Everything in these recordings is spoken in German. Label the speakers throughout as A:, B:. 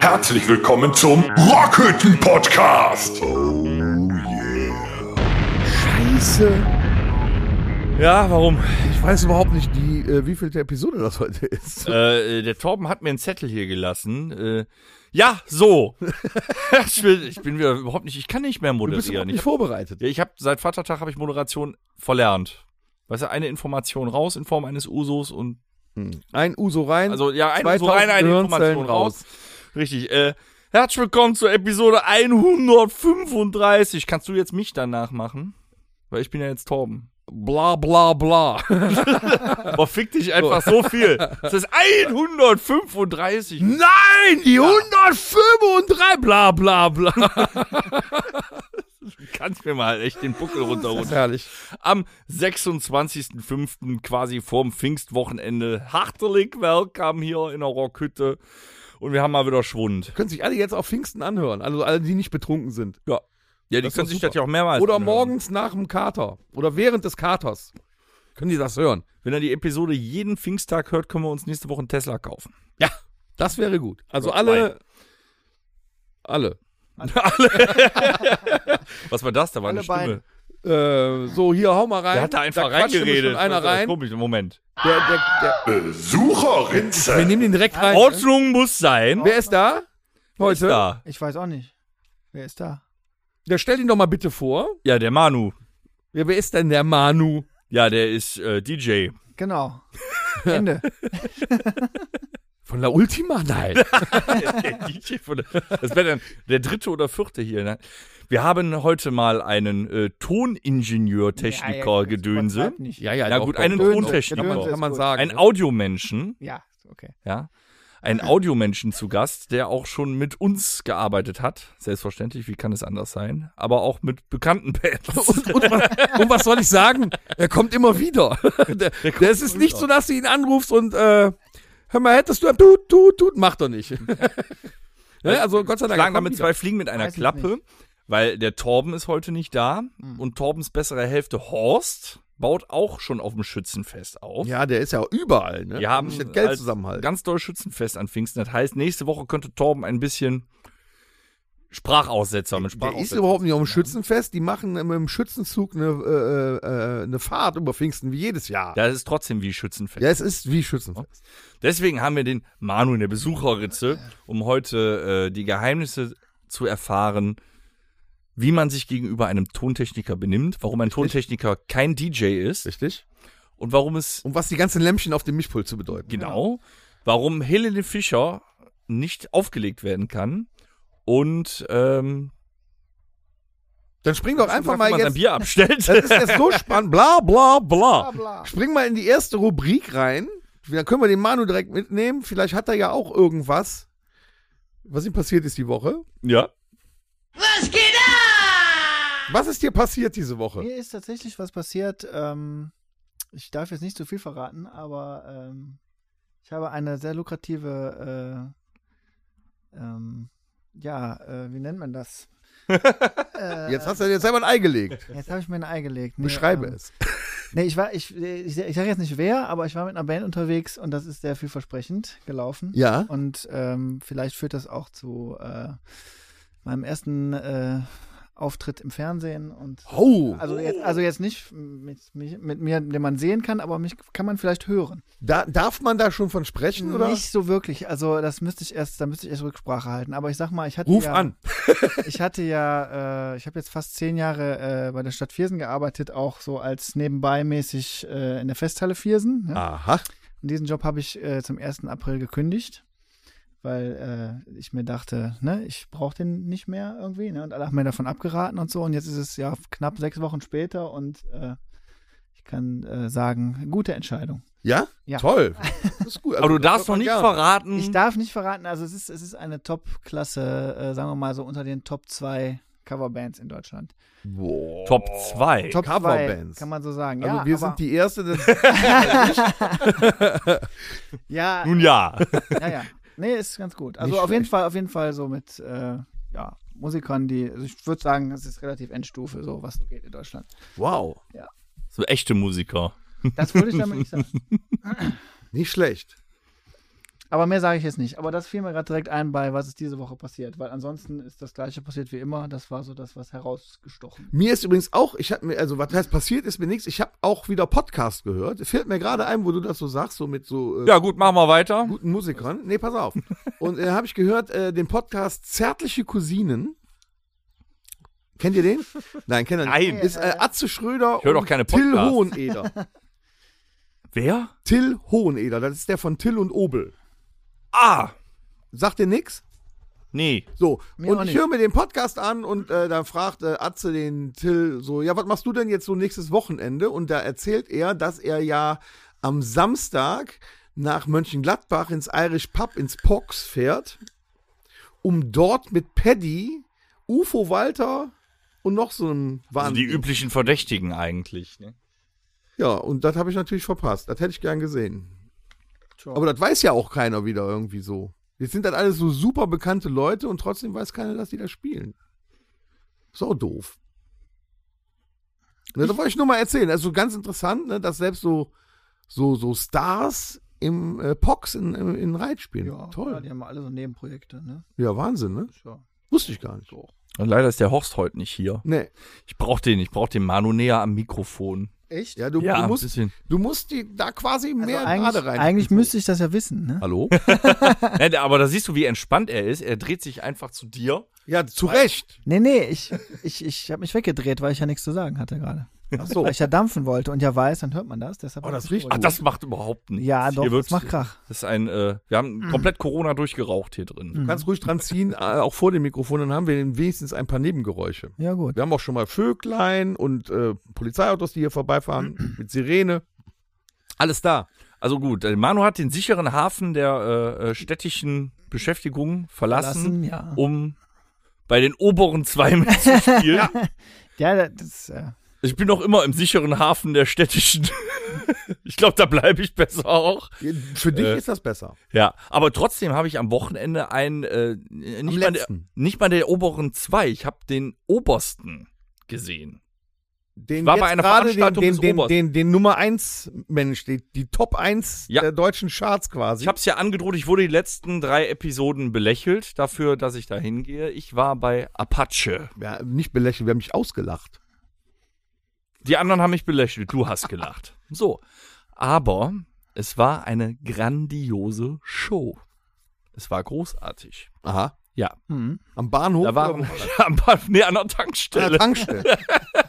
A: Herzlich willkommen zum Rockhütten Podcast. Oh yeah.
B: Scheiße.
C: Ja, warum?
B: Ich weiß überhaupt nicht, die, äh, wie viel der Episode das heute ist.
C: Äh, der Torben hat mir einen Zettel hier gelassen. Äh, ja, so. ich, bin, ich bin wieder überhaupt nicht, ich kann nicht mehr
B: Du bist überhaupt
C: moderieren.
B: nicht
C: Ich,
B: vorbereitet.
C: ja, ich habe seit Vatertag habe ich Moderation verlernt. Weißt du, eine Information raus in Form eines Usos und
B: Ein Uso rein.
C: also ja, eine, so
B: 2000
C: rein, eine
B: Gehirnzellen
C: Information raus. Richtig. Äh, herzlich willkommen zur Episode 135. Kannst du jetzt mich danach machen? Weil ich bin ja jetzt Torben.
B: Bla bla bla.
C: Boah, fick dich einfach so viel. Das ist 135.
B: Nein, die 135 bla bla bla.
C: kannst mir mal echt den Buckel runterrutschen.
B: Herrlich.
C: Am 26.05. quasi vorm Pfingstwochenende Harterligwerk kam hier in der Rockhütte und wir haben mal wieder Schwund.
B: Können sich alle jetzt auf Pfingsten anhören. Also alle, die nicht betrunken sind.
C: Ja. Ja, die
B: Das ist
C: können
B: doch
C: sich
B: super.
C: das ja auch mehrmals
B: Oder
C: anhören.
B: morgens nach dem Kater. Oder während des Katers. Können die das hören?
C: Wenn er die Episode jeden Pfingsttag hört, können wir uns nächste Woche einen Tesla kaufen.
B: Ja, das wäre gut. Also
C: Oder
B: alle. Alle.
C: Was war das? Da war eine Stimme.
B: Äh, so, hier, hau mal rein.
C: Der hat da einfach
B: quatscht nämlich
C: reingeredet.
B: schon Einer
C: Das war
B: rein.
C: Komisch, Moment.
B: Der, der, der, wir
A: Besucherritze.
B: nehmen den direkt rein.
C: Ordnung muss sein.
B: Wer ist da? Heute?
C: ist da?
D: Ich weiß auch nicht. Wer ist da?
B: Der stellt ihn doch mal bitte vor.
C: Ja, der Manu.
B: Ja, wer ist denn der Manu?
C: Ja, der ist äh, DJ.
D: Genau. Ende.
B: Von La Ultima? Nein.
C: der DJ von der, das wäre dann der dritte oder vierte hier. Ne? Wir haben heute mal einen äh, Toningenieur-Techniker-Gedönse.
D: übertreibt nicht.
B: ja, ja,
C: Na
B: doch,
C: gut,
B: doch,
C: einen
B: doch,
C: Tontechniker.
B: doch, Kann man
D: Gedönse ist
B: sagen.
C: Ein
B: ne?
C: Audiomenschen,
D: Ja, okay.
C: ja. Ein Audiomenschen zu Gast, der auch schon mit uns gearbeitet hat. Selbstverständlich, wie kann es anders sein? Aber auch mit bekannten Bands.
B: und, und, was, und was soll ich sagen? Er kommt immer wieder. Der, der, es ist nicht so, dass du ihn anrufst und äh, hör mal, hättest du ein tut, tut, tut, macht doch nicht. Ne, also Gott sei Dank. er
C: Schlagen
B: kommt
C: damit
B: wieder.
C: zwei Fliegen mit einer
D: Weiß ich
C: Klappe, weil der Torben ist heute nicht da und Torbens bessere Hälfte Horst baut auch schon auf dem Schützenfest auf.
B: Ja, der ist ja überall. Ne?
C: Wir haben
B: Muss das Geld
C: als
B: zusammenhalten.
C: ganz doll Schützenfest an Pfingsten. Das heißt, nächste Woche könnte Torben ein bisschen Sprachaussetzer mit
B: Der ist
C: Sprachaussetzer.
B: überhaupt nicht auf dem Schützenfest. Die machen mit dem Schützenzug eine, äh, äh, eine Fahrt über Pfingsten wie jedes Jahr.
C: Das ist trotzdem wie Schützenfest.
B: Ja, es ist wie Schützenfest.
C: Deswegen haben wir den Manu in der Besucherritze, um heute äh, die Geheimnisse zu erfahren, wie man sich gegenüber einem Tontechniker benimmt, warum ein Tontechniker kein DJ ist
B: Richtig?
C: und warum es
B: Und Um was die ganzen Lämpchen auf dem Mischpult zu bedeuten.
C: Genau. Warum Helene Fischer nicht aufgelegt werden kann und ähm,
B: Dann spring doch einfach mal
C: man sein
B: jetzt.
C: Bier abstellt.
B: Das ist jetzt so spannend.
C: Ah,
B: Bla, bla, bla.
D: Bla.
B: Spring mal in die erste Rubrik rein. Dann können wir den Manu direkt mitnehmen. Vielleicht hat er ja auch irgendwas, was ihm passiert ist die Woche.
C: ja.
B: Was ist dir passiert diese Woche?
D: Mir ist tatsächlich was passiert. Ähm, ich darf jetzt nicht zu viel verraten, aber ähm, ich habe eine sehr lukrative, äh, ähm, ja, äh, wie nennt man das? äh,
B: Jetzt hast du dir jetzt selber ein Ei gelegt.
D: jetzt habe ich mir ein Ei gelegt. Nee,
B: Beschreibe
D: ähm,
B: es.
D: Nee, ich war, ich, ich, ich sage jetzt nicht wer, aber ich war mit einer Band unterwegs und das ist sehr vielversprechend gelaufen.
B: Ja.
D: Und ähm, vielleicht führt das auch zu äh, meinem ersten äh, Auftritt im Fernsehen. Und
B: Oh,
D: also, jetzt, also jetzt nicht mit, mich, mit mir, den man sehen kann, aber mich kann man vielleicht hören.
B: da, darf man da schon von sprechen? Oder?
D: Nicht so wirklich. Also das müsste ich erst, da müsste ich erst Rücksprache halten. Aber ich sag mal, ich hatte
B: Ruf
D: ja,
B: an.
D: ich hatte ja, äh, ich habe jetzt fast zehn Jahre äh, bei der Stadt Viersen gearbeitet, auch so als nebenbei mäßig äh, in der Festhalle Viersen. Ne?
C: Ah.
B: Aha.
D: Und diesen Job habe ich äh, zum 1. April gekündigt, weil äh, ich mir dachte, ne, ich brauche den nicht mehr irgendwie. Ne? Und alle haben mir davon abgeraten und so. Und jetzt ist es ja knapp sechs Wochen später und äh, ich kann äh, sagen, gute Entscheidung.
B: Ja?
D: Ja.
B: Toll. Das ist gut. Also,
C: Aber du
B: das hört
C: darfst noch
B: man
C: nicht
B: gerne.
C: verraten.
D: Ich darf nicht verraten, also es ist, es ist eine Top-Klasse, äh, sagen wir mal so unter den Top 2 Coverbands in Deutschland.
B: Boah.
C: Top 2.
D: Top
B: Coverbands.
D: 2, kann man so sagen.
B: Also
D: ja,
B: wir
D: aber,
B: sind die erste. Das,
D: ja,
C: Nun ja.
D: ja, ja. Nee, ist ganz gut. Also
B: Nicht
D: auf jeden Fall, auf jeden Fall so mit äh, ja, Musikern, die, also ich würde sagen, es ist relativ Endstufe, so was so geht in Deutschland.
B: wow.
C: So echte Musiker.
D: Das würde ich damit nicht sagen.
B: Nicht schlecht.
D: Aber mehr sage ich jetzt nicht. Aber das fiel mir gerade direkt ein bei, was ist diese Woche passiert. Weil ansonsten ist das Gleiche passiert wie immer. Das war so das, was herausgestochen.
B: Mir ist übrigens auch, ich habe mir, also was heißt passiert, ist mir nichts. Ich habe auch wieder Podcast gehört. Fällt mir gerade ein, wo du das so sagst, so mit so äh,
C: Ja, gut, machen wir weiter.
B: guten Musikern. Nee, pass auf. Und äh, habe ich gehört, äh, den Podcast Zärtliche Cousinen. Kennt ihr den? Nein, kennt er nicht.
C: Nein.
B: Ist äh, Atze Schröder
C: Ich hör doch keine
B: Till
C: Podcasts.
B: Hoheneder.
C: Wer?
B: Till Hoheneder, das ist der von Till und Obel.
C: Ah,
B: Sagt dir nix?
C: nee.
B: So,
D: Mir auch
B: und ich
D: nicht.
B: höre mir den Podcast an und äh, dann fragt äh, Atze den Till so, ja, was machst du denn jetzt so nächstes Wochenende? Und da erzählt er, dass er ja am Samstag nach Mönchengladbach ins Irish Pub, ins Pox fährt, um dort mit Paddy, Ufo Walter und noch so einem
C: Also die
B: Wahnsinn.
C: üblichen Verdächtigen eigentlich. Ne?
B: ja, und das habe ich natürlich verpasst. Das hätte ich gern gesehen.
D: Tja.
B: Aber das weiß ja auch keiner wieder irgendwie so. Jetzt sind das alles so super bekannte Leute und trotzdem weiß keiner, dass die da spielen. Ist auch doof. Ne, das wollte ich nur mal erzählen. Also ganz interessant, ne, dass selbst so, so, so Stars im äh, Pox in, in, in Reit spielen.
D: ja, Ja,
B: Toll.
D: die haben alle so Nebenprojekte, ne?
B: Ja, Wahnsinn, ne?
D: Tja.
B: Wusste ich gar nicht. Ne,
C: Und leider ist der Horst heute nicht hier.
B: Nee.
C: Ich brauch den, ich brauch den Manu näher am Mikrofon.
D: Echt?
B: Ja, du,
C: Ja,
B: du
C: ein
B: musst,
C: bisschen.
B: du musst die da quasi mehr gerade
D: Also eigentlich,
B: rein. Also
D: eigentlich müsste ich das ja wissen, ne?
B: Hallo?
C: Nein, aber da siehst du, wie entspannt er ist. Er dreht sich einfach zu dir.
B: Ja, zu Recht.
D: Nee, nee, ich, ich, ich habe mich weggedreht, weil ich ja nichts zu sagen hatte gerade.
B: Ach so.
D: Weil ich ja dampfen wollte und ja weiß, dann hört man das. Deshalb
B: Oh,
D: hab
B: das
D: ich
B: riecht
D: gewollt.
C: Ach, das macht überhaupt nichts.
D: Ja, doch,
C: Hier
D: das
C: wird's,
D: macht Krach. Mhm.
C: das ist ein, äh, wir haben komplett Corona durchgeraucht hier drin.
B: Du kannst ruhig dran ziehen, äh, auch vor dem Mikrofon, dann haben wir wenigstens ein paar Nebengeräusche.
D: Ja, gut.
B: Wir haben auch schon mal Vöglein und äh, Polizeiautos, die hier vorbeifahren, mit Sirene. Alles da.
C: Also gut, äh, Manu hat den sicheren Hafen der äh, äh, städtischen Beschäftigung verlassen,
D: Lassen, ja.
C: um bei den oberen zwei mitzuspielen.
D: Ja, das, äh,
C: Ich bin noch immer im sicheren Hafen der städtischen. ich glaube, da bleibe ich besser auch.
B: Für dich
C: Äh,
B: ist das besser.
C: Ja, aber trotzdem habe ich am Wochenende einen, äh, nicht, mal der,
B: letzten.
C: nicht mal der oberen zwei, ich habe den obersten gesehen.
B: Den
C: war bei
B: jetzt
C: einer
B: gerade
C: Veranstaltung
B: den,
C: des
B: den, den,
C: Obersten.
B: den, den Nummer 1 Mensch, die, die Top 1
C: Ja.
B: der deutschen Charts quasi.
C: Ich habe es ja angedroht, ich wurde die letzten drei Episoden belächelt dafür, dass ich da hingehe. Ich war bei Apache.
B: ja, nicht belächelt, wir haben mich ausgelacht.
C: Die anderen haben mich belächelt, du hast gelacht. So, aber es war eine grandiose Show. Es war großartig.
B: Aha.
C: Ja,
D: hm.
B: Am Bahnhof
C: da waren
B: oder
C: am Bahnhof- nee, an der
B: wo? an
C: Tankstelle.
B: der Tankstelle.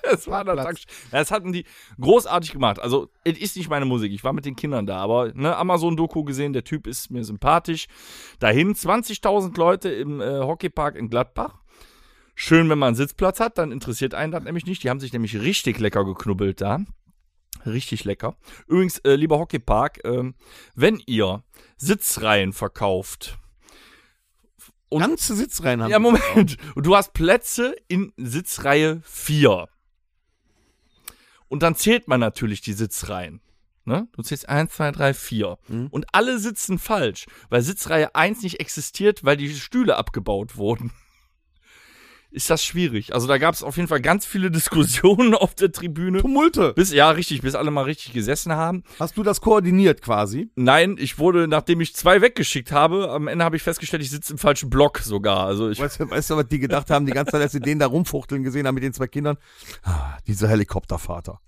C: Es war an der Tankstelle. Das hatten die großartig gemacht. Also, es ist nicht meine Musik. Ich war mit den Kindern da, aber ne, Amazon-Doku gesehen, der Typ ist mir sympathisch. Dahin 20.000 Leute im äh, Hockeypark in Gladbach. Schön, wenn man einen Sitzplatz hat, dann interessiert einen das nämlich nicht. Die haben sich nämlich richtig lecker geknubbelt da. Richtig lecker. Übrigens, äh, lieber Hockeypark, ähm, wenn ihr Sitzreihen verkauft,
B: Ganze Sitzreihen haben wir.
C: ja, Moment. Und du hast Plätze in Sitzreihe 4. Und dann zählt man natürlich die Sitzreihen. Ne? Du zählst 1, 2, 3, 4. Und alle sitzen falsch, weil Sitzreihe 1 nicht existiert, weil die Stühle abgebaut wurden. Ist das schwierig? Also da gab es auf jeden Fall ganz viele Diskussionen auf der Tribüne.
B: Tumulte.
C: Bis, ja, richtig, bis alle mal richtig gesessen haben.
B: Hast du das koordiniert quasi?
C: Nein, ich wurde, nachdem ich zwei weggeschickt habe, am Ende habe ich festgestellt, ich sitze im falschen Block sogar. Also ich
B: Weißt, du- weißt du, was die gedacht haben, die ganze Zeit, als sie den da rumfuchteln gesehen haben mit den zwei Kindern? Ah, dieser Helikoptervater.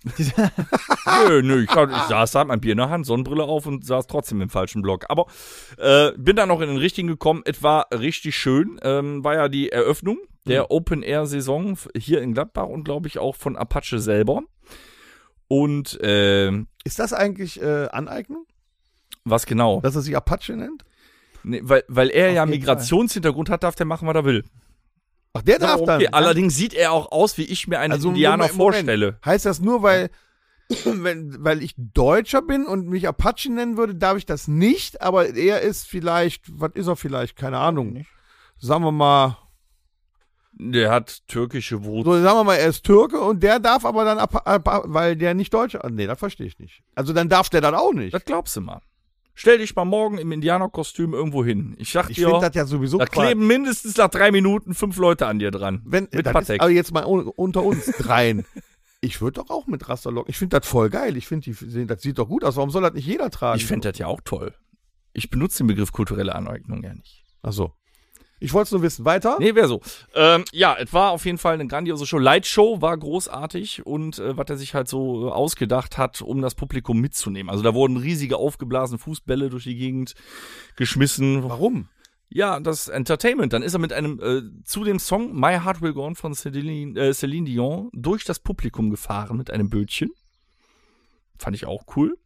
C: Nö, nö, ich, glaub, ich saß da, hab mein Bier in der Hand, Sonnenbrille auf und saß trotzdem im falschen Block. Aber äh, bin dann noch in den richtigen gekommen. Es war richtig schön. Ähm, war ja die Eröffnung der Open-Air-Saison f- hier in Gladbach und glaube ich auch von Apache selber. Und ähm,
B: Ist das eigentlich äh, Aneignung,
C: was genau?
B: dass er sich Apache nennt?
C: Nee, weil, weil er
D: Auf
C: ja
D: jeden
C: Migrationshintergrund hat, darf der machen, was er will.
B: Ach, der darf dann. ne?
C: Okay, allerdings sieht er auch aus, wie ich mir einen
B: Also,
C: Indianer
B: Moment, Moment.
C: vorstelle.
B: Heißt das nur, weil, wenn, weil ich Deutscher bin und mich Apache nennen würde, darf ich das nicht, aber er ist vielleicht, was ist er vielleicht? Keine Ahnung. Sagen wir mal,
C: Der hat türkische Wurzeln.
B: so sagen wir mal, er ist Türke und der darf aber dann, Apa- Apa- weil der nicht Deutscher, ah, nee, das verstehe ich nicht. Also dann darf der dann auch nicht.
C: Das glaubst du mal. Stell dich mal morgen im Indianerkostüm irgendwo hin. Ich sag
B: Ich
C: dir,
B: finde das ja sowieso
C: Da
B: Quatsch.
C: kleben mindestens nach drei Minuten fünf Leute an dir dran.
B: Wenn,
C: mit
B: das ist
C: Patek.
B: aber jetzt mal un- unter uns dreien. Ich würde doch auch mit Rasterlocken. Ich finde das voll geil. Ich finde, das sieht doch gut aus. Warum soll das nicht jeder tragen?
C: Ich fände das ja auch toll. Ich benutze den Begriff kulturelle Aneignung ja nicht.
B: Ach so. Ich wollte es nur wissen. Weiter?
C: Nee, wäre so. Ähm, ja, es war auf jeden Fall eine grandiose Show. Lightshow war großartig und äh, was er sich halt so äh, ausgedacht hat, um das Publikum mitzunehmen. Also da wurden riesige aufgeblasene Fußbälle durch die Gegend geschmissen.
B: Warum?
C: Ja, das Entertainment. Dann ist er mit einem äh, zu dem Song My Heart Will Go On von Celine, äh, Celine Dion durch das Publikum gefahren mit einem Bötchen. Fand ich auch cool.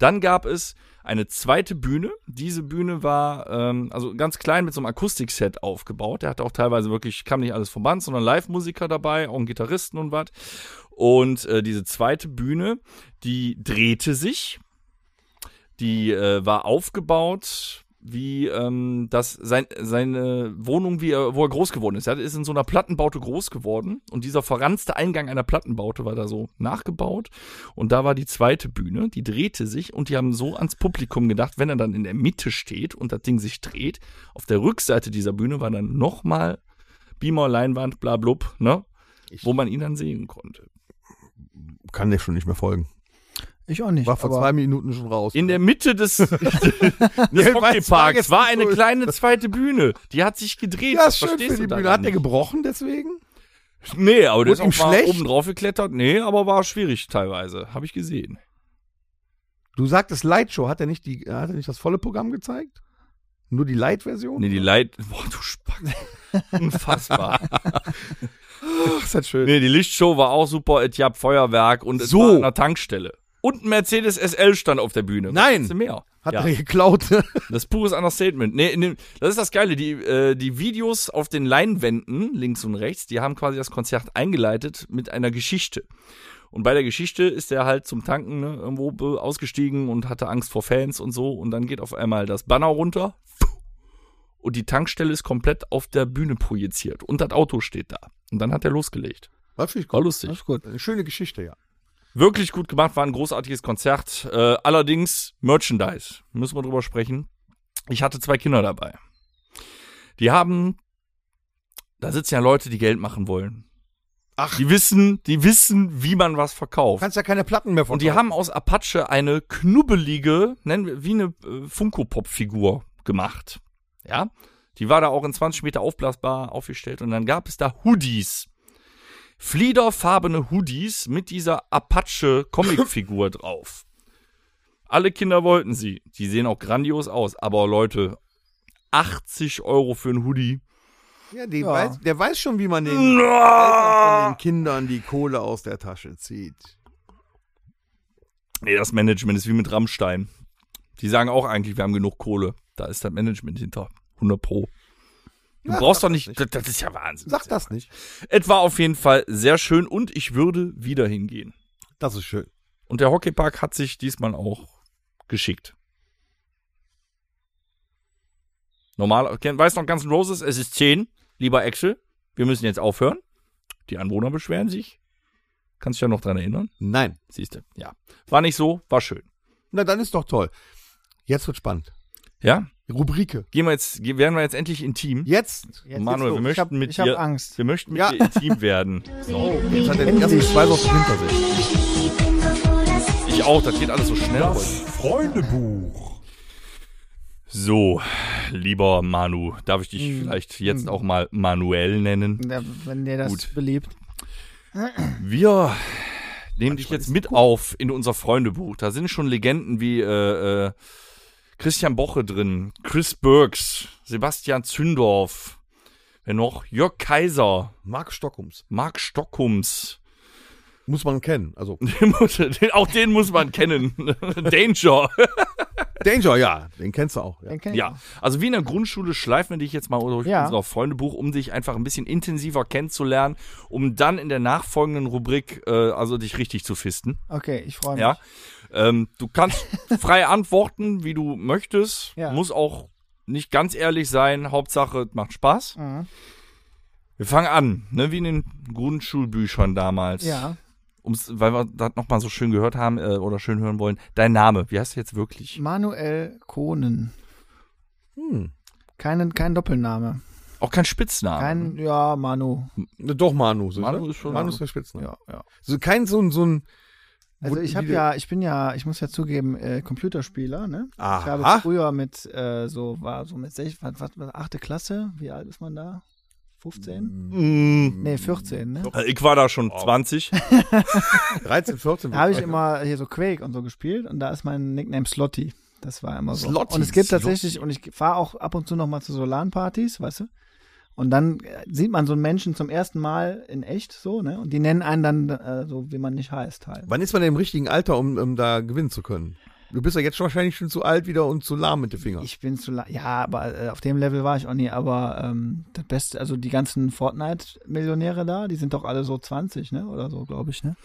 C: Dann gab es eine zweite Bühne. Diese Bühne war ähm, also ganz klein mit so einem Akustikset aufgebaut. Der hatte auch teilweise wirklich, kam nicht alles vom Band, sondern Live-Musiker dabei, auch einen Gitarristen und was. Und äh, diese zweite Bühne, die drehte sich. Die äh, war aufgebaut wie ähm, das sein, seine Wohnung, wie er, wo er groß geworden ist. Er ist in so einer Plattenbaute groß geworden und dieser verranzte Eingang einer Plattenbaute war da so nachgebaut. Und da war die zweite Bühne, die drehte sich und die haben so ans Publikum gedacht, wenn er dann in der Mitte steht und das Ding sich dreht, auf der Rückseite dieser Bühne war dann nochmal Beamer, Leinwand, bla blub, ne?
B: Ich-
C: Wo man ihn dann sehen konnte.
B: Kann dir schon nicht mehr folgen.
D: Ich auch nicht.
B: War vor
D: aber-
B: zwei Minuten schon raus.
C: In der Mitte des, des
B: Ja, war
C: Hockeyparks
B: jetzt
C: war eine
B: so.
C: kleine zweite Bühne. Die hat sich gedreht.
B: ja,
C: Was
B: ist schön
C: verstehst
B: für die
C: du
B: Bühne.
C: daran
B: Hat der
C: nicht?
B: gebrochen deswegen?
C: Nee, aber der ist
B: Wurde ihm
C: auch mal
B: schlecht?
C: oben drauf geklettert. Nee, aber war schwierig teilweise. Habe ich gesehen.
B: Du sagtest Lightshow. Hat er nicht, die, hat er nicht das volle Programm gezeigt? Nur die Light-Version?
C: Nee, die Leit. Boah, du Spack. Unfassbar.
B: Ach, ist das schön.
C: nee, die Lichtshow war auch super. Es gab Feuerwerk und es
B: So.
C: war an einer Tankstelle. Und ein Mercedes SL stand auf der Bühne. Was
B: Nein.
C: willst du Mehr.
B: Hat
C: ja.
B: er geklaut.
C: Das ist pures Understatement. Nee, in dem, das ist das Geile. Die, äh, die Videos auf den Leinwänden, links und rechts, die haben quasi das Konzert eingeleitet mit einer Geschichte. Und bei der Geschichte ist er halt zum Tanken ne, irgendwo be- ausgestiegen und hatte Angst vor Fans und so. Und dann geht auf einmal das Banner runter. Und die Tankstelle ist komplett auf der Bühne projiziert. Und das Auto steht da. Und dann hat er losgelegt.
B: War für
C: War lustig.
B: ist gut. Eine schöne Geschichte, ja.
C: Wirklich gut gemacht, war ein großartiges Konzert. Äh, allerdings Merchandise, müssen wir drüber sprechen. Ich hatte zwei Kinder dabei. Die haben, da sitzen ja Leute, die Geld machen wollen.
B: Ach.
C: Die wissen, die wissen, wie man was
B: Du
C: verkauft.
B: kannst ja keine Platten mehr von.
C: Und die haben aus Apache eine knubbelige, nennen wir, wie eine äh, Funko-Pop-Figur gemacht. Ja. Die war da auch in 20 Meter aufblasbar aufgestellt und dann gab es da Hoodies. Fliederfarbene Hoodies mit dieser Apache-Comic-Figur drauf. Alle Kinder wollten sie. Die sehen auch grandios aus. Aber Leute, 80 Euro für ein Hoodie.
B: ja, die
D: Ja.
B: Weiß, der weiß schon, wie man den, Eltern von den
C: Nee,
B: Kindern die Kohle aus der Tasche zieht.
C: das Management ist wie mit Rammstein. Die sagen auch eigentlich, wir haben genug Kohle. Da ist das Management hinter. 100 Pro. Du
B: Ja,
C: brauchst doch nicht, das, das ist ja Wahnsinn.
B: Sag das nicht.
C: Es war auf jeden Fall sehr schön und ich würde wieder hingehen.
B: Das ist schön.
C: Und der Hockeypark hat sich diesmal auch geschickt. Normal, kennt- weiß noch ganz Roses, es ist 10. Lieber Axel, wir müssen jetzt aufhören. Die Anwohner beschweren sich. Kannst dich ja noch dran erinnern.
B: Nein.
C: Siehste, ja. War nicht so, war schön.
B: Na, dann ist doch toll. Jetzt wird spannend.
C: Ja?
B: Rubrike.
C: Gehen wir jetzt, ge- werden wir jetzt endlich intim.
B: Jetzt.
D: Jetzt
B: geht's
C: Manuel, wir
B: los.
C: möchten
D: ich hab,
C: mit
D: ich hab
C: dir,
D: Angst.
C: wir möchten mit
B: Ja.
C: dir intim werden.
B: Oh, jetzt hat er die ersten zwei Wochen hinter sich.
C: Ich auch, das geht alles so schnell heute.
A: Das Freundebuch.
C: So, lieber Manu, darf ich dich
D: Hm.
C: vielleicht jetzt auch mal Manuel nennen?
D: Ja, wenn der das
C: Gut.
D: belebt.
C: Wir nehmen dich jetzt mit auf in unser Freundebuch. Da sind schon Legenden wie äh, äh, Christian Boche drin, Chris Birks, Sebastian Zündorf, wer noch? Jörg Kaiser,
B: Marc Stockums.
C: Marc Stockums.
B: Muss man kennen. Also
C: Den muss, den, auch den muss man kennen. Danger.
B: Danger, ja. Den kennst du auch. Ja.
D: Den kenn ich
C: Ja, also wie in der Grundschule schleifen wir dich jetzt mal durch
D: Ja.
C: unser Freundebuch, um dich einfach ein bisschen intensiver kennenzulernen, um dann in der nachfolgenden Rubrik äh, also dich richtig zu fisten.
D: Okay, ich freue mich.
C: Ja, ähm, du kannst frei antworten, wie du möchtest.
D: Ja.
C: Muss auch nicht ganz ehrlich sein. Hauptsache, es macht Spaß.
D: Mhm.
C: Wir fangen an, ne, wie in den Grundschulbüchern damals.
D: Ja,
C: Um's, weil wir das nochmal so schön gehört haben äh, oder schön hören wollen. Dein Name, wie heißt du jetzt wirklich?
D: Manuel Kohnen.
B: Hm.
D: Keinen, kein Doppelname.
C: Auch kein Spitzname.
D: Kein, ja, Manu.
B: Doch, Manu. So,
C: Manu
B: ne?
C: ist schon-
B: Manu ist der Spitzname.
D: Ja, ja.
B: So kein so ein, so ein
D: Also
B: Wo-
D: ich habe
B: wie-
D: ja, ich bin ja, ich muss ja zugeben, äh, Computerspieler, ne? Ich habe
B: Aha.
D: früher mit, äh, so, war so mit sech, was, was, was, achte Klasse, wie alt ist man da? 15?
C: Mm.
D: Nee, 14, ne?
C: Also ich war da schon 20.
B: 13, 14.
D: Da habe ich immer hier so Quake und so gespielt und da ist mein Nickname Slotty. Das war immer so.
B: Slotty,
D: und es gibt
B: Slotty.
D: tatsächlich, und ich fahre auch ab und zu nochmal zu Solan-Partys, weißt du? Und dann äh, sieht man so einen Menschen zum ersten Mal in echt so, ne? Und die nennen einen dann äh, so, wie man nicht heißt halt.
B: Wann ist man denn im richtigen Alter, um, um da gewinnen zu können? Du bist ja jetzt schon wahrscheinlich schon zu alt wieder und zu lahm mit den Fingern.
D: Ich bin zu la Ja, aber äh, auf dem Level war ich auch nie, aber ähm, das Beste, also die ganzen Fortnite-Millionäre da, die sind doch alle so 20, ne? Oder so, glaube ich, ne?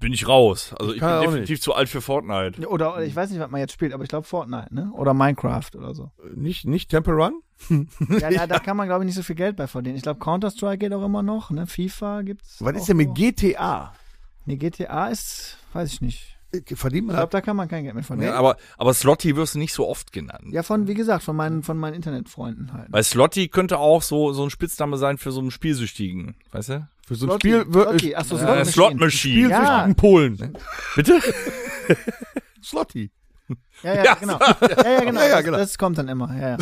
C: Bin ich raus. Also ich
B: Kann
C: bin
B: auch
C: definitiv zu alt für Fortnite.
D: Oder oder ich weiß nicht, was man jetzt spielt, aber ich glaube Fortnite, ne? Oder Minecraft oder so.
B: nicht, nicht Temple Run?
D: Ja, da, da kann man, glaube ich, nicht so viel Geld bei verdienen. Ich glaube, Counter-Strike geht auch immer noch, ne? FIFA gibt's.
B: Was ist
D: auch
B: denn mit
D: noch.
B: GTA?
D: Nee, GTA ist, weiß ich nicht.
B: Äh, Verdient
D: Ich
B: man
D: glaube,
B: da?
D: da kann man kein Geld mehr verdienen.
C: Ja,
D: Ja,
C: aber, aber Slotty wirst du nicht so oft genannt.
D: von, wie gesagt, von meinen, von meinen Internetfreunden halt.
C: Weil Slotty könnte auch so, so ein Spitzname sein für so einen Spielsüchtigen. Weißt du?
B: Für so ein
D: Slotty,
B: Spiel, wir-
D: Slotty, achso,
C: Äh,
D: Slot
C: Slot
D: Machine.
C: Machine.
D: Ja.
B: Spielsüchtigen Polen. ne?
C: Bitte?
B: Slotty.
D: Ja, ja, genau. Ja, ja, genau.
B: Ja, ja,
D: Das,
B: genau.
D: das kommt dann immer. Ja, ja.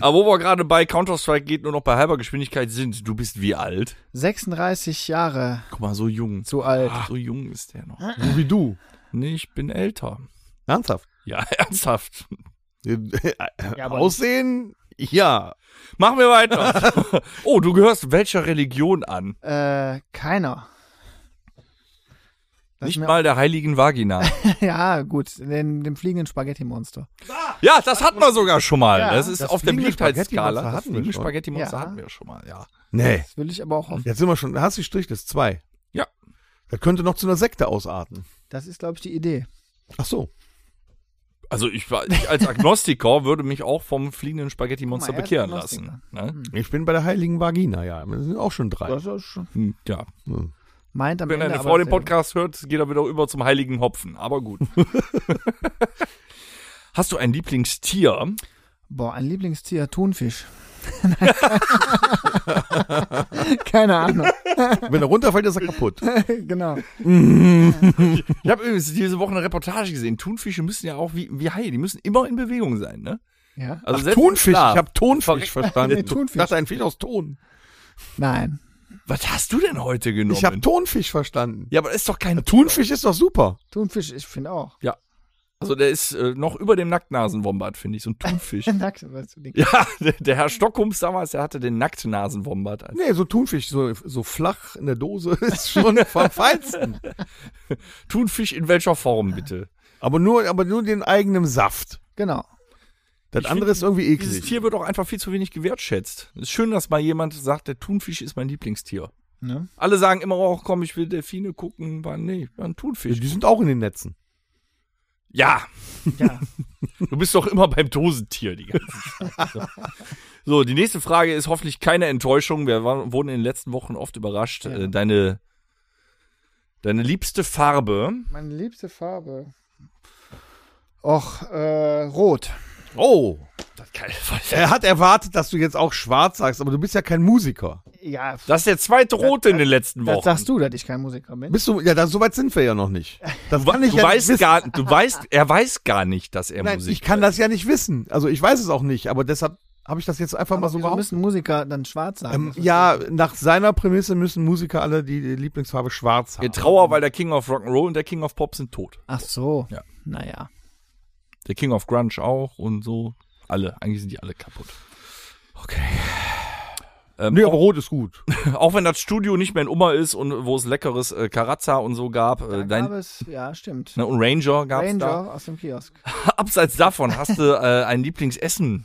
C: Aber wo wir gerade bei Counter-Strike geht, nur noch bei halber Geschwindigkeit sind. Du bist wie alt?
D: 36 Jahre
C: Guck mal, so jung.
D: zu alt.
C: Ah, so jung ist der noch.
B: So wie du.
C: Nee, ich bin älter.
B: Ernsthaft. Äh,
C: Ja, ernsthaft.
D: Ja, aber-
B: Aussehen? Ja.
C: Machen wir weiter. oh, du gehörst welcher Religion an?
D: Äh, keiner. Das
C: Nicht
D: mir-
C: mal der heiligen Vagina.
D: Ja, gut, den, dem fliegenden Spaghetti-Monster.
C: ja, das hatten wir sogar schon mal.
D: Ja,
C: das ist
B: das
C: auf der
B: fliegende
C: Beliebtheitsskala.
B: Spaghetti-Monster
C: Das
B: hatten wir
C: fliegende
B: schon.
C: Spaghetti-Monster
D: Ja.
C: hatten wir schon mal, ja.
B: Nee.
D: Das will ich aber auch hoffen.
B: Jetzt sind wir schon, da hast du Strich, das ist zwei.
C: Ja.
B: Das könnte noch zu einer Sekte ausarten.
D: Das ist, glaube ich, die Idee.
B: Ach so.
C: Also ich, war, ich als Agnostiker würde mich auch vom fliegenden Spaghetti-Monster
D: Guck mal, er ist
C: bekehren lassen.
D: Agnostiker.
C: Ne?
B: Ich bin bei der heiligen Vagina, ja. Das sind auch schon drei.
D: Das ist schon.
C: Hm, Ja.
B: Hm.
D: Meint am
C: Wenn eine
D: Ende. aber
C: Frau den
D: dasselbe.
C: Podcast hört, geht er wieder über zum heiligen Hopfen. Aber gut. Hast du ein Lieblingstier?
D: Boah, ein Lieblingstier, Thunfisch. Keine Ahnung.
B: Wenn er runterfällt, ist er kaputt.
D: genau.
C: Ich habe übrigens diese Woche eine Reportage gesehen. Thunfische müssen ja auch wie, wie Haie, die müssen immer in Bewegung sein, ne?
D: Ja.
C: Also
B: Ach,
C: selbst im
B: Thunfisch. Ich
C: Schlaf.
B: habe Tonfisch verstanden.
D: Nee, Thunfisch.
B: Ich dachte, ein Fisch aus Ton.
D: Nein.
C: Was hast du denn heute genommen?
B: Ich habe Tonfisch verstanden.
C: ja, aber das ist doch kein
B: Thunfisch ist doch super.
D: Thunfisch, ich finde auch.
C: Also der ist äh, noch über dem Nacktnasenwombat, finde ich, so ein Thunfisch.
D: Nackt, weißt du, die-
C: ja, der, der Herr Stockhums damals, der hatte den Nacktnasenwombat. als-
B: Nee, so Thunfisch, so, so flach in der Dose ist schon vom Feinsten.
C: Thunfisch in welcher Form bitte?
B: Aber nur, aber nur den eigenen Saft.
D: Genau.
B: Das
C: Ich
B: andere ist irgendwie
C: Dieses
B: eklig.
C: Tier wird auch einfach viel zu wenig gewertschätzt. Es ist schön, dass mal jemand sagt, der Thunfisch ist mein Lieblingstier.
D: Ne?
C: Alle sagen immer auch, komm, ich will Delfine gucken, aber nee, war ein
B: Ja,
C: Thunfisch.
B: Die sind auch in den Netzen.
C: Ja,
D: Ja.
C: du bist doch immer beim Dosentier die ganze Zeit. So. so, die nächste Frage ist hoffentlich keine Enttäuschung. Wir waren, wurden in den letzten Wochen oft überrascht.
D: Ja.
C: Äh, Deine, deine liebste Farbe.
D: Meine liebste Farbe. Och, äh, rot.
B: Oh.
C: Das, kann, das
B: Er hat erwartet, dass du jetzt auch schwarz sagst, aber du bist ja kein Musiker.
D: Ja,
C: ist der zweite Rote in den letzten
D: das
C: Wochen.
D: sagst du, dass ich kein Musiker bin.
B: Bist du, ja, da, so weit sind wir ja noch nicht. Das kann ich
C: du
B: ja
C: weißt
B: nicht wissen.
C: gar, du weißt, er weiß gar nicht, dass er
B: Nein,
C: Musik
B: ich kann
C: hört.
B: das ja nicht wissen. Also ich weiß es auch nicht, aber deshalb habe ich das jetzt einfach mal so
D: Wieso
B: behauptet.
D: müssen Musiker dann schwarz sein?
B: Ähm, ja, nach seiner Prämisse müssen Musiker alle die Lieblingsfarbe schwarz haben.
C: Ihr Trauer, weil der King of Rock'n'Roll und der King of Pop sind tot.
D: Ach so.
C: Ja.
D: Naja.
C: Der King of Grunge auch und so. Alle, eigentlich sind die alle kaputt. Okay. Ähm,
B: Nö, aber rot ist gut.
C: Auch wenn das Studio nicht mehr in Ummer ist und wo es leckeres äh, Karazza und so gab,
D: Da
C: äh,
D: gab
C: dein,
D: es, ja, stimmt.
C: ne, und Ranger gab's
D: Ranger aus dem Kiosk.
C: da. Abseits davon hast du äh, ein Lieblingsessen.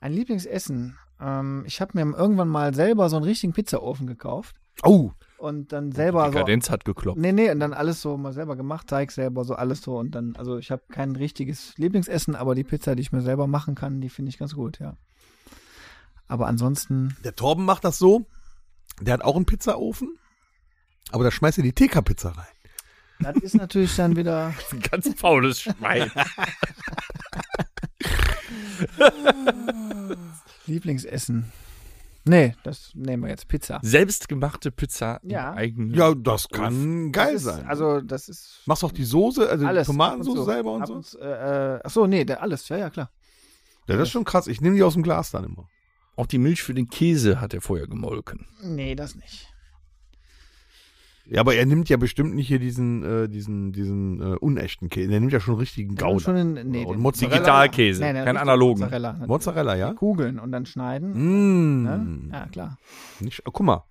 D: Ein Lieblingsessen. Ähm, ich habe mir irgendwann mal selber so einen richtigen Pizzaofen gekauft
B: Oh,
D: und dann selber so.
C: Kadenz hat gekloppt.
D: Nee, nee, und dann alles so mal selber gemacht, Teig selber, so alles so und dann, also ich habe kein richtiges Lieblingsessen, aber die Pizza, die ich mir selber machen kann, die finde ich ganz gut, ja. Aber ansonsten,
B: der Torben macht das so. Der hat auch einen Pizzaofen, aber da schmeißt er die TK-Pizza rein.
D: das ist natürlich dann wieder,
C: Ein ganz faules Schwein.
D: Lieblingsessen. Nee, das nehmen wir jetzt. Pizza.
C: Selbstgemachte Pizza
D: Ja.
C: im eigenen.
B: Ja, das kann geil
D: Das ist-
B: sein.
D: Also, das ist
B: Machst auch die Soße, also die
D: alles.
B: Tomatensoße
D: Ab und zu.
B: selber und
D: Ab
B: so?
D: zu, äh, äh, achso, nee, da- alles. Ja, ja, klar.
B: Ja, das ist schon krass. Ich nehme die aus dem Glas dann immer.
C: Auch die Milch für den Käse hat er vorher gemolken.
D: Nee, das nicht.
B: Ja, aber er nimmt ja bestimmt nicht hier diesen, äh, diesen, diesen äh, unechten Käse. Der nimmt ja schon richtigen
D: Wir haben
B: Gouda.
D: Schon einen, nee,
B: und
D: den-
B: Mozzarella.
C: Digitalkäse,
D: Nein, nein,
C: kein
D: richtig
C: analogen.
D: Mozzarella. natürlich.
B: Mozzarella, ja?
D: Kugeln und dann schneiden.
B: Mm.
D: Ne? Ja, klar.
B: Nicht, guck mal.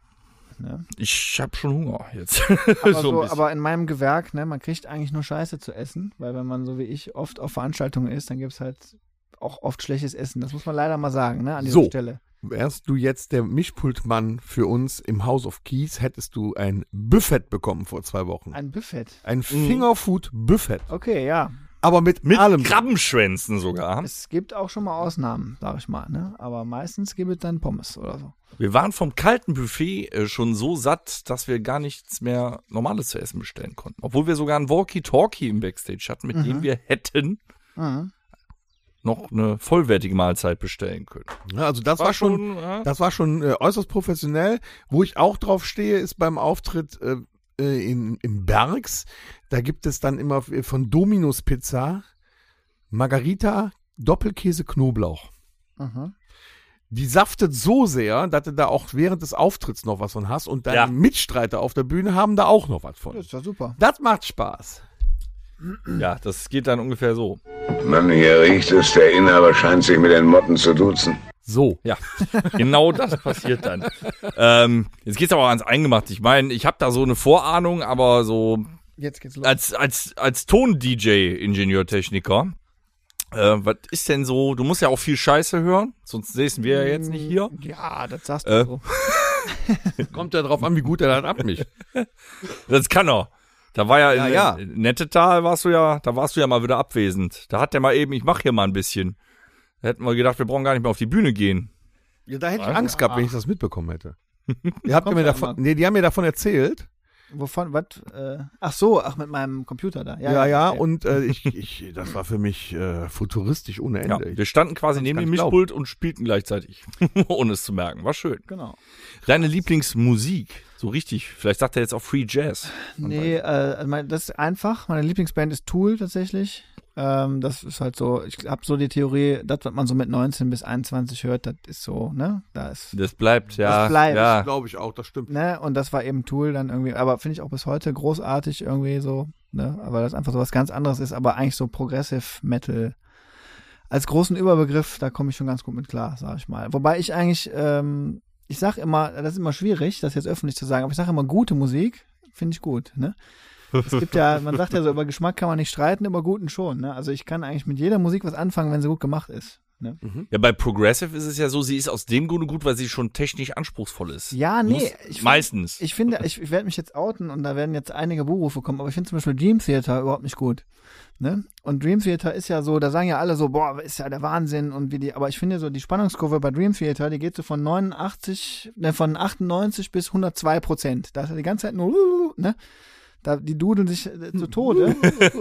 D: Ne?
C: Ich hab schon Hunger jetzt.
D: Aber,
C: So ein
D: so,
C: bisschen.
D: aber in meinem Gewerk, ne, man kriegt eigentlich nur Scheiße zu essen, weil wenn man so wie ich oft auf Veranstaltungen ist, dann gibt es halt auch oft schlechtes Essen. Das muss man leider mal sagen, ne, an dieser
B: So.
D: Stelle.
B: Wärst du jetzt der Mischpultmann für uns im House of Keys, hättest du ein Buffet bekommen vor zwei Wochen.
D: Ein Buffet.
B: Ein Fingerfood-Buffet.
D: Okay, ja.
B: Aber mit,
C: Mit
B: allem.
C: Krabbenschwänzen sogar.
D: Es gibt auch schon mal Ausnahmen, sag ich mal, ne? Aber meistens gibt es dann Pommes oder so.
C: Wir waren vom kalten Buffet äh, schon so satt, dass wir gar nichts mehr Normales zu essen bestellen konnten. Obwohl wir sogar ein Walkie-Talkie im Backstage hatten, mit dem wir hätten
D: Mhm.
C: noch eine vollwertige Mahlzeit bestellen können.
B: Ja, also das war, schon,
C: ja.
B: das war schon äh, äußerst professionell. Wo ich auch drauf stehe, ist beim Auftritt äh, äh, in, im Bergs. Da gibt es dann immer äh, von Dominos Pizza Margarita Doppelkäse Knoblauch.
D: Mhm.
B: Die saftet so sehr, dass du da auch während des Auftritts noch was von hast und deine
C: Ja.
B: Mitstreiter auf der Bühne haben da auch noch was
D: Das
B: von.
D: ist ja super.
B: Das macht Spaß.
C: ja, das geht dann ungefähr so.
E: Mann, hier riecht es. Der Inhaber scheint sich mit den Motten zu duzen.
B: So.
C: Ja, genau das passiert dann. Ähm, jetzt geht's aber auch ans Eingemachte. Ich meine, ich habe da so eine Vorahnung, aber so
D: Jetzt geht's los.
C: als, als, als Ton-DJ-Ingenieurtechniker, äh, was ist denn so, du musst ja auch viel Scheiße hören, sonst säßen wir ja jetzt nicht hier.
D: Hm,
B: Mm.
D: Ja, das sagst du
C: Äh.
D: so.
B: Kommt ja drauf an, wie gut er dann abmischt.
C: Das kann er. Da war ja, in,
B: Ja, ja.
C: in Nettetal warst du ja, da warst du ja mal wieder abwesend. Da hat der mal eben, ich mach hier mal ein bisschen. Da hätten wir gedacht, wir brauchen gar nicht mehr auf die Bühne gehen.
B: Ja, da hätte ich Angst gehabt, wenn ich das mitbekommen hätte. Ihr habt
D: Kommt
B: mir
D: ja
B: davon,
D: immer.
B: nee, die haben mir davon erzählt.
D: Wovon, was? Äh, ach so, ach, mit meinem Computer da.
B: Ja, ja,
D: okay.
B: und äh, ich, ich, das war für mich äh, futuristisch ohne
C: Ja,
B: Ende.
C: wir standen quasi
B: Kann's
C: neben
B: gar
C: dem
B: nicht
C: Mischpult und spielten gleichzeitig, ohne es zu merken. War schön.
D: Genau.
C: Deine Lieblingsmusik, so richtig. Vielleicht sagt er jetzt auch Free Jazz.
D: Nee, äh, also mein- das ist einfach. Meine Lieblingsband ist Tool tatsächlich. Ähm, das ist halt so, ich habe so die Theorie, das, was man so mit 19 bis 21 hört, das ist so, ne? Da ist.
C: Das bleibt, ja.
D: Das bleibt.
C: Ja.
B: Glaube ich auch, das stimmt.
D: Ne? Und das war eben Tool dann irgendwie, aber finde ich auch bis heute großartig irgendwie so, ne? Aber das einfach so was ganz anderes ist, aber eigentlich so Progressive Metal. Als großen Überbegriff, da komme ich schon ganz gut mit klar, sag ich mal. Wobei ich eigentlich, ähm, ich sag immer, das ist immer schwierig, das jetzt öffentlich zu sagen, aber ich sage immer, gute Musik finde ich gut, ne? Es gibt ja, man sagt ja so, über Geschmack kann man nicht streiten, über guten schon. Ne? Also ich kann eigentlich mit jeder Musik was anfangen, wenn sie gut gemacht ist. Ne?
C: Ja, bei Progressive ist es ja so, sie ist aus dem Grunde gut, weil sie schon technisch anspruchsvoll ist.
D: Ja, nee,
C: Muss-
D: ich find-
C: meistens.
D: Ich finde, ich, ich werde mich jetzt outen und da werden jetzt einige Buhrufe kommen, aber ich finde zum Beispiel Dream Theater überhaupt nicht gut. Ne? Und Dream Theater ist ja so, da sagen ja alle so, boah, ist ja der Wahnsinn und wie die, aber ich finde so, die Spannungskurve bei Dream Theater, die geht so von 89, ne, von 98 bis 102 Prozent. Da ist ja die ganze Zeit nur, ne? Da, die dudeln sich äh, zu Tode.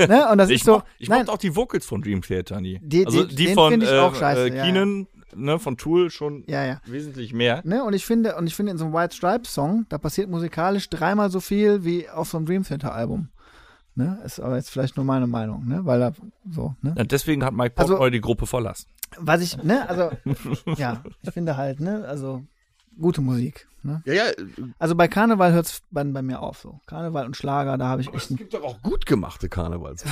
D: ne? Und das
C: ich
D: ist so,
C: mochte- ich
D: nein,
C: mochte auch die Vocals von Dream Theater nie.
D: Die- die-
C: also die
D: den
C: von
D: find ich auch
C: äh,
D: scheiße,
C: äh,
D: ja,
C: Keenan, ne, von Tool schon
D: ja, ja.
C: wesentlich mehr.
D: Ne, und ich finde, und ich finde in so einem White Stripes Song, da passiert musikalisch dreimal so viel wie auf so einem Dream Theater Album. Ne, ist aber jetzt vielleicht nur meine Meinung, ne, weil da so, ne.
C: Ja, deswegen hat Mike
D: Also-
C: Portnoy die Gruppe verlassen.
D: Was ich, ne, also, ja, ich finde halt, ne, also, gute Musik, ne.
B: Ja, ja,
D: Also bei Karneval hört's bei, bei mir auf, so. Karneval und Schlager, da habe ich echt,
B: es gibt doch auch gut gemachte Karnevals.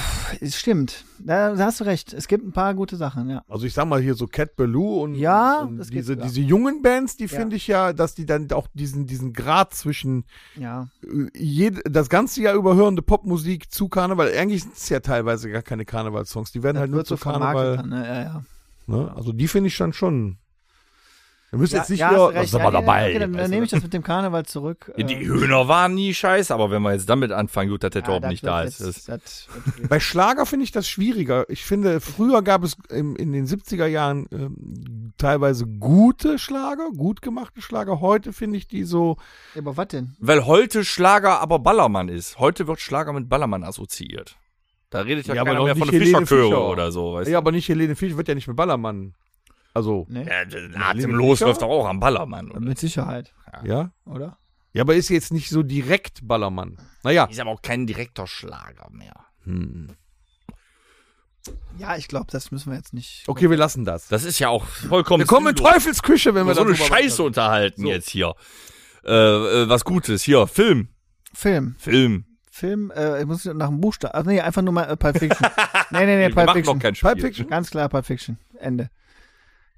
D: es stimmt, da, da hast du recht, es gibt ein paar gute Sachen, ja.
B: Also ich sag mal hier so Cat Ballou und,
D: Ja,
B: und
D: das
B: diese,
D: gibt's,
B: diese jungen Bands, die finde ich ja, dass die dann auch diesen, diesen Grad zwischen
D: Ja,
B: äh, jed, das ganze Jahr über hörende Popmusik zu Karneval, eigentlich sind es ja teilweise gar keine Karnevalssongs, die werden
D: das
B: halt nur
D: wird
B: zu
D: so
B: Karneval.
D: vermarktet, ne, ja, ja.
B: Ne? Also die finde ich dann schon. Wir müssen jetzt nicht
D: ja,
B: wieder,
D: hast recht.
B: was ist aber
D: Ja, nee,
B: dabei. Also
D: Okay, dann, dann
B: weißt du,
D: nehme ich das mit dem Karneval zurück.
C: Ja,
D: äh,
C: die Hühner waren nie scheiße, aber wenn wir jetzt damit anfangen, gut, dass der Torben
D: Ah, das
C: nicht
D: wird
C: da ist.
D: jetzt-
C: Das,
D: das wird-
B: Bei Schlager finde ich das schwieriger. Ich finde, früher gab es im, in den 70er Jahren ähm, teilweise gute Schlager, gut gemachte Schlager. Heute finde ich die so,
D: Ja, aber was denn?
C: weil heute Schlager aber Ballermann ist. Heute wird Schlager mit Ballermann assoziiert. Da redet ja,
B: Ja, aber
C: keiner
B: doch
C: mehr von
B: nicht
C: der
B: Helene
C: Fischerchöre
B: Fischer.
C: oder so, weißt
B: ja, aber nicht Helene Fischer wird ja nicht mehr Ballermann
F: Also,
D: Nee?
C: Ja, atemlos läuft doch auch am Ballermann. Oder?
D: Mit Sicherheit,
F: ja.
D: oder?
F: Ja, aber ist jetzt nicht so direkt Ballermann. Naja.
C: Ist aber auch kein direkter Schlager mehr.
D: Ja, ich glaube, das müssen wir jetzt nicht.
F: Okay, wir lassen das.
C: Das ist ja auch vollkommen.
F: Wir kommen in
C: sinnlos.
F: Teufelsküche, wenn wir
C: so eine
F: darüber
C: Scheiße unterhalten jetzt hier. Äh, äh, was Gutes. Hier, Film.
D: Film.
C: Film.
D: Film, äh, ich muss nach dem Buchstaben. Ach nee, einfach nur mal äh, Pulp Fiction. nee, nee,
C: wir
D: nee, Pulp
C: machen
D: Fiction.
C: noch kein Spiel.
B: Pulp Fiction.
D: Ganz klar Pulp Fiction. Ende.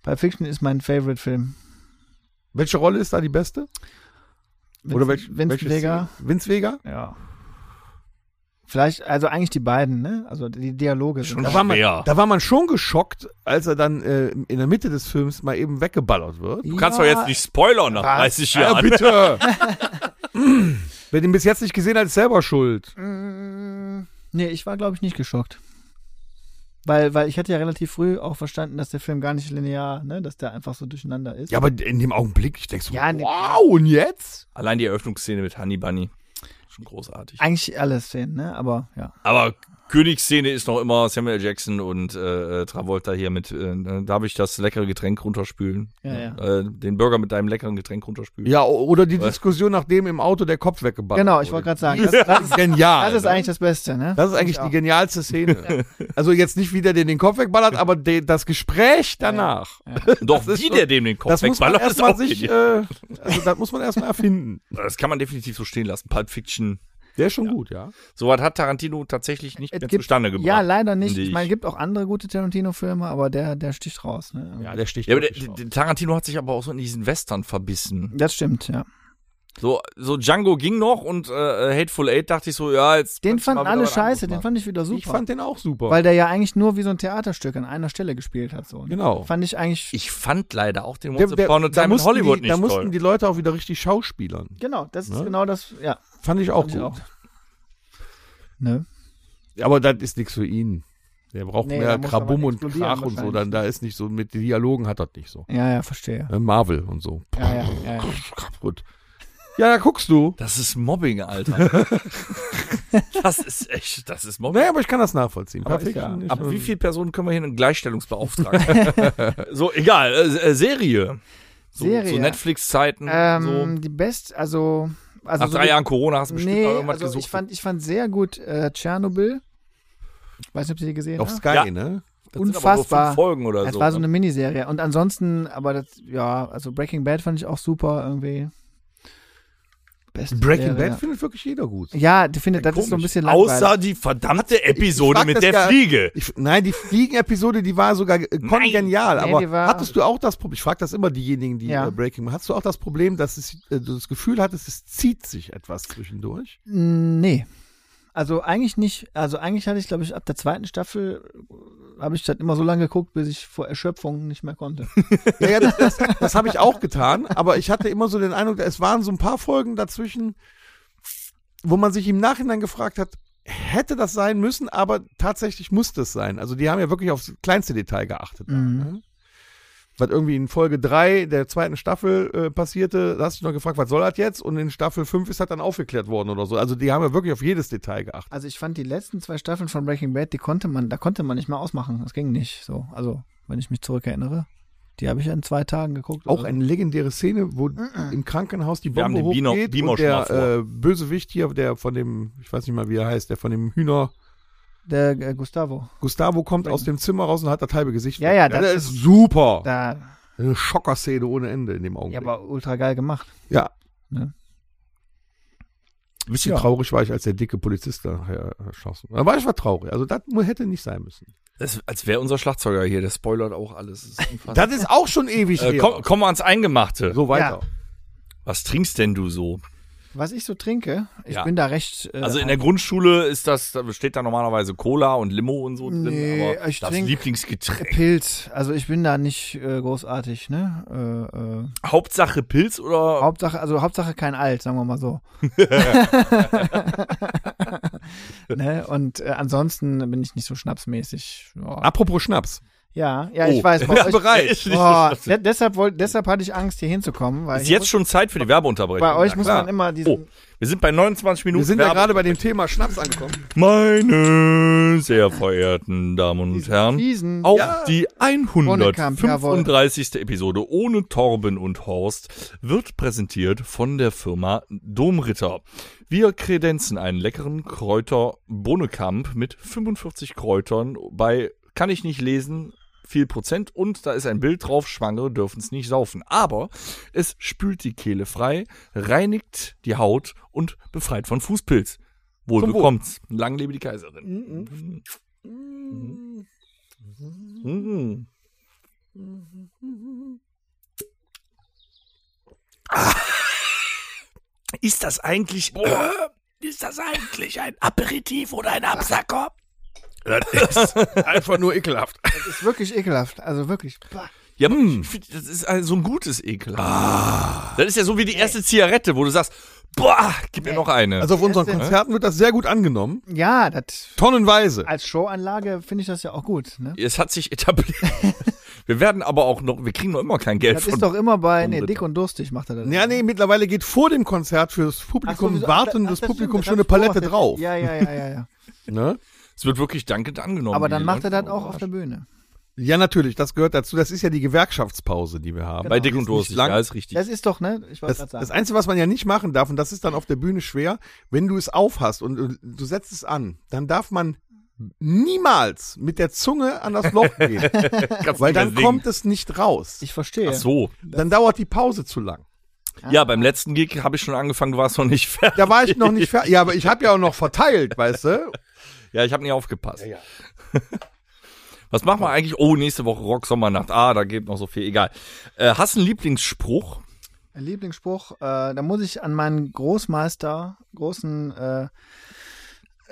D: Pulp Fiction ist mein Favorite Film.
B: Welche Rolle ist da die beste? Oder welch,
D: Vince
B: welches-
D: Vega.
B: Vince Vega?
D: Ja. Vielleicht, also eigentlich die beiden, ne? Also die Dialoge. Sind
C: Schon
B: war man-
C: schwer.
B: Da war man schon geschockt, als er dann äh, in der Mitte des Films mal eben weggeballert wird.
C: Du kannst doch jetzt nicht spoilern nach
D: Was?
C: 30 Jahren.
B: bitte! Mm. Wer den bis jetzt nicht gesehen hat, ist selber schuld.
D: Mm, Nee, ich war, glaube ich, nicht geschockt. Weil, weil ich hatte ja relativ früh auch verstanden, dass der Film gar nicht linear, ne, dass der einfach so durcheinander ist.
B: Ja, aber in dem Augenblick, ich denk so,
D: Ja, ne-
B: wow, und jetzt?
C: Allein die Eröffnungsszene mit Honey Bunny. Schon großartig.
D: Eigentlich alle Szenen, ne? Aber ja.
C: Aber Königsszene ist noch immer Samuel L. Jackson und äh, Travolta hier mit, äh, darf ich das leckere Getränk runterspülen?
D: Ja, ja.
C: Äh, den Burger mit deinem leckeren Getränk runterspülen.
B: Ja, o- oder die Diskussion, nachdem im Auto der Kopf weggeballert
D: Genau,
B: wurde.
D: ich wollte gerade sagen, das, das,
B: Das ist genial.
D: das ist
B: ne?
D: eigentlich das Beste, ne?
B: das ist eigentlich die genialste Szene. Also jetzt nicht, wie der den den Kopf wegballert, aber de, das Gespräch danach.
C: Doch, wie der dem den Kopf
B: Das muss man
C: wegballert, ist
B: erstmal
C: auch
B: sich, äh,
C: genial.
B: also das muss man erstmal erfinden.
C: Das kann man definitiv so stehen lassen. Pulp Fiction.
B: Der ist schon gut, ja.
C: Sowas hat Tarantino tatsächlich nicht
D: Es
C: mehr
D: gibt-
C: zustande gebracht.
D: Ja, leider nicht.
C: finde
D: Ich meine, es gibt auch andere gute Tarantino-Filme, aber der, der sticht raus, ne?
B: Ja, der sticht.
C: Ja, aber der,
B: wirklich raus.
C: der Tarantino hat sich aber auch so in diesen Western verbissen.
D: Das stimmt, ja.
C: So, so Django ging noch und äh, Hateful Eight dachte ich so, ja, jetzt.
D: Den
C: kannst du mal
D: fanden
C: wieder
D: alle
C: was anderes
D: scheiße, den
C: machen.
D: fand ich wieder super.
B: ich fand den auch super.
D: weil der ja eigentlich nur wie so ein Theaterstück an einer Stelle gespielt hat, so. ne?
B: Genau.
D: Fand ich eigentlich,
C: ich fand leider auch den
B: Der-
C: Once
B: der-
C: Upon a
B: da
C: Time in
B: mussten
C: Hollywood
B: die,
C: nicht
B: Da mussten
C: toll.
B: die Leute auch wieder richtig schauspielern.
D: genau, das ist
B: Ne?
D: genau das, ja.
B: Fand ich auch
D: Fand ich
B: gut.
D: auch. Ne?
B: Aber das ist nichts für ihn. Der braucht
D: Nee, da
B: mehr
D: muss
B: Krabum
D: aber
B: und
D: explodieren
B: Krach und so.
D: wahrscheinlich.
B: Dann, da ist nicht so, mit Dialogen hat das nicht so.
D: Ja, ja, verstehe.
B: Äh, Marvel und so.
D: Ja, ja, ja, ja.
B: Gut. Ja, da guckst du.
C: Das ist Mobbing, Alter. das ist echt, das ist Mobbing.
B: Naja, aber ich kann das nachvollziehen.
D: Aber
B: Perfekt.
D: ist ja-
B: Ist
C: Ab
B: schon-
C: wie vielen Personen können wir hier einen Gleichstellungsbeauftragten? so, egal, äh, äh, Serie. So,
D: Serie.
C: so Netflix-Zeiten.
D: Ähm,
C: so.
D: Die Best, also. also
C: Nach
D: so
C: drei
D: die-
C: Jahren Corona hast du bestimmt
D: Nee,
C: mal irgendwas
D: also
C: gesucht.
D: ich fand, ich fand sehr gut äh, Tschernobyl. Ich weiß nicht, ob ihr die gesehen
B: Auf
D: habt.
B: Sky,
C: Ja.
B: ne?
C: das sind aber nur
D: unfassbar.
C: fünf Folgen oder
D: Es
C: so. ne?
D: war so eine Miniserie. Und ansonsten, aber das, ja, also Breaking Bad fand ich auch super irgendwie. Best
B: Breaking
D: Serie.
B: Bad findet wirklich jeder gut.
D: Ja, die findet, das ist so ein
C: Komisch.
D: bisschen langweilig.
C: Außer die verdammte Episode
B: frag
C: mit
B: das
C: der
B: ja-
C: Fliege.
B: Ich, nein, die Fliegen-Episode, die war sogar äh, kongenial.
D: Nee,
B: aber
D: die war-
B: hattest du auch das Problem, ich frage das immer diejenigen, die
D: Ja.
B: äh, Breaking, hattest du auch das Problem, dass es, äh, du das Gefühl hattest, es zieht sich etwas zwischendurch?
D: Mm, Nee. Also eigentlich nicht. Also eigentlich hatte ich, glaube ich, ab der zweiten Staffel äh, habe ich das immer so lange geguckt, bis ich vor Erschöpfung nicht mehr konnte.
B: Ja, ja, das, das, das habe ich auch getan, aber ich hatte immer so den Eindruck, es waren so ein paar Folgen dazwischen, wo man sich im Nachhinein gefragt hat, hätte das sein müssen, aber tatsächlich musste es sein. Also die haben ja wirklich aufs kleinste Detail geachtet.
D: Mhm.
B: Ne? Was irgendwie in Folge 3 der zweiten Staffel äh, passierte, da hast du dich noch gefragt, was soll das jetzt? Und in Staffel 5 ist das dann aufgeklärt worden oder so. Also die haben ja wirklich auf jedes Detail geachtet.
D: Also ich fand die letzten zwei Staffeln von Breaking Bad, die konnte man, da konnte man nicht mehr ausmachen. Das ging nicht so. Also, wenn ich mich zurückerinnere. Die habe ich in zwei Tagen geguckt.
B: Auch
D: Also,
B: eine legendäre Szene, wo im Krankenhaus die
C: Wir haben
B: Bombe
C: den Bino-
B: hochgeht
C: Bimo
B: und
C: schon mal
B: der
C: vor.
B: äh, Bösewicht hier, der von dem, ich weiß nicht mal, wie er heißt, der von dem Hühner
D: der äh, Gustavo.
B: Gustavo kommt aus dem Zimmer raus und hat das halbe Gesicht.
D: Ja,
B: weg.
D: ja,
B: das,
D: das
B: ist
C: Oh.
B: super.
D: Da,
B: Eine Schockerszene ohne Ende in dem
D: ja,
B: Augenblick.
D: aber ultra geil gemacht.
B: ja.
D: Ne?
B: Ein bisschen
D: Ja.
B: traurig war ich, als der dicke Polizist da äh, erschossen. Da war ich war traurig. Also das mu- hätte nicht sein müssen.
C: Das, als wäre unser Schlagzeuger hier, der spoilert auch alles. Das ist unfassbar.
B: Das ist auch schon ewig
C: äh,
B: her.
C: komm, komm mal ans Eingemachte.
B: So weiter.
C: Was trinkst denn du so?
D: Was ich so trinke, ich
C: Ja.
D: bin da recht. Äh,
C: Also in der Grundschule ist das, da steht da normalerweise Cola und Limo und so drin,
D: Nee,
C: aber
D: ich
C: das
D: trink-
C: Lieblingsgetränk.
D: Pilz. Also ich bin da nicht äh, großartig, ne? Äh, äh,
C: Hauptsache Pilz oder
D: Hauptsache, also Hauptsache kein Alt, sagen wir mal so. ne? Und äh, ansonsten bin ich nicht so schnapsmäßig. Ja,
B: Apropos Schnaps.
D: Ja, ja,
C: Oh.
D: ich weiß. bei
C: Ja,
D: euch-
C: bereit. Ist nicht
D: Boah,
C: das-
D: de deshalb, wollt, deshalb hatte ich Angst, hier hinzukommen. Weil
C: Ist
D: hier
C: jetzt
D: muss,
C: schon Zeit für die Werbeunterbrechung.
D: Bei euch
C: Na
D: muss
C: klar.
D: man immer
C: Oh,
D: diesen.
C: wir sind bei 29 Minuten.
B: Wir sind ja
C: Werbe-
B: gerade bei dem Thema Schnaps angekommen.
C: Meine sehr verehrten Damen und Herren,
D: Diesen.
C: auch
B: Ja.
C: die
D: Bonnekamp, jawohl.
C: 135. Episode ohne Torben und Horst wird präsentiert von der Firma Domritter. Wir kredenzen einen leckeren Kräuter Bonnekamp mit 45 Kräutern bei kann ich nicht lesen viel Prozent und da ist ein Bild drauf, Schwangere dürfen es nicht saufen. Aber es spült die Kehle frei, reinigt die Haut und befreit von Fußpilz. Wohl bekommt's. Lang lebe die Kaiserin. Mhm. Ah. Ist das eigentlich. ist das eigentlich ein Aperitif oder ein Absacker?
F: Einfach nur ekelhaft.
D: Das ist wirklich ekelhaft. Also wirklich. Bah.
C: Ja, aber ich find, das ist ein, so ein gutes Ekel. Das ist ja so wie die erste Zigarette, wo du sagst, boah, gib mir noch eine.
B: Also auf unseren
D: Erste-
B: Konzerten wird das sehr gut angenommen.
D: Ja, das.
B: Tonnenweise.
D: Als Showanlage finde ich das ja auch gut. Ne?
C: es hat sich etabliert. wir werden aber auch noch, wir kriegen noch immer kein Geld
D: Das
C: von.
D: ist doch immer bei.
C: von
D: Nee,
C: Ritter.
D: dick und durstig macht er das.
B: Ja, nee, mittlerweile geht vor dem Konzert fürs
D: Ach
B: Publikum,
D: so, wieso-
B: warten
D: ach,
B: das,
D: stimmt,
B: Publikum
D: das
B: schon
D: hab
B: eine
D: ich beobachtet.
B: Palette drauf.
D: Ja, ja, ja, ja, ja.
B: Ne?
C: es wird wirklich dankend angenommen.
D: Aber dann
C: Die
D: macht er
C: Leute-
D: das auch auf der Bühne.
B: ja, natürlich, das gehört dazu. Das ist ja die Gewerkschaftspause, die wir
D: Genau.
B: haben.
C: Bei Dick und
B: genau. Ist
C: Durst.
B: nicht lang.
C: Ja, ist richtig.
D: Das ist doch, ne? Ich wollte
B: Das,
D: gerade
B: das
D: sagen.
B: Einzige, was man ja nicht machen darf, und das ist dann auf der Bühne schwer, wenn du es aufhast und äh, du setzt es an, dann darf man niemals mit der Zunge an das Loch gehen,
C: Kannst
B: weil
C: nicht mehr
B: dann
C: singen.
B: kommt es nicht raus.
D: Ich verstehe.
C: Ach so.
B: dann dauert die Pause zu lang.
C: Ja, beim letzten Gig habe ich schon angefangen, du warst noch nicht fertig.
B: Da war ich noch nicht fertig. Ja, aber ich habe ja auch noch verteilt, weißt du?
C: Ja, ich habe nicht aufgepasst. Was machen wir eigentlich? Oh, nächste Woche Rock Sommernacht. Ah, da geht noch so viel. Egal. Äh, hast du einen Lieblingsspruch?
D: Ein Lieblingsspruch, äh, da muss ich an meinen Großmeister, großen äh,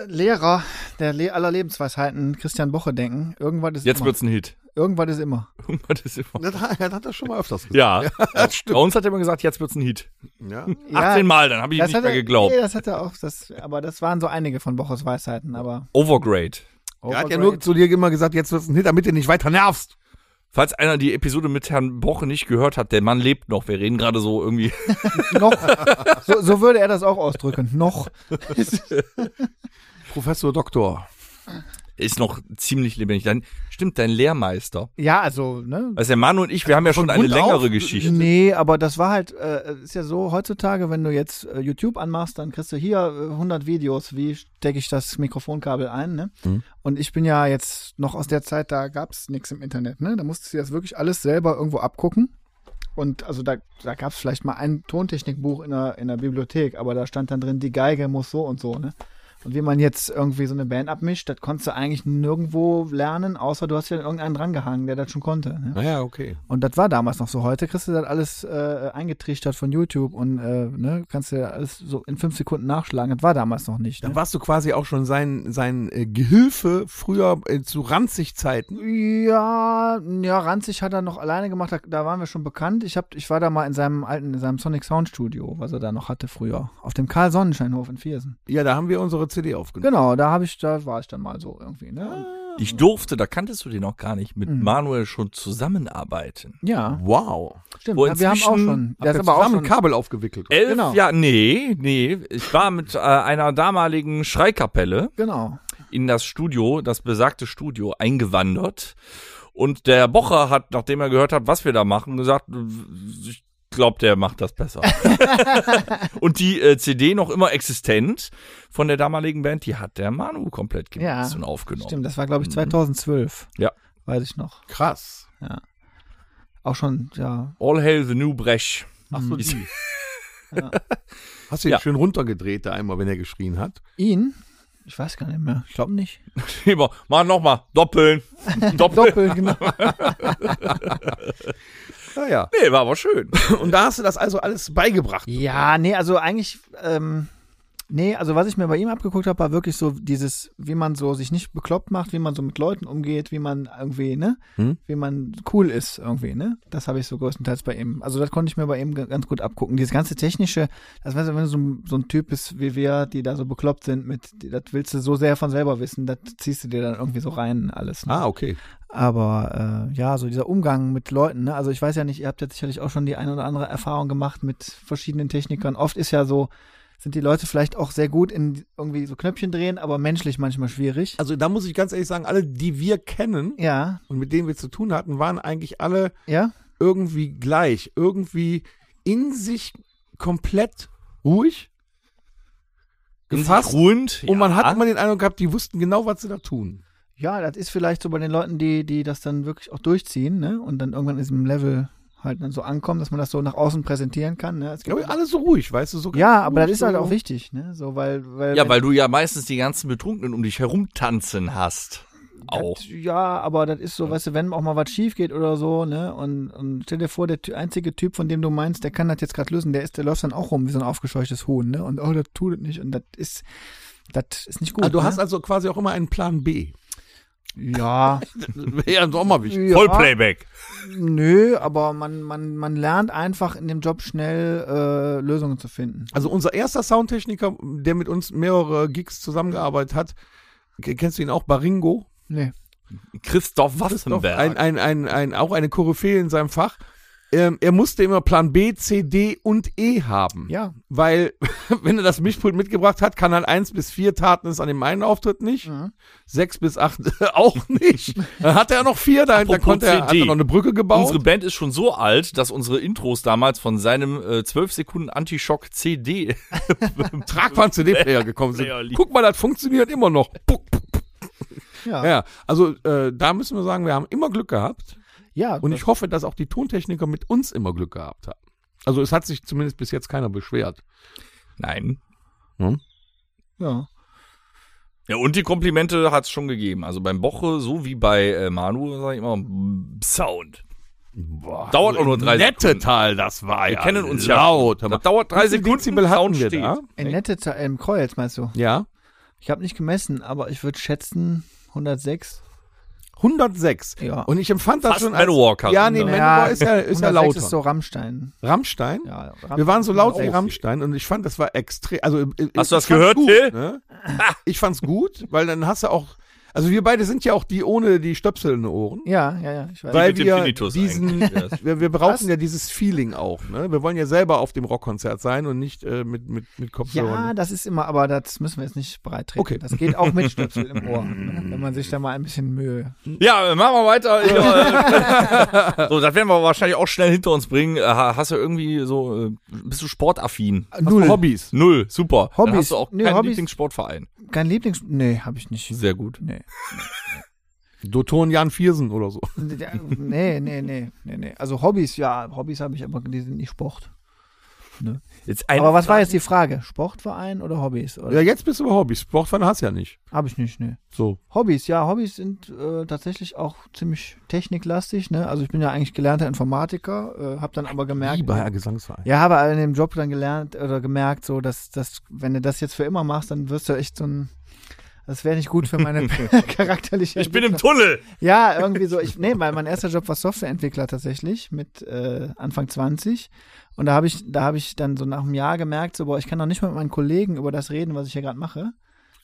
D: Lehrer der Le aller Lebensweisheiten, Christian Boche, denken. Irgendwas ist
C: Jetzt
D: immer.
C: wird's ein Hit.
D: Irgendwas ist immer.
C: Irgendwas ist immer-
B: Das, hat- das hat er schon mal öfters gesagt.
C: Ja, das stimmt. Bei uns hat er immer gesagt, jetzt wird's ein Hit.
B: Ja.
C: 18 Mal, dann habe ich ihm
D: das
C: nicht
D: hat
C: mehr
D: er,
C: geglaubt.
D: Nee, das hat er auch, das, aber das waren so einige von Boches Weisheiten, aber. oh,
C: Overgrade.
B: Er hat ja nur zu dir immer gesagt, jetzt wird's ein Hit, damit du nicht weiter nervst.
C: Falls einer die Episode mit Herrn Boche nicht gehört hat, der Mann lebt noch. Wir reden gerade so irgendwie.
D: noch. So, so würde er das auch ausdrücken. Noch.
B: Professor Doktor.
C: Ist noch ziemlich lebendig. Dein, stimmt, dein Lehrmeister.
D: Ja, also, ne?
C: Also der Manu und ich, wir haben ja schon eine
B: Grund auf?
C: längere Geschichte.
D: Nee, aber das war halt, äh, ist ja so, heutzutage, wenn du jetzt äh, YouTube anmachst, dann kriegst du hier äh, 100 Videos, wie stecke ich das Mikrofonkabel ein, ne?
C: Mhm.
D: Und ich bin ja jetzt noch aus der Zeit, da gab's nix im Internet, ne? Da musstest du das wirklich alles selber irgendwo abgucken. Und also da, da gab's vielleicht mal ein Tontechnikbuch in der, in der Bibliothek, aber da stand dann drin, die Geige muss so und so, ne? Und wie man jetzt irgendwie so eine Band abmischt, das konntest du eigentlich nirgendwo lernen, außer du hast ja irgendeinen drangehangen, der das schon konnte. Ne?
B: Naja, okay.
D: Und das war damals noch so. Heute kriegst du das alles äh, eingetrichtert von YouTube und äh, ne, kannst dir alles so in fünf Sekunden nachschlagen. Das war damals noch nicht.
B: Dann
D: Ne?
B: warst du quasi auch schon sein, sein äh, Gehilfe früher äh, zu ranzig Zeiten.
D: Ja, ja, Ranzig hat er noch alleine gemacht. Da, da waren wir schon bekannt. Ich, hab, ich war da mal in seinem alten, in seinem Sonic Sound Studio, was er da noch hatte früher. Auf dem Karl Sonnenscheinhof in Viersen.
B: Ja, da haben wir unsere CD aufgenommen.
D: Genau, da habe ich, da war ich dann mal so irgendwie. Ne?
C: Ich durfte, da kanntest du den noch gar nicht, mit
D: Mhm.
C: Manuel schon zusammenarbeiten.
D: Ja,
B: Genau. Wow.
D: stimmt.
C: Wo
D: Ja, wir haben auch
C: inzwischen-
D: schon.
B: Der
D: Der ist aber auch schon.
B: Kabel aufgewickelt.
C: Elf
D: Genau.
C: Ja, nee, nee. Ich war mit äh, einer damaligen Schreikapelle
D: Genau.
C: in das Studio, das besagte Studio, eingewandert. Und der Bocher hat, nachdem er gehört hat, was wir da machen, gesagt, ich glaube, der macht das besser. und die äh, CD noch immer existent von der damaligen Band, die hat der Manu komplett gemixt
D: Ja,
C: und aufgenommen.
D: Stimmt, das war glaube ich 2012.
C: Mhm. Ja.
D: Weiß ich noch.
B: Krass.
D: Auch schon, ja.
C: All Hail the New Brech.
B: Ach so,
C: Ist-
B: die. Hm. Hast du ihn
C: Ja.
B: schön runtergedreht da einmal, wenn er geschrien hat?
D: Ihn? Ich weiß gar nicht mehr. Ich glaube nicht.
C: Immer, mach nochmal, doppeln. Doppeln.
D: Doppel, genau.
B: Naja.
C: Nee, war aber schön.
B: Und da hast du das also alles beigebracht.
D: ja, nee, also eigentlich ähm, Nee, also was ich mir bei ihm abgeguckt habe, war wirklich so dieses, wie man so sich nicht bekloppt macht, wie man so mit Leuten umgeht, wie man irgendwie, ne?
C: Hm?
D: Wie man cool ist irgendwie, ne? Das habe ich so größtenteils bei ihm. Also das konnte ich mir bei ihm g- ganz gut abgucken. Dieses ganze technische, das weißt du, wenn du so, ein- so ein Typ bist wie wir, die da so bekloppt sind mit, die- das willst du so sehr von selber wissen, das ziehst du dir dann irgendwie so rein alles. Ne?
B: Ah, okay.
D: Aber äh, ja, so dieser Umgang mit Leuten, ne? also ich weiß ja nicht, ihr habt ja sicherlich auch schon die eine oder andere Erfahrung gemacht mit verschiedenen Technikern. Oft ist ja so, sind die Leute vielleicht auch sehr gut in irgendwie so Knöpfchen drehen, aber menschlich manchmal schwierig.
B: Also da muss ich ganz ehrlich sagen, alle, die wir kennen
D: Ja,
B: und mit denen wir zu tun hatten, waren eigentlich alle
D: ja,
B: irgendwie gleich, irgendwie in sich komplett ruhig
C: Gefasst.
B: gefasst.
C: Ruhend.
B: Und man hat immer den Eindruck gehabt, die wussten genau, was sie da tun.
D: ja, das ist vielleicht so bei den Leuten, die, die das dann wirklich auch durchziehen, ne? Und dann irgendwann in diesem Level halt dann so ankommen, dass man das so nach außen präsentieren kann. Ne? Es
B: Ich glaube,
D: gibt,
B: alles so ruhig, weißt du, so
D: ja, aber das ist
B: so-
D: halt auch wichtig, ne? So, weil, weil
C: Ja, weil du ja meistens die ganzen Betrunkenen um dich herumtanzen hast. Auch.
D: Das, ja, aber das ist so, weißt du, wenn auch mal was schief geht oder so, ne? Und, und stell dir vor, der Ty- einzige Typ, von dem du meinst, der kann das jetzt gerade lösen, der ist, der läuft dann auch rum wie so ein aufgescheuchtes Huhn, ne? Und oh, das tut es nicht. Und das ist, das ist nicht gut.
B: Ah, du
D: ne?
B: hast also quasi auch immer einen Plan B.
D: ja,
B: Wäre ja doch mal wichtig.
D: ja.
C: Vollplayback.
D: Nö, aber man, man, man lernt einfach in dem Job schnell äh, Lösungen zu finden.
B: Also unser erster Soundtechniker, der mit uns mehrere Gigs zusammengearbeitet hat, k- kennst du ihn auch, Baringo?
D: Nee.
C: Christoph
B: Doch,
C: Waffenberg.
B: ein, ein, ein, ein, auch eine Koryphäe in seinem Fach. Ähm, er musste immer Plan B, C, D und E haben.
D: Ja.
B: Weil, wenn er das Mischpult mitgebracht hat, kann er 1 bis 4 taten es an dem einen Auftritt nicht,
D: Mhm.
B: 6 bis 8 auch nicht. Dann hatte er noch 4, da, da
C: Apropos
B: konnte er, hat
C: CD.
B: er noch eine Brücke gebaut.
C: Unsere Band ist schon so alt, dass unsere Intros damals von seinem äh, 12 Sekunden Antischock CD.
B: Tragwand-CD-Player gekommen sind.
C: Player lief.
B: Guck mal, das funktioniert immer noch. Puck, puck.
D: Ja.
B: Ja, also äh, da müssen wir sagen, wir haben immer Glück gehabt.
D: Ja,
B: Und ich hoffe, dass auch die Tontechniker mit uns immer Glück gehabt haben. Also es hat sich zumindest bis jetzt keiner beschwert.
C: Nein.
D: ja.
C: Ja, und die Komplimente hat es schon gegeben. Also beim Boche, so wie bei äh, Manu, sag ich immer, mm, Sound.
B: Boah,
C: Dauert auch nur drei Sekunden.
B: Nettetal, das war
C: Wir
B: ja
C: kennen uns ja.
B: laut. Ja.
C: Das dauert drei Sekunden,
B: Dezibel hatten
C: Sound
B: wir
C: steht.
B: da?
D: In nette Te- äh, im Kreuz, meinst du?
B: Ja,
D: Ich habe nicht gemessen, aber ich würde schätzen 106.
B: 106.
D: Ja.
B: Und ich empfand das
C: Fast
B: schon
C: Manowar-Charakter.
B: Ja, nee,
C: Ja.
B: Manowar ist ja, ist ja
D: 106
B: lauter.
D: ist so Rammstein.
B: Rammstein?
D: Ja, Rammstein
B: Wir waren so laut wie
D: ist-
B: Rammstein und ich fand, das war extrem. Also, äh, ich
C: das
B: fand's
C: gehört,
B: gut,
C: Till?
B: ne? Ich fand's gut, weil dann hast du auch. Also wir beide sind ja auch die ohne die Stöpsel in den Ohren.
D: Ja, ja, ja, ich weiß.
B: Weil
C: mit dem
B: wir
C: Tinnitus
B: diesen,
C: eigentlich erst.
B: wir, wir brauchen ja dieses Feeling auch. Ne? Wir wollen ja selber auf dem Rockkonzert sein und nicht äh, mit mit mit Kopfhörern.
D: ja, das ist immer, aber das müssen wir jetzt nicht breit
B: ne?
D: treten.
B: Okay.
D: Das geht auch mit Stöpsel im Ohr, ne? wenn man sich da mal ein bisschen Mühe.
C: Ja, äh, machen wir weiter. Ja, äh, so, das werden wir wahrscheinlich auch schnell hinter uns bringen. Äh, ha- Hast du irgendwie so, äh, bist du sportaffin?
B: Null. Hobbys.
C: Null, super. Dann
D: Hobbys.
C: hast du auch
D: Nee,
C: keinen
D: Hobbys-
C: Lieblingssportverein.
D: Kein Lieblings... Nee, habe ich nicht.
C: Sehr gut.
D: Nee.
B: Doton Jan Viersen oder so.
D: Der- nee, nee, nee, nee, nee. Also Hobbys, ja, Hobbys habe ich, aber die sind nicht Sport.
C: Jetzt eine
D: aber was war
C: Frage.
D: jetzt die Frage? Sportverein oder Hobbys? Oder?
B: Ja, jetzt bist du bei Hobbys. Sportfan hast du ja nicht.
D: Habe ich nicht, nee.
B: So.
D: Hobbys, ja, Hobbys sind äh, tatsächlich auch ziemlich techniklastig, ne? Also ich bin ja eigentlich gelernter Informatiker, äh, habe dann aber gemerkt...
B: Lieber Gesangsverein.
D: Ja, habe in dem Job dann gelernt oder gemerkt, so dass, dass wenn du das jetzt für immer machst, dann wirst du echt so ein. Das wäre nicht gut für meine charakterliche.
C: Ich bin im
D: Entwicklung.
C: Tunnel.
D: Ja, irgendwie so. Ich, nee, weil mein erster Job war Softwareentwickler tatsächlich mit äh, Anfang 20. Und da habe ich, da habe ich dann so nach einem Jahr gemerkt, so, boah, ich kann doch nicht mal mit meinen Kollegen über das reden, was ich hier gerade mache.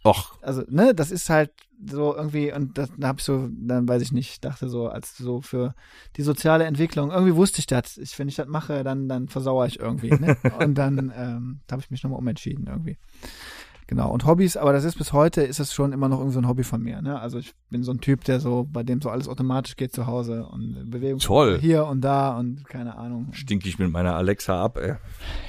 B: Och.
D: Also, ne, das ist halt so irgendwie, und das, da habe ich so, dann weiß ich nicht, dachte so, als so für die soziale Entwicklung, irgendwie wusste ich das. Ich, wenn ich das mache, dann, dann versauere ich irgendwie. Ne? Und dann ähm, da habe ich mich nochmal umentschieden irgendwie. Genau, und Hobbys, aber das ist bis heute, ist es schon immer noch irgendwie so ein Hobby von mir. Ne? Also ich bin so ein Typ, der so, bei dem so alles automatisch geht zu Hause und Bewegung
C: Toll.
D: hier und da und keine Ahnung.
C: Stinke ich mit meiner Alexa ab, ey.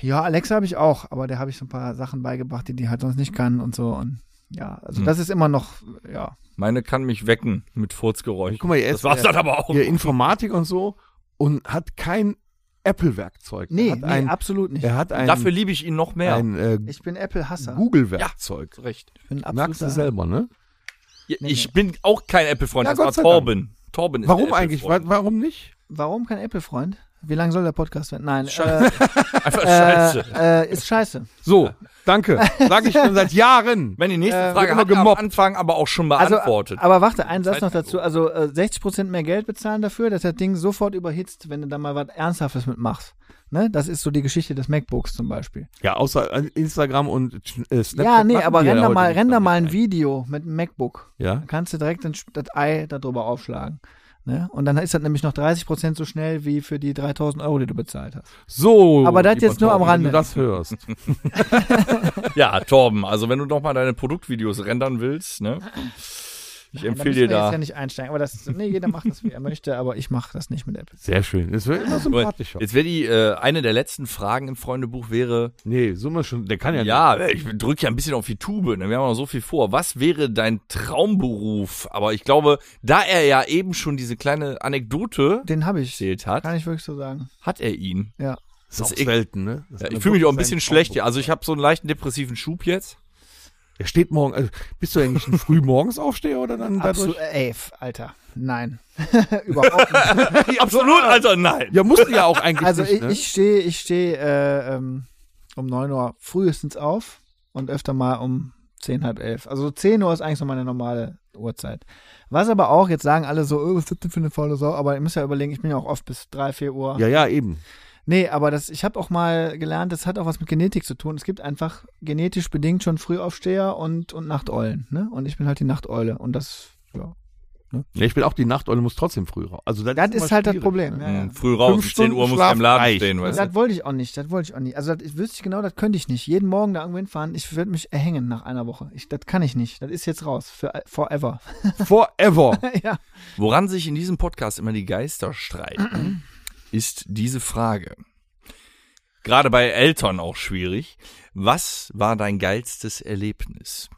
D: Ja, Alexa habe ich auch, aber der habe ich so ein paar Sachen beigebracht, die die halt sonst nicht kann und so. Und ja, also
C: Hm.
D: das ist immer noch, ja,
C: Meine kann mich wecken mit Furzgeräusch.
B: Guck mal, er
C: Das
B: ist
C: war's
B: er-
C: dann aber auch.
B: hier Informatik und so und hat kein Apple-Werkzeug.
D: Nee,
B: er hat
D: nee
B: ein,
D: absolut nicht.
B: er hat ein,
C: Dafür liebe ich ihn noch mehr.
B: ein äh,
D: Ich bin Apple-Hasser.
B: Google-Werkzeug.
C: zu Recht.
D: Ich bin ein
B: Merkst du
D: absoluter-
B: selber, ne?
C: Ja,
D: Nee,
C: ich
D: nee.
C: bin auch kein Apple-Freund,
B: Ja,
C: das war
B: Gott sei Dank.
C: Torben. Torben ist
B: Warum
C: der
B: eigentlich? Wa-
C: Apple-Freund.
B: Warum nicht?
D: Warum kein Apple-Freund? Wie lang soll der Podcast werden? Nein.
C: Einfach
D: äh,
C: scheiße.
D: Äh, äh, ist scheiße.
F: So, danke. Sag ich schon seit Jahren.
C: Wenn die nächste
D: äh,
C: Frage
F: immer
C: hat er am
F: gemobbt.
C: Anfang aber auch schon
D: Also,
C: beantwortet.
D: aber warte, ein Satz
C: Zeit-
D: noch dazu. Also äh, 60% mehr Geld bezahlen dafür, dass das Ding sofort überhitzt, wenn du da mal was Ernsthaftes mitmachst. Ne? Das ist so die Geschichte des MacBooks zum Beispiel.
F: Ja, außer an Instagram und äh, Snapchat.
D: ja, nee,
F: machen
D: aber
F: die
D: render
F: heute
D: mal,
F: nicht
D: render
F: damit
D: mal ein
F: ein.
D: Video mit einem MacBook.
F: Ja.
D: Dann kannst du direkt den, das Ei darüber aufschlagen. Ne? Und dann ist das nämlich noch 30% so schnell wie für die 3000 Euro, die du bezahlt hast.
F: So.
D: Aber das
F: lieber
D: jetzt nur am
F: Torben,
D: Rande.
F: Wenn du das hörst.
C: ja, Torben, also wenn du nochmal deine Produktvideos rendern willst, ne? Ich
D: Nein,
C: empfehle
D: müssen wir
C: dir da.
D: jetzt ja nicht einsteigen, aber das, nee, jeder macht das, wie er möchte, aber ich mache das nicht mit Apple.
F: Sehr schön. Das wird immer sympathischer.
C: Jetzt wäre die äh, eine der letzten Fragen im Freundebuch wäre,
F: Nee, so mal schon. Der kann ja, ne?
C: ja, ich drücke ja ein bisschen auf die Tube, ne? wir haben noch so viel vor. Was wäre dein Traumberuf? Aber ich glaube, da er ja eben schon diese kleine Anekdote
D: Den habe ich.
C: erzählt hat,
D: Kann ich wirklich so sagen.
C: hat er ihn.
D: Ja.
F: Das ist auch
C: Das ist- eh
F: selten, ne? Das
C: Ja,
F: ist
C: ich
F: eine
C: fühle mich auch ein
F: Box-
C: bisschen schlecht. hier. Also ich habe so einen leichten depressiven Schub jetzt.
F: Er steht morgen. Also, bist du eigentlich ein frühmorgens aufsteher oder dann
D: Absolut. Ey, f- Alter. Nein. Überhaupt nicht.
C: Absolut, Alter, nein.
F: Ja, musst du ja auch eigentlich.
D: Also
F: nicht,
D: ich,
F: ne?
D: ich stehe, ich stehe äh, ähm, um 9 Uhr frühestens auf und öfter mal um 10, halb 11. Also so 10 Uhr ist eigentlich so meine normale Uhrzeit. Was aber auch, jetzt sagen alle so, oh, was ist das denn für eine faule Sau? Aber ihr müsst ja überlegen, ich bin ja auch oft bis 3, 4 Uhr.
F: Ja, ja, eben.
D: Nee, aber das, ich habe auch mal gelernt, das hat auch was mit Genetik zu tun. Es gibt einfach genetisch bedingt schon Frühaufsteher und, und Nachteulen. Ne? Und ich bin halt die Nachteule. Und das, ja.
F: Ja, ich bin auch die Nachteule, muss trotzdem früh raus. Also, das,
D: Das ist
F: immer
D: halt das
F: schwierig,
D: Problem.
F: Ne?
D: Ja, ja.
C: Hm, Früh raus, um
F: Fünf
C: 10
F: Stunden
C: Uhr muss ich im
F: Schlaf
C: Laden
F: reicht.
C: stehen, weißt du?
D: Das wollte ich auch nicht, das wollte ich auch nicht. Also das wüsste ich genau, das könnte ich nicht. Jeden Morgen da irgendwo hinfahren, ich würde mich erhängen nach einer Woche. Ich, das kann ich nicht. Das ist jetzt raus. Für forever.
F: Forever.
D: ja.
C: Woran sich in diesem Podcast immer die Geister streiten, ist diese Frage. Gerade bei Eltern auch schwierig. Was war dein geilstes Erlebnis?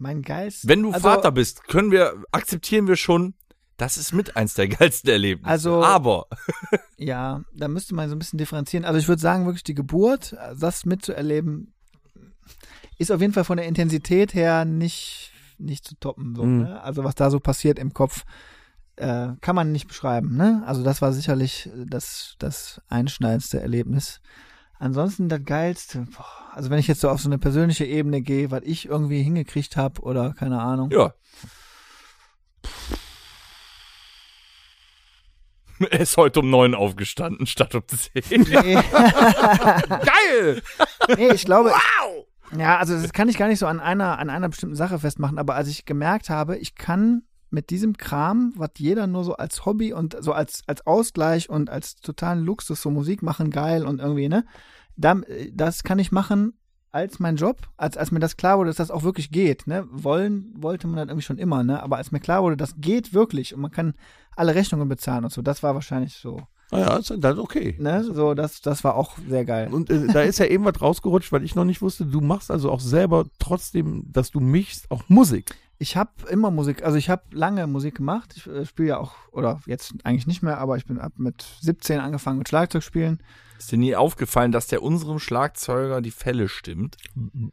D: Mein Geist.
C: Wenn du
D: also,
C: Vater bist, können wir, akzeptieren wir schon, das ist mit eins der geilsten Erlebnisse.
D: Also-
C: Aber
D: Ja, da müsste man so ein bisschen differenzieren. Also ich würde sagen, wirklich die Geburt, das mitzuerleben, ist auf jeden Fall von der Intensität her nicht, nicht zu toppen. So, ne? Also was da so passiert im Kopf, äh, kann man nicht beschreiben. Ne? Also das war sicherlich äh, das, das einschneidendste Erlebnis. Ansonsten das Geilste, boah, also wenn ich jetzt so auf so eine persönliche Ebene gehe, was ich irgendwie hingekriegt habe oder keine Ahnung.
C: ja. Er ist heute um neun aufgestanden, statt um zehn.
D: Nee.
F: Geil!
D: Nee, ich glaube. Ja, also das kann ich gar nicht so an einer, an einer bestimmten Sache festmachen, aber als ich gemerkt habe, ich kann mit diesem Kram, was jeder nur so als Hobby und so als, als Ausgleich und als totalen Luxus, so Musik machen, geil und irgendwie, ne? Dam- Das kann ich machen als mein Job, als, als mir das klar wurde, dass das auch wirklich geht, ne? Wollen wollte man dann irgendwie schon immer, ne? Aber als mir klar wurde, das geht wirklich und man kann alle Rechnungen bezahlen und so, das war wahrscheinlich so,
F: Ah ja, ist, dann okay.
D: ne? So, das, das war auch sehr geil.
F: Und äh, da ist ja eben was rausgerutscht, weil ich noch nicht wusste, du machst also auch selber trotzdem, dass du mischst, auch Musik.
D: Ich habe immer Musik, also ich habe lange Musik gemacht. Ich äh, spiele ja auch, oder jetzt eigentlich nicht mehr, aber ich bin ab mit 17 angefangen mit Schlagzeug spielen.
C: Ist dir nie aufgefallen, dass der unserem Schlagzeuger die Fälle stimmt?
D: Nee,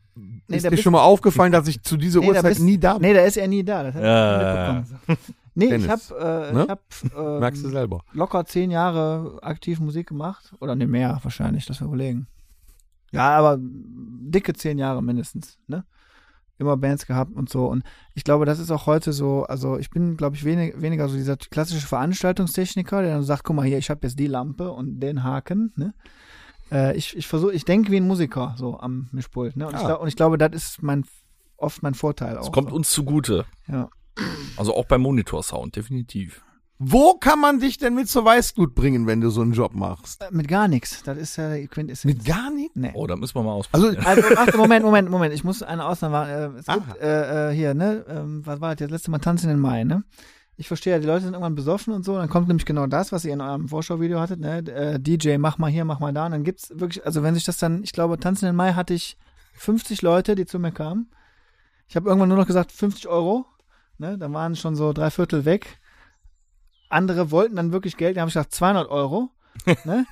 F: ist
D: da
F: dir
D: bist-
F: schon mal aufgefallen, dass ich zu dieser
D: Nee, da
F: Uhrzeit
D: bist-
F: nie da bin?
D: Nee, da ist er nie da. Das hat
C: Ja.
D: ja. mitbekommen. Nee, ich
F: Dennis,
D: habe äh,
F: ne?
D: ich hab, ähm,
F: Merkst du selber.
D: locker zehn Jahre aktiv Musik gemacht. Oder ne, mehr wahrscheinlich, das wir überlegen. Ja, aber dicke zehn Jahre mindestens, ne? Immer Bands gehabt und so. Und ich glaube, das ist auch heute so, also ich bin, glaube ich, wenig, weniger so dieser klassische Veranstaltungstechniker, der dann sagt, guck mal hier, ich habe jetzt die Lampe und den Haken, ne? Äh, ich ich versuche, ich denke wie ein Musiker so am Mischpult, ne? Und, ich,
F: Ah.
D: glaub, und ich glaube, das ist mein oft mein Vorteil auch.
C: Das kommt
D: so.
C: uns zugute.
D: Ja.
C: Also auch beim Monitorsound, definitiv.
B: Wo kann man dich denn mit zur Weißglut bringen, wenn du so einen Job machst?
D: Äh, Mit gar nichts. Das ist ja die Quintessenz.
B: Mit gar nichts?
D: Nee.
C: Oh, da müssen wir mal aus.
B: Also,
D: Also, warte, Moment, Moment, Moment. Ich muss eine Ausnahme machen. Äh, Es
B: Aha.
D: gibt äh, äh, hier, ne? Ähm, was war das? jetzt? letzte Mal Tanzen in den Mai, ne? Ich verstehe ja, die Leute sind irgendwann besoffen und so. Dann kommt nämlich genau das, was ihr in eurem Vorschauvideo hattet, ne? Äh, DJ, mach mal hier, mach mal da. Und dann gibt's wirklich, also wenn sich das dann, ich glaube, Tanzen in den Mai hatte ich 50 Leute, die zu mir kamen. Ich habe irgendwann nur noch gesagt, 50 Euro. Ne? Dann waren schon so drei Viertel weg. Andere wollten dann wirklich Geld, da habe ich gesagt, 200 Euro. Ne?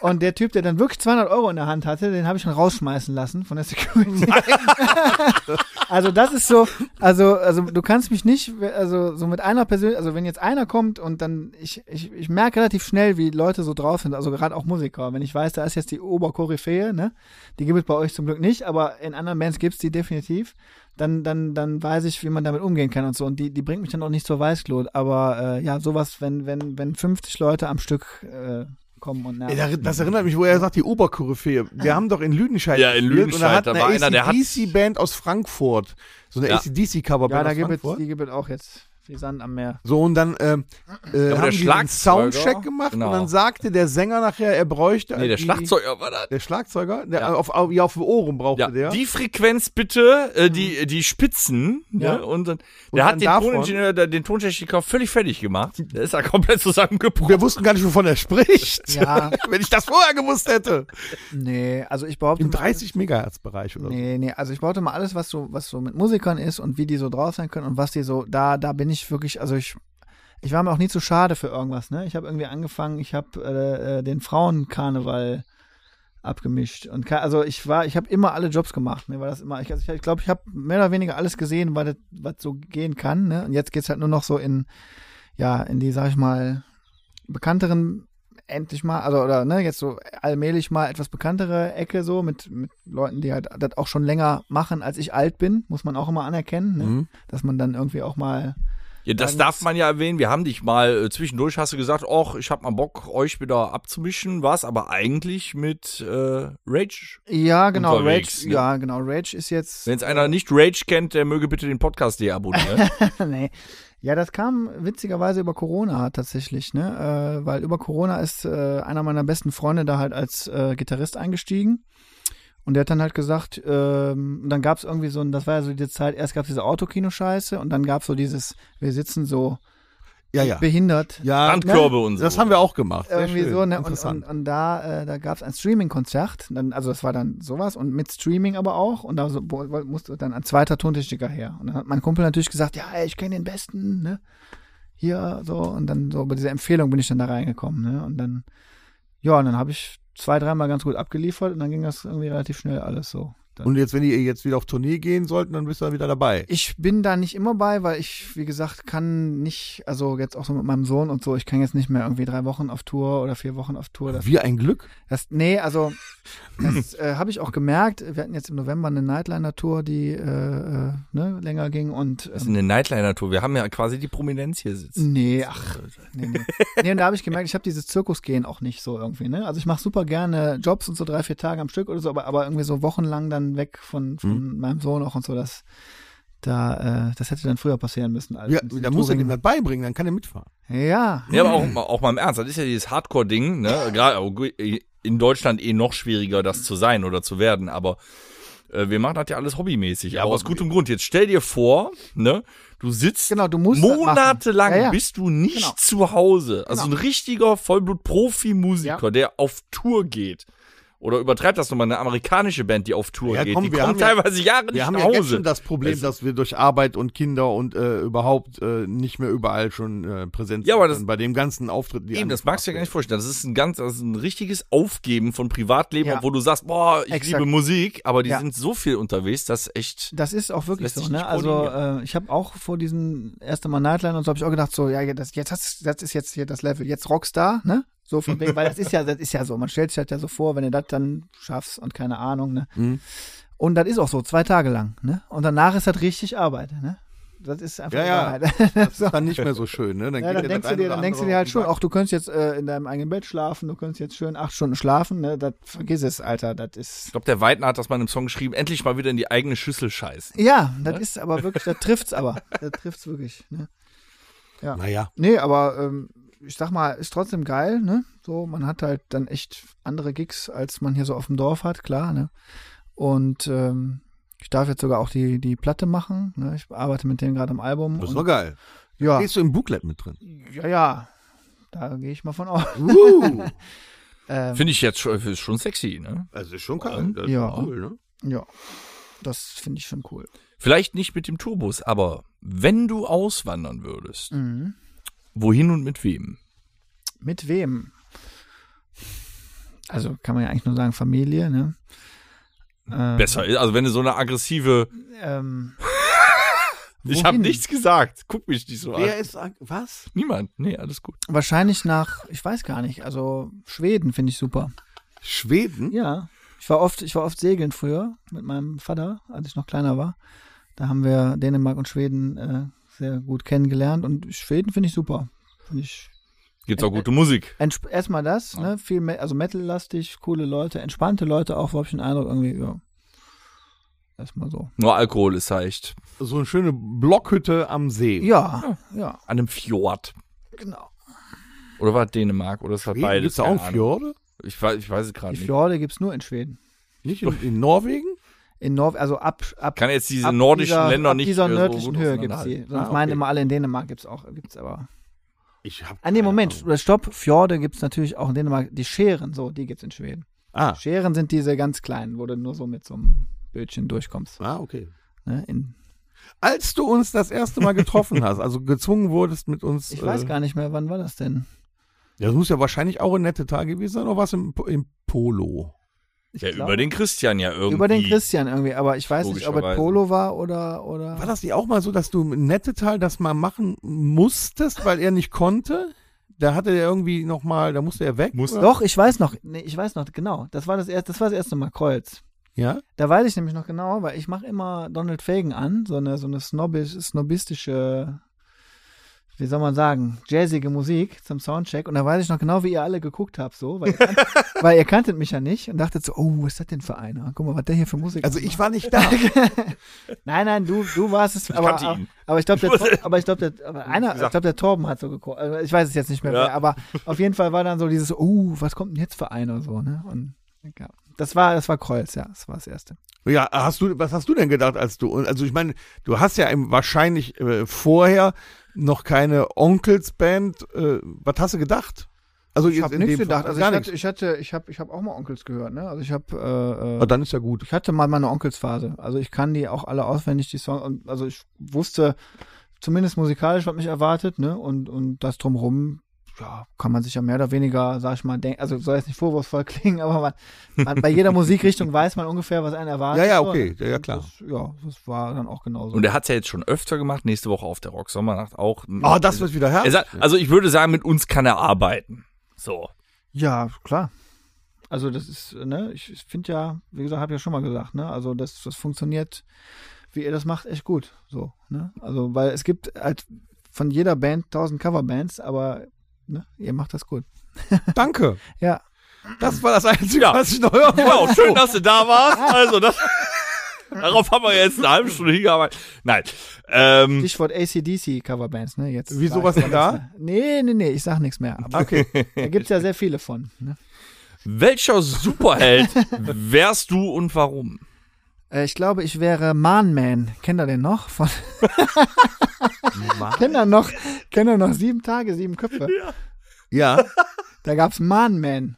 D: Und der Typ, der dann wirklich 200 Euro in der Hand hatte, den habe ich schon rausschmeißen lassen von der Security. also das ist so, also also du kannst mich nicht, also so mit einer Person, also wenn jetzt einer kommt und dann ich ich, ich merke relativ schnell, wie Leute so drauf sind, also gerade auch Musiker. Wenn ich weiß, da ist jetzt die Oberkoryphäe, ne, die gibt es bei euch zum Glück nicht, aber in anderen Bands gibt es die definitiv. Dann, dann, dann weiß ich, wie man damit umgehen kann und so. Und die, die bringt mich dann auch nicht zur Weißglut. Aber äh, ja, sowas, wenn, wenn, wenn 50 Leute am Stück äh, kommen und nerven.
B: Ey, da- Das erinnert mich, wo er sagt, die Oberkoryphäe. Wir haben doch in Lüdenscheid
C: Ja, in
B: gespielt und
C: Lüdenscheid, da
B: da
C: war
B: hat
C: einer, der hat-
B: ACDC-Band aus Frankfurt. So eine
C: Ja.
B: ACDC-Coverband
D: Ja, da
B: aus
D: gibt es,
B: Frankfurt.
D: die gibt es auch jetzt. Wie Sand am Meer.
B: So, und dann ähm, äh,
C: der
B: haben die einen
C: Schlagzeuger-
B: Soundcheck gemacht
C: Genau.
B: und dann sagte der Sänger nachher, er bräuchte
C: Nee, der
B: die-
C: Schlagzeuger war das.
B: Der Schlagzeuger? Der,
C: Ja.
B: auf, auf, ja, auf dem Ohren brauchte
C: Ja,
B: der. Mhm.
C: die Frequenz bitte, äh, die, die Spitzen,
B: Ja.
C: ne? Und dann,
B: Und
C: der
B: dann
C: hat den
B: davon-
C: Toningenieur, der, den Tontechniker völlig fertig gemacht. Der ist da komplett zusammengebrochen.
B: Wir wussten gar nicht, wovon er spricht.
D: Ja.
B: Wenn ich das vorher gewusst hätte.
D: Nee, also ich behaupte.
B: Im
D: mal-
B: 30 Megahertz Bereich oder
D: Nee, nee, also ich behaupte mal alles, was so, was so mit Musikern ist und wie die so drauf sein können und was die so, da, da bin ich wirklich, also ich, ich war mir auch nie zu schade für irgendwas, ne? Ich habe irgendwie angefangen, ich habe äh, äh, den Frauenkarneval abgemischt und ka- also ich war, ich habe immer alle Jobs gemacht, ne? Weil das immer, ich, also ich, ich glaube, ich habe mehr oder weniger alles gesehen, was, das- was so gehen kann, ne? Und jetzt geht's halt nur noch so in, ja, in die, sag ich mal, bekannteren endlich mal, also oder ne, jetzt so allmählich mal etwas bekanntere Ecke so mit, mit Leuten, die halt das auch schon länger machen, als ich alt bin, muss man auch immer anerkennen, ne?
C: Mhm.
D: dass man dann irgendwie auch mal
C: Ja, das
D: Dann-
C: darf man ja erwähnen. Wir haben dich mal äh, zwischendurch, hast du gesagt, och, ich hab mal Bock, euch wieder abzumischen, was aber eigentlich mit äh, Rage.
D: ja genau
C: Unterwegs,
D: Rage,
C: ne?
D: ja genau Rage ist jetzt
C: Wenn es einer nicht Rage kennt, der möge bitte den Podcast hier abonnieren.
D: nee. Ja, das kam witzigerweise über Corona tatsächlich, ne? Äh, weil über Corona ist äh, einer meiner besten Freunde da halt als äh, Gitarrist eingestiegen. Und der hat dann halt gesagt, ähm, und dann gab es irgendwie so ein, das war ja so die Zeit, erst gab es diese Autokino-Scheiße und dann gab es so dieses, wir sitzen
B: so.
D: so
B: Ja, ja.
D: behindert.
B: Ja, ne?
C: Handkörbe und so.
B: das haben wir auch gemacht. Sehr
D: Irgendwie
B: schön.
D: so, ne? Und, und,
B: Interessant.
D: und da, äh, da gab es ein Streaming-Konzert, dann, also das war dann sowas und mit Streaming aber auch und da so, wo- wo- musste dann ein zweiter Tontechniker her. Und dann hat mein Kumpel natürlich gesagt, ja, ey, ich kenne den Besten, ne? Hier, so, und dann so bei dieser Empfehlung bin ich dann da reingekommen, ne? Und dann, ja, und dann habe ich zwei, dreimal ganz gut abgeliefert und dann ging das irgendwie relativ schnell alles so. Dann-
B: und jetzt, wenn die jetzt wieder auf Tournee gehen sollten, dann bist du dann wieder dabei.
D: ich bin da nicht immer bei, weil ich, wie gesagt, kann nicht, also jetzt auch so mit meinem Sohn und so, ich kann jetzt nicht mehr irgendwie drei Wochen auf Tour oder vier Wochen auf Tour. Das
B: Wie ein Glück.
D: das, nee, also das äh, habe ich auch gemerkt. Wir hatten jetzt im November eine Nightliner-Tour, die äh, äh, ne, länger ging und
C: Das ist
D: ähm,
C: eine Nightliner-Tour. Wir haben ja quasi die Prominenz hier sitzen.
D: nee, ach, nee, nee. nee und da habe ich gemerkt, ich habe dieses Zirkusgehen auch nicht so irgendwie. Ne? Also ich mache super gerne Jobs und so drei, vier Tage am Stück oder so, aber, aber irgendwie so wochenlang dann weg von,
B: Hm.
D: von meinem Sohn auch und so. Das, da, äh, das hätte dann früher passieren müssen. Als
B: Ja,
D: mit diesem
B: da muss er
D: Also, Touring.
B: dem das beibringen, dann kann er mitfahren.
D: Ja,
C: Ja, aber auch, auch mal im Ernst. Das ist ja dieses Hardcore-Ding. Ne? Gerade in Deutschland eh noch schwieriger, das zu sein oder zu werden. Aber äh, wir machen das ja alles hobbymäßig. aber aus gutem Grund. Jetzt stell dir vor, ne? du sitzt
D: Genau, du musst das machen.
C: monatelang,
D: Ja, ja.
C: bist du nicht
D: Genau.
C: zu Hause. Also
D: Genau.
C: ein richtiger Vollblut-Profi-Musiker, der auf Tour geht. Oder übertreibt das nochmal, eine amerikanische Band, die auf Tour
B: Ja,
C: geht.
B: komm,
C: die
B: wir
C: kommt
B: haben ja-
C: teilweise Jahre nicht
B: Wir haben
C: nach
B: ja
C: Hause.
B: jetzt schon das Problem,
C: Es-
B: dass wir durch Arbeit und Kinder und äh, überhaupt äh, nicht mehr überall schon äh, präsent
C: Ja, aber das-
B: können bei dem ganzen Auftritt. Die
C: Eben, das
B: angefragt
C: magst du ja gar nicht
B: werden.
C: vorstellen. Das ist ein ganz, das ist ein richtiges Aufgeben von Privatleben,
D: Ja.
C: obwohl du sagst, boah, ich
D: Exakt.
C: liebe Musik, aber die
D: Ja.
C: sind so viel unterwegs, dass echt.
D: Das ist auch wirklich
C: Lässt
D: so,
C: sich
D: ne?
C: nicht
D: Also
C: koordinieren.
D: äh, ich habe auch vor diesem ersten Mal Nightline und so habe ich auch gedacht, so, ja, das, jetzt hast, das ist jetzt hier das Level, jetzt Rockstar, ne? So von wegen, weil das ist ja, das ist ja so. Man stellt sich das ja so vor, wenn du das dann schaffst und keine Ahnung, ne?
B: Mhm.
D: Und das ist auch so, zwei Tage lang, ne? Und danach ist das richtig Arbeit, ne? Das ist einfach
B: Ja,
D: die
B: ja.
D: Wahrheit.
B: Das ist dann nicht mehr so schön, ne?
D: Ja,
B: geht
D: dann
B: der
D: denkst
B: das
D: du dir,
B: ein
D: dann
B: oder
D: denkst du
B: andere
D: dir halt
B: auf
D: schon,
B: den
D: ach, du könntest jetzt äh, in deinem eigenen Bett schlafen, du könntest jetzt schön acht Stunden schlafen, ne? Das vergiss es, Alter, das ist.
C: Ich glaube, der Weidner hat das mal in einem Song geschrieben, endlich mal wieder in die eigene Schüssel scheißen.
D: Ja, das ist aber wirklich, das trifft's aber. Das trifft's wirklich, ne?
B: Sack. Naja,
D: Nee, aber ähm, ich sag mal, ist trotzdem geil, ne? So, man hat halt dann echt andere Gigs, als man hier so auf dem Dorf hat, klar, ne? Und ähm, ich darf jetzt sogar auch die, die Platte machen. Ne? Ich arbeite mit denen gerade am Album.
B: das ist
D: und,
B: doch geil.
D: ja,
B: Gehst du im Booklet mit drin?
D: ja, ja. Da gehe ich mal von aus.
B: Uh,
D: Ähm,
C: Finde ich jetzt schon, ist schon sexy, ne?
B: also ist schon geil. Das ist
D: Ja.
B: cool, ne?
D: ja, das finde ich schon cool.
C: Vielleicht nicht mit dem Turbus, aber wenn du auswandern würdest,
D: Mhm.
C: wohin und mit wem?
D: Mit wem? also kann man ja eigentlich nur sagen Familie, ne? Ähm,
C: Besser ist, also wenn du so eine aggressive.
D: Ähm,
C: Ich habe
D: wohin?
C: nichts gesagt. Guck mich nicht so
B: Wer
C: an.
B: ist. ag- Was?
C: Niemand. Nee, alles gut.
D: Wahrscheinlich nach, ich weiß gar nicht, also Schweden finde ich super.
B: Schweden?
D: Ja. Ich war oft, ich war oft segeln früher mit meinem Vater, als ich noch kleiner war. Da haben wir Dänemark und Schweden äh, sehr gut kennengelernt und Schweden finde ich super. Finde ich
C: Gibt's
D: Äh,
C: auch gute Musik.
D: entsp- erstmal das, ne? Viel Me also metallastig, coole Leute, entspannte Leute auch, habe ich den Eindruck irgendwie, ja. Erstmal so.
C: Nur Alkohol ist halt leicht.
B: So eine schöne Blockhütte am See.
D: Ja, ja,
C: An einem Fjord.
D: genau.
C: Oder war es Dänemark? Oder es hat beides.
B: Gibt es da auch
C: keine
B: einen
C: Ahnung.
B: Fjorde?
C: Ich weiß, ich weiß es gerade
D: Die
C: nicht.
D: Fjorde gibt es nur in Schweden.
B: Nicht in, in Norwegen?
D: In Norw also ab, ab
C: Kann jetzt diese
D: ab
C: nordischen
D: dieser,
C: Länder
D: ab
C: nicht
D: dieser
C: mehr so
D: nördlichen
C: gut
D: Höhe gibt es die.
C: auseinanderhalten. Ah,
D: Sonst meinen immer alle in Dänemark gibt es auch, gibt's aber.
B: Ich hab
D: Ah nee,
B: keine
D: Moment,
B: Ahnung.
D: stopp, Fjorde gibt es natürlich auch in Dänemark. Die Scheren, so, die gibt es in Schweden.
B: Ah,
D: Scheren sind diese ganz kleinen, wo du nur so mit so einem Bötchen durchkommst.
B: ah, okay.
D: Ne? In,
B: Als du uns das erste Mal getroffen hast, also gezwungen wurdest mit uns.
D: ich weiß
B: äh,
D: gar nicht mehr, wann war das denn?
B: Ja, das muss ja wahrscheinlich auch ein netter Tag gewesen sein, oder was im, Po- im Polo?
D: Ich
C: Ja,
D: glaub-
C: über den Christian ja irgendwie.
D: über den Christian irgendwie, aber ich weiß nicht, ob es
C: Logischerweise.
D: Polo war oder. oder
B: War das nicht auch mal so, dass du im Nettetal das mal machen musstest, weil er nicht konnte? Da hatte er irgendwie nochmal, da musste er weg.
C: Muss-
B: oder?
D: Doch, ich weiß noch, nee, ich weiß noch, genau. Das war das erste, das war das erste Mal Kreuz.
B: Ja?
D: Da weiß ich nämlich noch genau, weil ich mache immer Donald Fagen an, so eine, so eine snobbisch, snobistische, wie soll man sagen, jazzige Musik zum Soundcheck. Und da weiß ich noch genau, wie ihr alle geguckt habt, so, weil ihr, kannt, weil ihr kanntet mich ja nicht und dachtet so, oh, was ist das denn für einer? Guck mal, was der hier für Musik
B: Also
D: macht.
B: ich war nicht da.
D: Nein, nein, du, du warst es, aber,
C: kannte ihn.
D: aber ich glaube, der, Tor- aber ich glaube, der, aber einer, ich glaube, der Torben hat so geguckt. Also Ich weiß es jetzt nicht mehr,
C: Ja.
D: wer, aber auf jeden Fall war dann so dieses, oh, was kommt denn jetzt für einer so, ne? Und ja. Das war, das war Kreuz, ja, das war das erste.
B: Ja, hast du, was hast du denn gedacht, als du, also ich meine, du hast ja im, wahrscheinlich äh, vorher noch keine Onkelsband, äh, was hast du gedacht? Also
D: Ich habe
B: in
D: nichts
B: dem
D: gedacht.
B: Fall
D: Also ich
B: gar
D: hatte,
B: nichts.
D: ich hatte, ich habe, ich habe auch mal Onkels gehört. Ne? Also ich habe, äh,
B: Ah,
D: äh,
B: dann ist ja gut.
D: ich hatte mal meine Onkelsphase. Also ich kann die auch alle auswendig die Songs. Und, also ich wusste zumindest musikalisch, was mich erwartet. Ne? Und und das drumherum, ja, kann man sich ja mehr oder weniger, sag ich mal, denken. Also soll jetzt nicht vorwurfsvoll klingen, aber man, man bei jeder Musikrichtung weiß man ungefähr, was einen erwartet.
B: Ja, ja,
D: So,
B: okay.
D: ne?
B: Ja, ja, klar.
D: Das, ja, das war dann auch genauso.
C: Und er hat's ja jetzt schon öfter gemacht. Nächste Woche auf der Rocksommernacht auch.
D: Ah,
B: Oh, das wird wieder
C: er
B: her.
C: sagt, also ich würde sagen, mit uns kann er arbeiten. So.
D: Ja, klar. Also das ist, äh, ne, ich finde ja, wie gesagt, habe ja schon mal gesagt, ne, also das, das funktioniert, wie ihr das macht, echt gut. So, ne? Also, weil es gibt halt von jeder Band 1000 Coverbands, aber ne, ihr macht das gut.
B: Danke.
D: Ja.
B: Das war das Einzige,
C: Ja.
B: was ich noch hören wollte.
C: Genau, schön, dass du da warst. Also, das, darauf haben wir jetzt eine halbe Stunde hingearbeitet. Nein. Ähm,
D: Stichwort ACDC Coverbands, ne? Jetzt.
B: Wieso,
D: sag ich
B: was denn
D: mal nichts
B: da?
D: mehr. Nee, nee, nee, ich sag nichts mehr. Aber
B: Okay.
D: da gibt's ja sehr viele von. Ne?
C: welcher Superheld wärst du und warum?
D: Äh, ich glaube, ich wäre Man Man. Kennt ihr den noch? Von kennt ihr noch, kennt ihr noch sieben Tage, sieben Köpfe?
B: Ja.
D: Da gab's Man Man.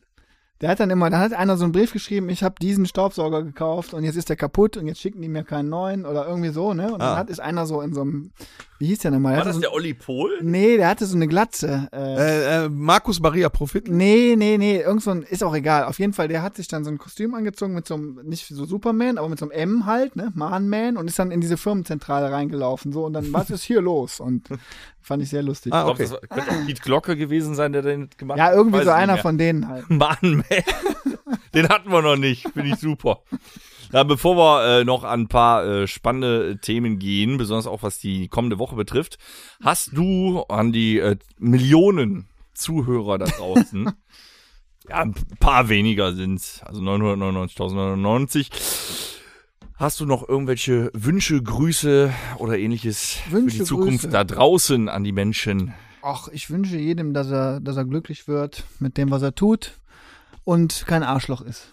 D: Der hat dann immer, da hat einer so einen Brief geschrieben, ich habe diesen Staubsauger gekauft und jetzt ist der kaputt und jetzt schicken die mir keinen neuen oder irgendwie so, ne? Und dann hat ist einer so in so einem, wie hieß der nochmal?
C: Ah. War
D: Der hatte
C: das
D: so,
C: der Olli Pohl?
D: nee, der hatte so eine Glatze. Äh,
B: Äh, äh, Markus Maria Profit.
D: Nee, nee, nee, irgend so ein, ist auch egal. Auf jeden Fall, der hat sich dann so ein Kostüm angezogen mit so einem, nicht so Superman, aber mit so einem M halt, ne? Man Man und ist dann in diese Firmenzentrale reingelaufen, so und dann, was ist hier los? Und fand ich sehr lustig.
B: Ah,
C: Ich glaub,
B: okay.
C: das war- könnte auch Piet Glocke gewesen sein, der den gemacht hat.
D: ja, irgendwie
C: Weiß
D: so
C: ich nicht
D: einer
C: mehr.
D: von denen halt.
C: Mann, man. den hatten wir noch nicht. Finde ich super. Na, bevor wir äh, noch an ein paar äh, spannende Themen gehen, besonders auch was die kommende Woche betrifft, hast du an die äh, Millionen Zuhörer da draußen, ja, ein paar weniger sind also 999.099, hast du noch irgendwelche Wünsche, Grüße oder ähnliches
D: Wünsche,
C: für die Zukunft
D: Grüße.
C: da draußen an die Menschen?
D: Ach, ich wünsche jedem, dass er, dass er glücklich wird mit dem, was er tut und kein Arschloch ist.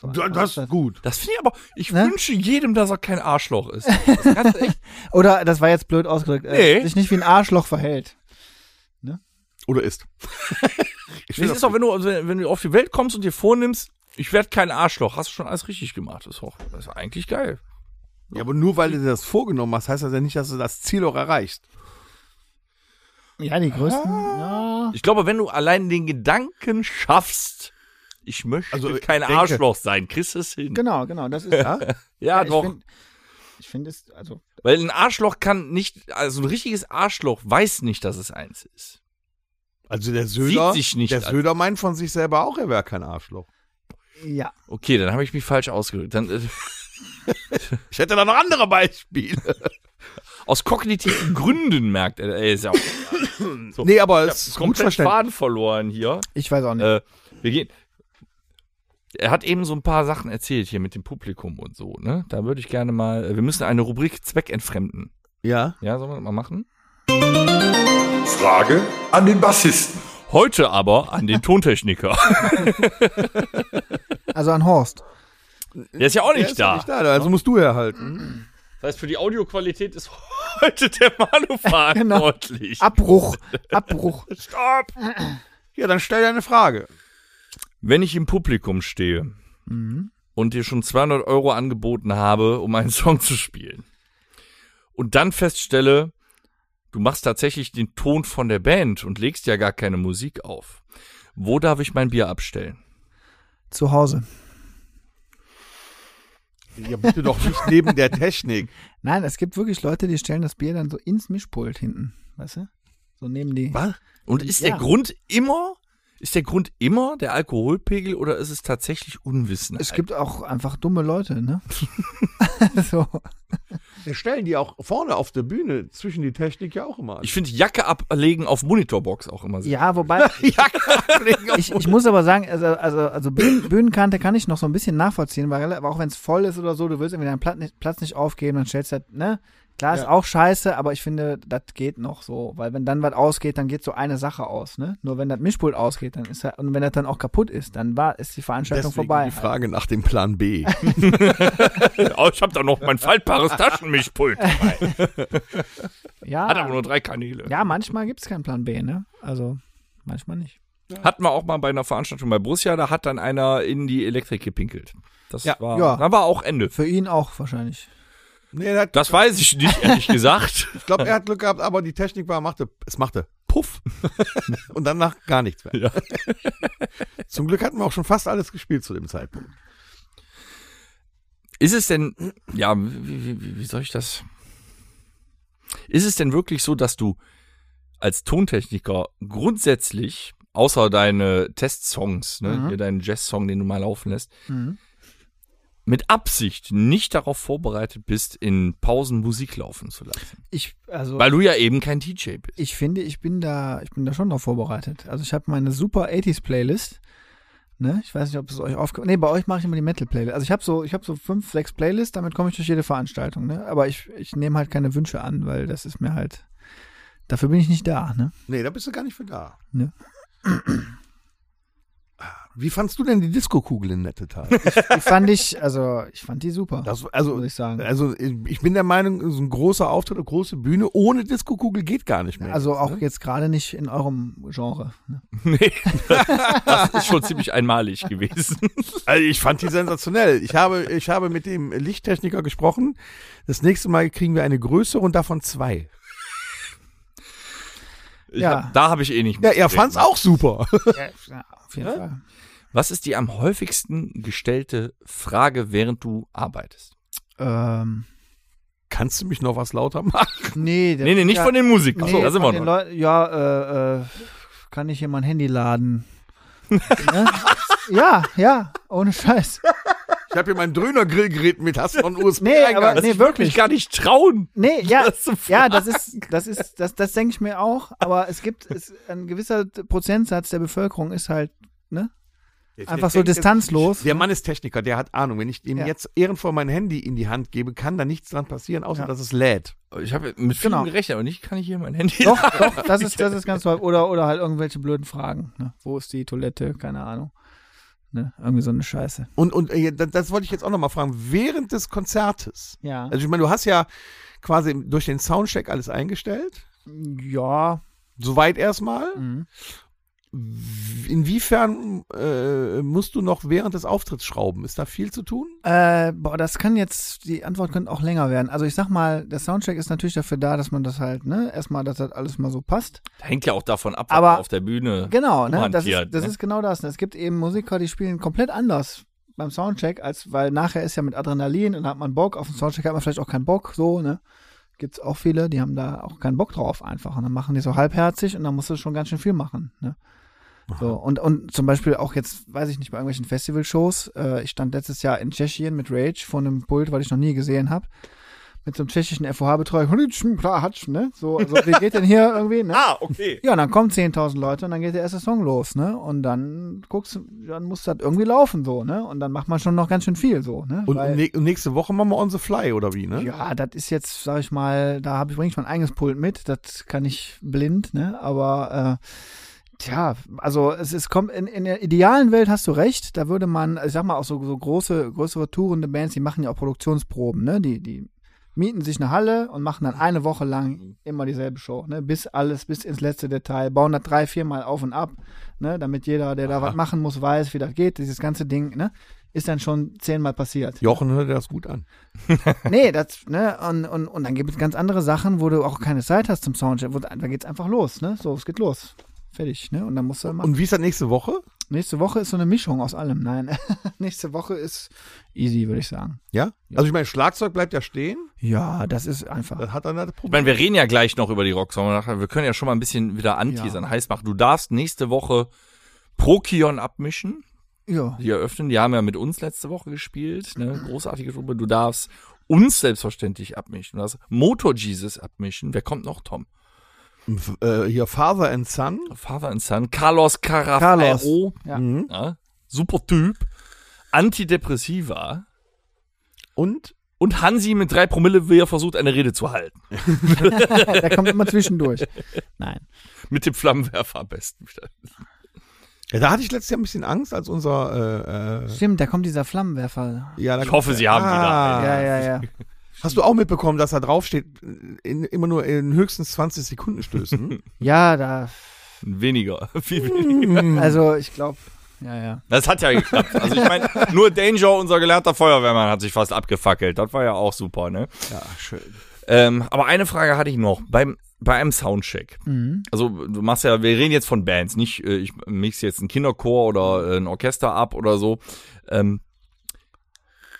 D: So
B: Da-
D: einfach
B: Das
D: ist
B: ist gut.
C: Das finde ich aber, ich
D: Ne?
C: wünsche jedem, dass er kein Arschloch ist. Das kannst du echt
D: Oder, das war jetzt blöd ausgedrückt, äh,
C: Nee.
D: sich nicht wie ein Arschloch verhält.
B: Oder ist. ich
C: Nee,
B: will
C: es ist auch, wenn du, also wenn wenn du auf die Welt kommst und dir vornimmst, ich werde kein Arschloch, hast du schon alles richtig gemacht. Das ist, auch, das ist eigentlich geil.
B: ja, aber nur weil du dir das vorgenommen hast, heißt das ja nicht, dass du das Ziel auch erreichst.
D: Ja, die größten. Ja. Ah.
C: Ich glaube, wenn du allein den Gedanken schaffst, Ich möchte
B: Also, ich
C: kein
B: denke-
C: Arschloch sein. Kriegst es hin.
D: Genau, genau. Das ist ja.
C: Ja,
D: ich
C: doch.
D: find- Ich finde es, also
C: Weil ein Arschloch kann nicht, also ein richtiges Arschloch weiß nicht, dass es eins ist.
B: Also der Söder,
C: sich nicht
B: der
C: an.
B: Söder meint von sich selber auch, er wäre kein Arschloch.
D: ja.
C: Okay, dann habe ich mich falsch ausgedrückt. Dann, äh,
B: Ich hätte da noch andere Beispiele.
C: aus kognitiven Gründen merkt er, ey, ist ja auch So.
B: Nee, aber
C: ja,
B: es ist gut
C: komplett
B: verständlich.
C: Faden verloren hier.
D: Ich weiß auch nicht.
C: Äh, wir gehen. Er hat eben so ein paar Sachen erzählt hier mit dem Publikum und so, ne? Da würde ich gerne mal, wir müssen eine Rubrik zweckentfremden.
B: Ja.
C: Ja, sollen wir das mal machen?
A: Frage an den Bassisten.
C: Heute aber an den Tontechniker.
D: Also an Horst.
C: Der ist ja auch
B: Er
C: nicht
B: ist
C: da.
B: ja nicht da. Also musst du herhalten.
C: Das heißt, für die Audioqualität ist heute der Manu verantwortlich.
D: Abbruch, Abbruch.
C: Stopp!
B: Ja, dann stell deine Frage.
C: Wenn ich im Publikum stehe
D: Mhm.
C: und dir schon 200 Euro angeboten habe, um einen Song zu spielen, und dann feststelle, du machst tatsächlich den Ton von der Band und legst ja gar keine Musik auf, wo darf ich mein Bier abstellen?
D: Zu Hause.
B: Ja, bitte doch nicht neben der Technik.
D: Nein, es gibt wirklich Leute, die stellen das Bier dann so ins Mischpult hinten, weißt du? So nehmen die.
B: Was?
C: Und ist
D: Ja.
C: der Grund immer, ist der Grund immer der Alkoholpegel oder ist es tatsächlich Unwissenheit?
D: Es gibt auch einfach dumme Leute, ne? so.
B: Wir stellen die auch vorne auf der Bühne zwischen die Technik ja auch immer an.
C: ich finde Jacke ablegen auf Monitorbox auch immer sehr.
D: Ja, wobei, ich, ich muss aber sagen, also, also, also Bühnen, Bühnenkante kann ich noch so ein bisschen nachvollziehen, weil aber auch wenn es voll ist oder so, du willst irgendwie deinen Platz nicht, Platz nicht aufgeben, dann stellst du das, ne? Klar, ist auch scheiße, aber ich finde, das geht noch so, weil wenn dann was ausgeht, dann geht so eine Sache aus, ne? Nur wenn das Mischpult ausgeht, dann ist halt, und wenn das dann auch kaputt ist, dann war, ist die Veranstaltung
B: Deswegen
D: vorbei.
B: die Frage nach dem Plan B.
C: Oh, ich habe da noch mein faltbares Taschenmischpult. Hat aber
D: Ja,
C: nur drei Kanäle.
D: ja, manchmal gibt's keinen Plan B, ne? Also, manchmal nicht.
C: Hatten wir auch mal bei einer Veranstaltung bei Borussia, da hat dann einer in die Elektrik gepinkelt. Das
B: Ja.
C: war,
D: Ja.
C: da war auch Ende.
D: Für ihn auch wahrscheinlich.
B: nee, er hat,
C: Das weiß ich nicht, ehrlich gesagt.
B: ich glaube, er hat Glück gehabt, aber die Technik war, machte, es machte Puff. Und danach gar nichts mehr.
C: Ja.
B: Zum Glück hatten wir auch schon fast alles gespielt zu dem Zeitpunkt.
C: Ist es denn, ja, wie, wie- wie, wie soll ich das? Ist es denn wirklich so, dass du als Tontechniker grundsätzlich, außer deine Testsongs, ne,
D: Mhm.
C: hier deinen Jazz-Song, den du mal laufen lässt,
D: Mhm.
C: mit Absicht nicht darauf vorbereitet bist, in Pausen Musik laufen zu lassen?
D: Ich, also.
C: Weil du ja eben kein DJ bist.
D: Ich finde, ich bin da, ich bin da schon drauf vorbereitet. Also ich habe meine super 80s Playlist. Ne? Ich weiß nicht, ob es euch aufgefallen Nee, bei euch mache ich immer die Metal Playlist. Also ich habe so, ich habe so fünf, sechs Playlists, damit komme ich durch jede Veranstaltung, ne? Aber ich, ich nehme halt keine Wünsche an, weil das ist mir halt dafür bin ich nicht da, ne?
B: Nee, da bist du gar nicht für da.
D: Ne.
B: Wie fandst du denn die Disco-Kugel in Nettetal?
D: Die fand ich, also ich fand die super,
B: Das, also,
D: muss ich sagen.
B: also, ich bin der Meinung, so ein großer Auftritt, eine große Bühne ohne Disco-Kugel geht gar nicht mehr.
D: Also
C: ne?
D: auch jetzt gerade nicht in eurem Genre. Ne?
C: Nee, das ist schon ziemlich einmalig gewesen.
B: Also ich fand die sensationell. Ich habe, ich habe mit dem Lichttechniker gesprochen. Das nächste Mal kriegen wir eine größere und davon zwei.
C: Ich
D: Ja.
C: Hab, da habe ich eh nicht
B: Ja,
C: mehr.
B: er fand's auch super.
D: Ja, auf jeden Fall.
C: Was ist die am häufigsten gestellte Frage, während du arbeitest?
D: Ähm,
B: Kannst du mich noch was lauter machen?
D: nee, der,
C: Nee, nee, nicht
D: ja,
C: von den Musikern.
D: Nee,
C: da sind wir
D: von den
C: noch.
D: Leuten, ja, äh, äh, kann ich hier mein Handy laden? ne? Ja, ja, ohne Scheiß.
B: Ich habe hier mein Dröhner-Grillgerät mit. Hast du noch einen USB?
D: Nee, aber
C: Dass
D: nee,
C: ich würd mich
D: wirklich.
C: gar nicht trauen.
D: Nee, ja,
C: das zu
D: ja, das ist, das ist, das, das denke ich mir auch. Aber es gibt, es, ein gewisser Prozentsatz der Bevölkerung ist halt einfach so distanzlos.
B: Der Mann ist Techniker, der hat Ahnung. Wenn ich ihm
D: Ja.
B: jetzt ehrenvoll mein Handy in die Hand gebe, kann da nichts dran passieren, außer
D: Ja.
B: dass es lädt.
C: Ich habe mit vielen
D: Genau.
C: gerechnet, aber nicht kann ich hier mein Handy.
D: Doch, doch, das ist, das ist ganz toll. Oder, oder halt irgendwelche blöden Fragen. Ne? Wo ist die Toilette? Keine Ahnung. Ne? Irgendwie so eine Scheiße.
B: Und, und äh, das, das wollte ich jetzt auch nochmal fragen. Während des Konzertes.
D: Ja.
B: Also ich meine, du hast ja quasi durch den Soundcheck alles eingestellt.
D: Ja.
B: Soweit erstmal.
D: Mhm.
B: w- inwiefern äh, musst du noch während des Auftritts schrauben? Ist da viel zu tun?
D: Äh, boah, das kann jetzt, die Antwort könnte auch länger werden. Also ich sag mal, der Soundcheck ist natürlich dafür da, dass man das halt, ne, erstmal, dass das alles mal so passt.
C: Hängt ja auch davon ab,
D: Aber-
C: was auf der Bühne.
D: Genau, ne, das
C: Hantiert,
D: ist, das
C: ne?
D: ist genau das. Es gibt eben Musiker, die spielen komplett anders beim Soundcheck, als, weil nachher ist ja mit Adrenalin und hat man Bock, auf den Soundcheck hat man vielleicht auch keinen Bock, so, ne. Gibt's auch viele, die haben da auch keinen Bock drauf einfach. Und dann machen die so halbherzig und dann musst du schon ganz schön viel machen, ne. So, und, und zum Beispiel auch jetzt, weiß ich nicht, bei irgendwelchen Festivalshows. Äh, ich stand letztes Jahr in Tschechien mit Rage vor einem Pult, weil ich noch nie gesehen habe. Mit so einem tschechischen FOH-Betreuer. ne? So, also, wie geht denn hier irgendwie, ne?
C: Ah, okay.
D: Ja, und dann kommen 10.000 Leute und dann geht der erste Song los, ne? Und dann guckst du, dann muss das irgendwie laufen, so, ne? Und dann macht man schon noch ganz schön viel, so, ne?
B: Und
D: Weil-
B: ne, und nächste Woche machen wir on the fly, oder wie, ne?
D: ja, das ist jetzt, sag ich mal, da habe ich bringe ich mein eigenes Pult mit, das kann ich blind, ne? Aber äh, tja, also es ist kommt in, in der idealen Welt hast du recht, da würde man, ich sag mal, auch so, so große, größere tourende Bands, die machen ja auch Produktionsproben, ne? Die, die mieten sich eine Halle und machen dann eine Woche lang immer dieselbe Show, ne? Bis alles, bis ins letzte Detail, bauen das drei, viermal auf und ab, ne? Damit jeder, der da was machen muss, weiß, wie das geht, dieses ganze Ding, ne? Ist dann schon zehnmal passiert
B: Jochen hört das gut an.
D: nee, das, ne, und, und, und dann gibt es ganz andere Sachen, wo du auch keine Zeit hast zum Soundcheck. Wo, da geht's einfach los, ne? So, es geht los. Fertig, ne? Und dann musst du immer.
B: Und wie ist das nächste Woche?
D: nächste Woche ist so eine Mischung aus allem. Nein. nächste Woche ist easy, würde ich sagen.
B: Ja? Also ich meine, Schlagzeug bleibt ja stehen.
D: Ja, das ist einfach.
B: Das hat dann halt
C: Ich
B: Problem.
C: meine, wir reden ja gleich noch über die Rocksommernacht. Wir können ja schon mal ein bisschen wieder anteasern. Heiß machen. Du darfst nächste Woche Prokion abmischen.
D: Ja.
C: Die eröffnen. Die haben ja mit uns letzte Woche gespielt. Ne? Großartige Gruppe. Du darfst uns selbstverständlich abmischen. Du darfst Motor Jesus abmischen. Wer kommt noch, Tom?
B: Äh, hier Father and Son.
C: Father and Son. Carlos Carafaro.
D: Carlos. Ja.
B: Mhm.
C: Ja, super Typ. Antidepressiva.
B: Und
C: Und Hansi mit drei Promille, wie er versucht, eine Rede zu halten.
D: Der kommt immer zwischendurch. Nein.
C: Mit dem Flammenwerfer am besten.
B: ja, da hatte ich letztes Jahr ein bisschen Angst, als unser äh, äh,
D: Stimmt, da kommt dieser Flammenwerfer.
B: ja, da
C: Ich hoffe, sie haben wieder
B: Ah.
D: Ja, ja, ja.
B: Hast du auch mitbekommen, dass da draufsteht, in, immer nur in höchstens 20 Sekunden stößen?
D: Ja, da.
C: Weniger. Viel weniger.
D: Also, ich glaube. Ja, ja.
C: Das hat ja geklappt. Also ich meine, nur Danger, unser gelernter Feuerwehrmann, hat sich fast abgefackelt. Das war ja auch super, ne?
B: ja, schön.
C: Ähm, aber eine Frage hatte ich noch. Beim, bei einem Soundcheck.
D: Mhm.
C: Also du machst ja, wir reden jetzt von Bands, nicht äh, ich mix jetzt einen Kinderchor oder äh, ein Orchester ab oder so. Ähm,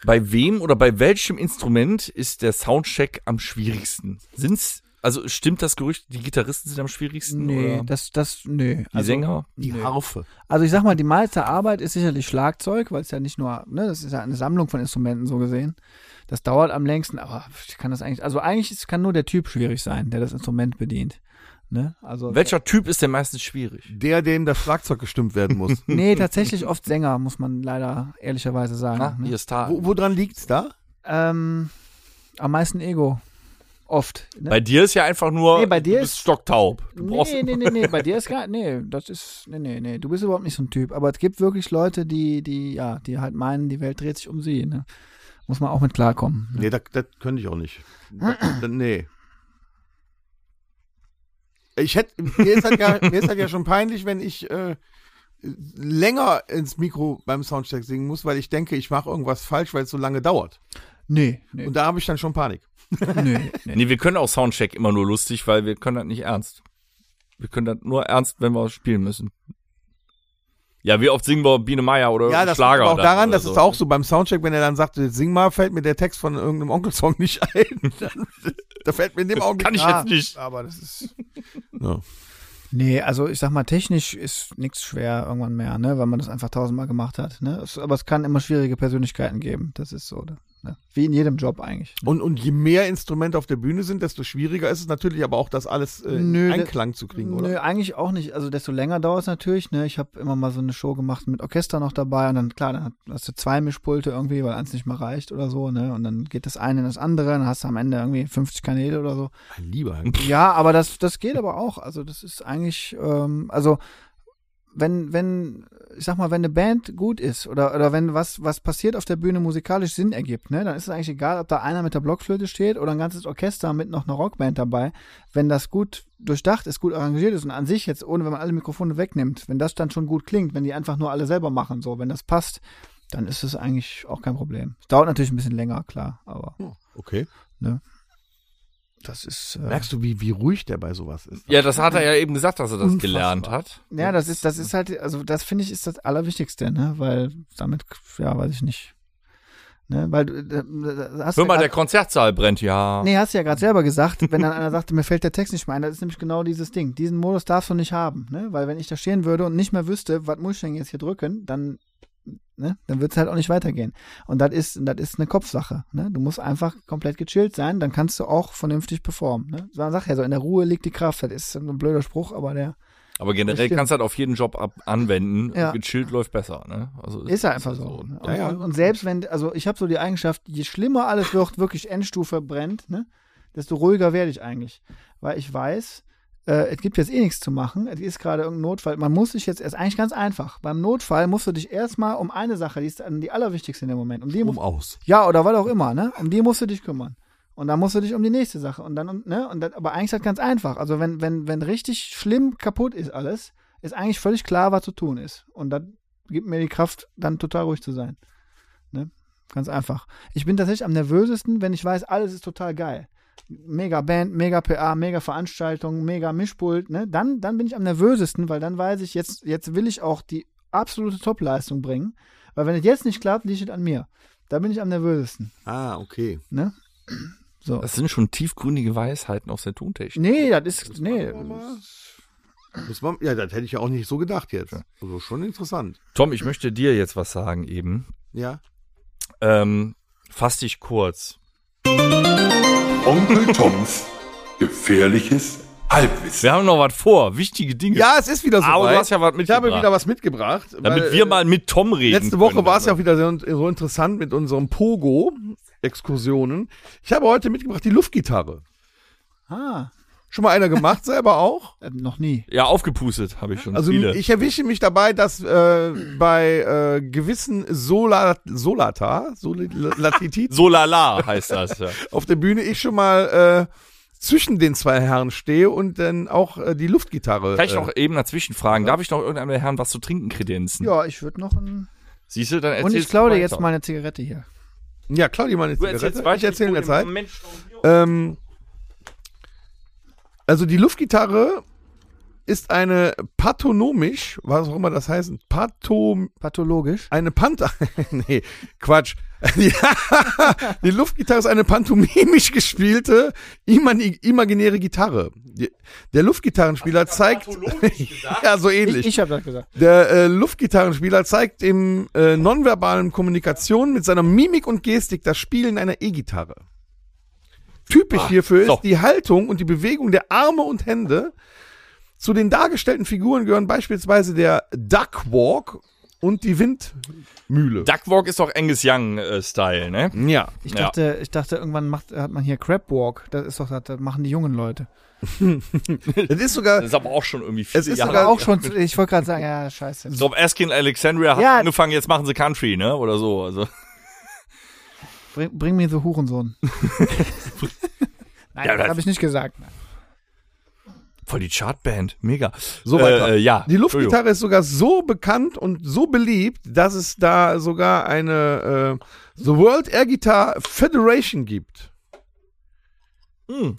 C: bei wem oder bei welchem Instrument ist der Soundcheck am schwierigsten? Sind's also stimmt das Gerücht, die Gitarristen sind am schwierigsten
D: Nee,
C: oder die
D: das, das, nee.
C: Sänger?
B: also Die Harfe.
D: Also ich sag mal, die meiste Arbeit ist sicherlich Schlagzeug, weil es ja nicht nur, ne, das ist ja eine Sammlung von Instrumenten so gesehen. Das dauert am längsten, aber ich kann das eigentlich, also eigentlich ist, kann nur der Typ schwierig sein, der das Instrument bedient. Ne? Also
C: Welcher Typ ist denn meistens schwierig?
B: Der, dem das Schlagzeug gestimmt werden muss.
D: Nee, tatsächlich oft Sänger, muss man leider ehrlicherweise sagen.
C: Ah,
D: ne?
C: hier ist Tal.
B: Wo, woran liegt's da?
D: ähm, am meisten Ego. Oft. Ne?
C: Bei dir ist ja einfach nur
D: Nee, bei dir
C: du bist
D: ist-
C: stocktaub. Du brauchst
D: Nee, nee, nee, nee, bei dir ist gar nee, das ist nee, nee, nee, du bist überhaupt nicht so ein Typ, aber es gibt wirklich Leute, die die ja, die halt meinen, die Welt dreht sich um sie, ne? Muss man auch mit klarkommen. Ne?
B: Nee, das, das könnte ich auch nicht. Das, das, nee. Ich hätte, mir ist, das ja, mir ist das ja schon peinlich, wenn ich äh, länger ins Mikro beim Soundcheck singen muss, weil ich denke, ich mache irgendwas falsch, weil es so lange dauert.
D: Nee, nee,
B: Und da habe ich dann schon Panik.
D: nee, nee.
C: Nee, wir können auch Soundcheck immer nur lustig, weil wir können das nicht ernst. Wir können das nur ernst, wenn wir spielen müssen. Ja, wie oft singen wir Biene Meier oder
B: Ja, das
C: Äh, Schlager?
B: liegt aber auch
C: dann
B: daran,
C: oder
B: das ist auch so beim Soundcheck, wenn er dann sagt, jetzt sing mal, fällt mir der Text von irgendeinem Onkelsong nicht ein. Dann, da fällt mir in dem Augenblick.
C: Kann ich
B: Ah,
C: jetzt nicht.
B: Aber das ist.
D: Nee, also ich sag mal, technisch ist nichts schwer irgendwann mehr, ne, weil man das einfach tausendmal gemacht hat, ne? Es, aber es kann immer schwierige Persönlichkeiten geben, das ist so, ne? Ja. Wie in jedem Job eigentlich.
B: Und, und je mehr Instrumente auf der Bühne sind, desto schwieriger ist es natürlich, aber auch das alles äh, in
D: Nö,
B: Einklang zu kriegen,
D: Nö,
B: oder?
D: eigentlich auch nicht. Also desto länger dauert es natürlich. Ne? Ich habe immer mal so eine Show gemacht mit Orchester noch dabei und dann, klar, dann hat- hast du zwei Mischpulte irgendwie, weil eins nicht mehr reicht oder so. Ne? Und dann geht das eine in das andere dann hast du am Ende irgendwie 50 Kanäle oder so.
B: Mein lieber Herr.
D: Ja, aber das, das geht aber auch. Also das ist eigentlich, ähm, also wenn, wenn, ich sag mal, wenn eine Band gut ist oder, oder wenn was, was passiert auf der Bühne musikalisch Sinn ergibt, ne, dann ist es eigentlich egal, ob da einer mit der Blockflöte steht oder ein ganzes Orchester mit noch einer Rockband dabei. Wenn das gut durchdacht ist, gut arrangiert ist und an sich jetzt, ohne wenn man alle Mikrofone wegnimmt, wenn das dann schon gut klingt, wenn die einfach nur alle selber machen, so, wenn das passt, dann ist es eigentlich auch kein Problem. Es dauert natürlich ein bisschen länger, klar, aber
G: Okay.
D: das ist. Äh,
B: Merkst du, wie, wie ruhig der bei sowas ist?
C: Ja, das hat er ja eben gesagt, dass er das gelernt hat.
D: Ja, das ist, das ist halt, also das finde ich ist das Allerwichtigste, ne? Weil damit, ja, weiß ich nicht. Ne? Weil du äh, äh, hast
C: Hör
D: du
C: mal,
D: grad-
C: der Konzertsaal brennt, ja.
D: Nee, hast du ja gerade selber gesagt, wenn dann einer sagte, mir fällt der Text nicht mehr ein, das ist nämlich genau dieses Ding. Diesen Modus darfst du nicht haben, ne? Weil wenn ich da stehen würde und nicht mehr wüsste, was muss ich denn jetzt hier drücken, dann, ne? Dann wird's halt auch nicht weitergehen. Und das ist, das ist eine Kopfsache, ne? Du musst einfach komplett gechillt sein, dann kannst du auch vernünftig performen, ne? So, man sagt ja so, in der Ruhe liegt die Kraft. Das ist ein blöder Spruch, aber der
C: Aber generell
D: Stimmt.
C: kannst du halt auf jeden Job ab anwenden.
D: Ja.
C: Gechillt läuft besser, ne? Also
D: Ist ja einfach so. ne? Und, und, und selbst wenn, also ich habe so die Eigenschaft, je schlimmer alles wird, wirklich Endstufe brennt, ne, desto ruhiger werde ich eigentlich. Weil ich weiß, äh, es gibt jetzt eh nichts zu machen, es ist gerade irgendein Notfall. Man muss sich jetzt erst eigentlich ganz einfach. Beim Notfall musst du dich erstmal um eine Sache, die ist dann die allerwichtigste in dem Moment, um die
G: Um aus.
D: ja, oder was auch immer, ne? Um die musst du dich kümmern. Und dann musst du dich um die nächste Sache. Und dann, um- ne? Und dann, aber eigentlich ist das ganz einfach. Also wenn, wenn, wenn richtig schlimm kaputt ist alles, ist eigentlich völlig klar, was zu tun ist. Und das gibt mir die Kraft, dann total ruhig zu sein. Ne? Ganz einfach. Ich bin tatsächlich am nervösesten, wenn ich weiß, alles ist total geil. Mega Band, mega PA, mega Veranstaltung, mega Mischpult, ne? Dann, dann bin ich am nervösesten, weil dann weiß ich, jetzt, jetzt will ich auch die absolute Topleistung bringen. Weil wenn es jetzt nicht klappt, liegt es an mir. Da bin ich am nervösesten.
B: Ah, okay.
D: Ne? So.
C: Das sind schon tiefgründige Weisheiten aus der Tontechnik.
D: nee, das ist. Nee.
B: Muss man, ja, das hätte ich ja auch nicht so gedacht jetzt. Also schon interessant.
C: Tom, ich möchte dir jetzt was sagen eben.
B: Ja.
C: Ähm, fass dich kurz.
A: Onkel Toms gefährliches Halbwissen.
C: Wir haben noch was vor, wichtige Dinge.
B: Ja, es ist wieder so.
C: Aber du hast ja was
B: ich habe
C: mitgebracht.
B: wieder was mitgebracht.
C: damit
B: weil,
C: wir
B: äh,
C: mal mit Tom reden.
B: Letzte Woche
C: können.
B: war es ja auch wieder so, so interessant mit unserem Pogo-Exkursionen. Ich habe heute mitgebracht die Luftgitarre.
D: Ah,
B: Schon mal einer gemacht, selber auch.
D: äh, noch nie.
C: Ja, aufgepustet habe ich schon.
B: Also
C: viele.
B: ich erwische mich dabei, dass äh, bei äh, gewissen Sola, Solata, Solatität
C: Solala heißt das. Ja.
B: auf der Bühne ich schon mal äh, zwischen den zwei Herren stehe und dann auch äh, die Luftgitarre.
C: Kann ich
B: äh,
C: noch eben dazwischen fragen? Darf ich noch irgendeinem der Herren was zu trinken kredenzen?
D: Ja, ich würde noch ein.
C: Siehst du, dann
D: Und
C: erzählst
D: ich klaue dir
C: weiter.
D: jetzt meine Zigarette hier.
B: Ja, Claudia, meine
C: Du
B: Zigarette.
C: erzählst weiter.
B: Ich erzähle in der
C: hol
B: Zeit.
C: den Moment schon hier.
B: Ähm, also die Luftgitarre ist eine pathonomisch, was auch immer das heißt, pathom,
D: Pathologisch.
B: eine Pant... nee, Quatsch. Ja, die Luftgitarre ist eine pantomimisch gespielte imani- imaginäre Gitarre. Die- Der Luftgitarrenspieler zeigt... ja, so ähnlich.
D: Ich, ich habe das gesagt.
B: Der äh, Luftgitarrenspieler zeigt im äh, nonverbalen Kommunikation mit seiner Mimik und Gestik das Spielen einer E-Gitarre. Typisch hierfür
C: so.
B: ist die Haltung und die Bewegung der Arme und Hände. Zu den dargestellten Figuren gehören beispielsweise der Duckwalk und die Windmühle.
C: Duckwalk ist doch Angus Young-Style, ne?
B: ja.
D: Ich
C: Ja.
D: dachte, ich dachte irgendwann macht, hat man hier Crab Walk. Das ist doch, das, das machen die jungen Leute.
B: Das ist sogar
C: Das ist aber auch schon irgendwie viel.
B: Es ist
D: Aber
B: Ja,
D: auch schon, zu- ich wollte gerade sagen, ja, scheiße.
C: Ich glaube, Askin Alexandria hat
D: Ja.
C: angefangen, jetzt machen sie Country, ne? Oder so. Also,
D: Bring, bring mir so Hurensohn. Nein,
C: Ja,
D: das
C: das-
D: habe ich nicht gesagt. Nein.
C: voll die Chartband. Mega.
B: so
C: Äh,
B: weiter.
C: äh, ja.
B: Die halt Luftgitarre ist sogar so bekannt und so beliebt, dass es da sogar eine äh, The World Air Guitar Federation gibt.
C: Entschuldigung. Hm.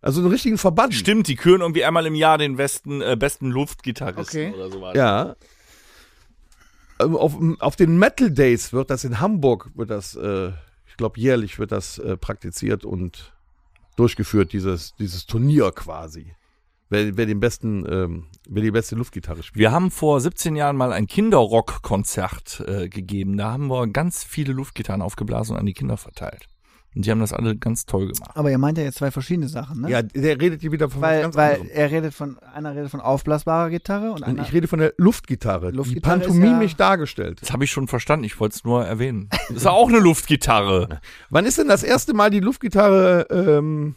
B: Also einen richtigen Verband.
C: Stimmt, die küren irgendwie einmal im Jahr den besten, äh, besten Luftgitarristen
D: Okay.
C: oder sowas.
B: Ja. Ähm, Auf, auf den Metal Days wird das in Hamburg, wird das, äh, ich glaube, jährlich wird das äh, praktiziert und durchgeführt, dieses, dieses Turnier quasi. Wer, wer den besten, ähm, wer die beste Luftgitarre spielt.
C: Wir haben vor 17 Jahren mal ein Kinderrock-Konzert äh, gegeben. Da haben wir ganz viele Luftgitarren aufgeblasen und an die Kinder verteilt. Und die haben das alle ganz toll gemacht.
D: Aber ihr meint ja jetzt zwei verschiedene Sachen, ne?
B: Ja, der redet hier wieder von was
D: weil,
B: ganz
D: weil
B: anderem.
D: er redet von, einer redet von aufblasbarer Gitarre und
B: Und
D: einer.
B: ich rede von der Luftgitarre,
D: Luftgitarre
B: die
D: ist
B: pantomimisch
D: ja-
B: dargestellt.
C: Das habe ich schon verstanden, ich wollte es nur erwähnen. Das ist ja auch eine Luftgitarre.
B: Wann ist denn das erste Mal die Luftgitarre ähm,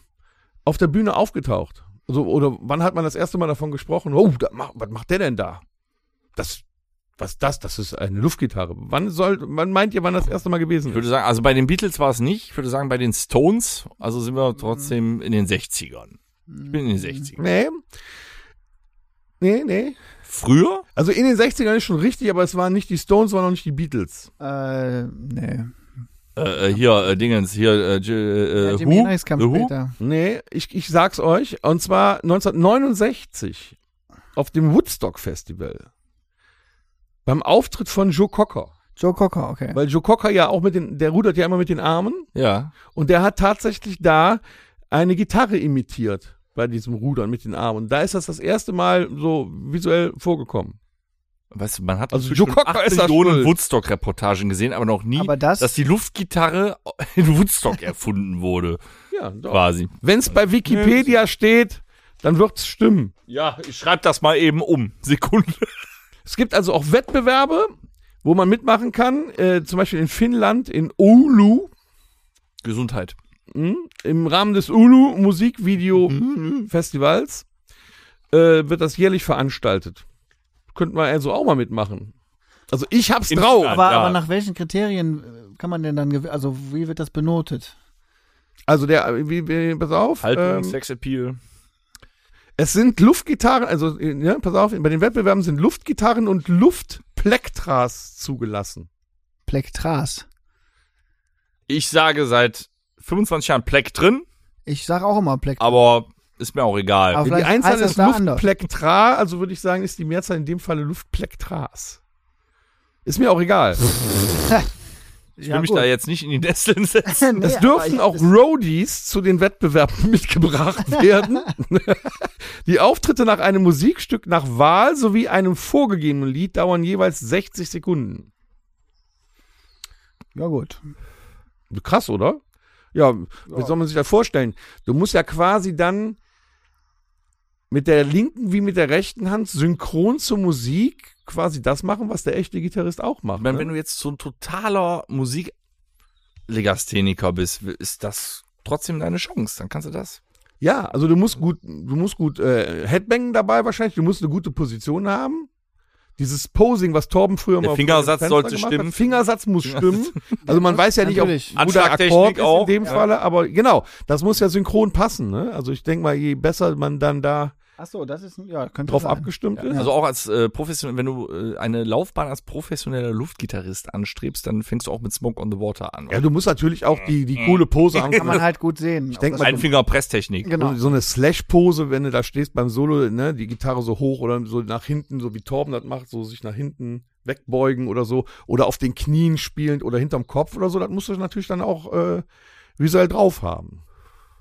B: auf der Bühne aufgetaucht? Also, oder wann hat man das erste Mal davon gesprochen? Oh, da, mach, was macht der denn da?
F: das, was das, das ist eine Luftgitarre. Wann soll, wann meint ihr, wann das erste Mal gewesen
C: Ich
F: ist?
C: würde sagen, also bei den Beatles war es nicht. Ich würde sagen, bei den Stones, also sind wir
D: Mhm.
C: trotzdem in den 60ern. Ich bin in den 60ern.
B: Nee. Nee, nee.
C: Früher?
B: Also in den 60ern ist schon richtig, aber es waren nicht die Stones, waren auch nicht die Beatles.
D: Äh, nee.
C: Äh, äh, hier, äh, Dingens, hier, äh, J- äh,
D: Ja,
C: äh,
D: Jimi
C: Who?
D: Hendrix kam
C: The Who?
D: später.
B: Nee, ich, ich sag's euch. Und zwar 1969 auf dem Woodstock Festival. Beim Auftritt von Joe Cocker.
D: Joe Cocker, okay.
B: Weil Joe Cocker ja auch mit den, der rudert ja immer mit den Armen.
C: Ja.
B: Und der hat tatsächlich da eine Gitarre imitiert bei diesem Rudern mit den Armen. Und da ist das das erste Mal so visuell vorgekommen.
C: Weißt du, man hat
B: Also
C: inzwischen
B: Joe Cocker
C: 8
B: ist da
C: Millionen
B: schuld.
C: Woodstock-Reportagen gesehen, aber noch nie,
D: Aber das-
C: dass die Luftgitarre in Woodstock erfunden wurde,
B: Ja, doch.
C: quasi.
B: Wenn es bei Wikipedia steht, dann wird's stimmen.
C: Ja, ich schreibe das mal eben um. Sekunde.
B: Es gibt also auch Wettbewerbe, wo man mitmachen kann. Äh, zum Beispiel in Finnland, in Oulu,
C: Gesundheit.
B: Mhm. Im Rahmen des Ulu Musikvideo
C: Mhm.
B: Festivals äh, wird das jährlich veranstaltet. Könnten wir also auch mal mitmachen. Also ich hab's
C: In-
B: drauf.
C: Ah.
D: Aber,
C: ja.
D: aber nach welchen Kriterien äh, kann man denn dann, gew- also wie wird das benotet?
B: Also der, wie, wie, pass auf.
C: Haltung,
B: ähm,
C: Sexappeal.
B: es sind Luftgitarren, also äh, ne, pass auf, bei den Wettbewerben sind Luftgitarren und Luftplektras zugelassen.
D: Plektras.
C: Ich sage seit 25 Jahren Pleck drin,
D: Ich sage auch immer Plektras.
C: aber ist mir auch egal.
D: Aber
B: Ja, die
D: vielleicht
B: Einzahl
D: heißt das
B: ist
D: da anders.
B: Luftplektra, also würde ich sagen, ist die Mehrzahl in dem Falle Luftplektras. Ist mir auch egal.
C: ich will mich da jetzt nicht in die Nesseln setzen.
B: Es dürfen auch Roadies zu den Wettbewerben mitgebracht werden. Die Auftritte nach einem Musikstück nach Wahl sowie einem vorgegebenen Lied dauern jeweils 60 Sekunden.
D: Ja, gut.
B: Krass, oder? Ja, wie soll man sich das vorstellen? Du musst ja quasi dann mit der linken wie mit der rechten Hand synchron zur Musik quasi das machen, was der echte Gitarrist auch macht.
C: Ich meine,
B: ne?
C: wenn du jetzt so ein totaler Musiklegastheniker bist, ist das trotzdem deine Chance. Dann kannst du das.
B: Ja, also du musst gut, du musst gut äh, Headbangen dabei wahrscheinlich, du musst eine gute Position haben. Dieses Posing, was Torben früher
C: Der
B: mal auf
C: Fingersatz
B: dem Fenster
C: sollte
B: gemacht hat.
C: stimmen.
B: Fingersatz muss stimmen. Also man weiß ja nicht, ob
D: Natürlich.
B: ein guter
C: Anschlagtechnik
B: Akkord ist
C: auch,
B: in dem
C: ja.
B: Falle, aber genau, das muss ja synchron passen. Ne? Also ich denke mal, je besser man dann da
D: Achso, das ist, ja, könnte
B: drauf
D: sein.
B: abgestimmt ist.
C: Also auch als äh, professionell, wenn du äh, eine Laufbahn als professioneller Luftgitarrist anstrebst, dann fängst du auch mit Smoke on the Water an.
B: Ja, du musst natürlich auch die,
C: Mhm.
B: die coole Pose haben.
D: Kann man halt gut sehen. Ich
B: denk mal,
C: Einfinger-Presstechnik.
D: Genau.
B: So eine Slash-Pose, wenn du da stehst beim Solo, ne, die Gitarre so hoch oder so nach hinten, so wie Torben das macht, so sich nach hinten wegbeugen oder so, oder auf den Knien spielend oder hinterm Kopf oder so, das musst du natürlich dann auch äh, visuell drauf haben.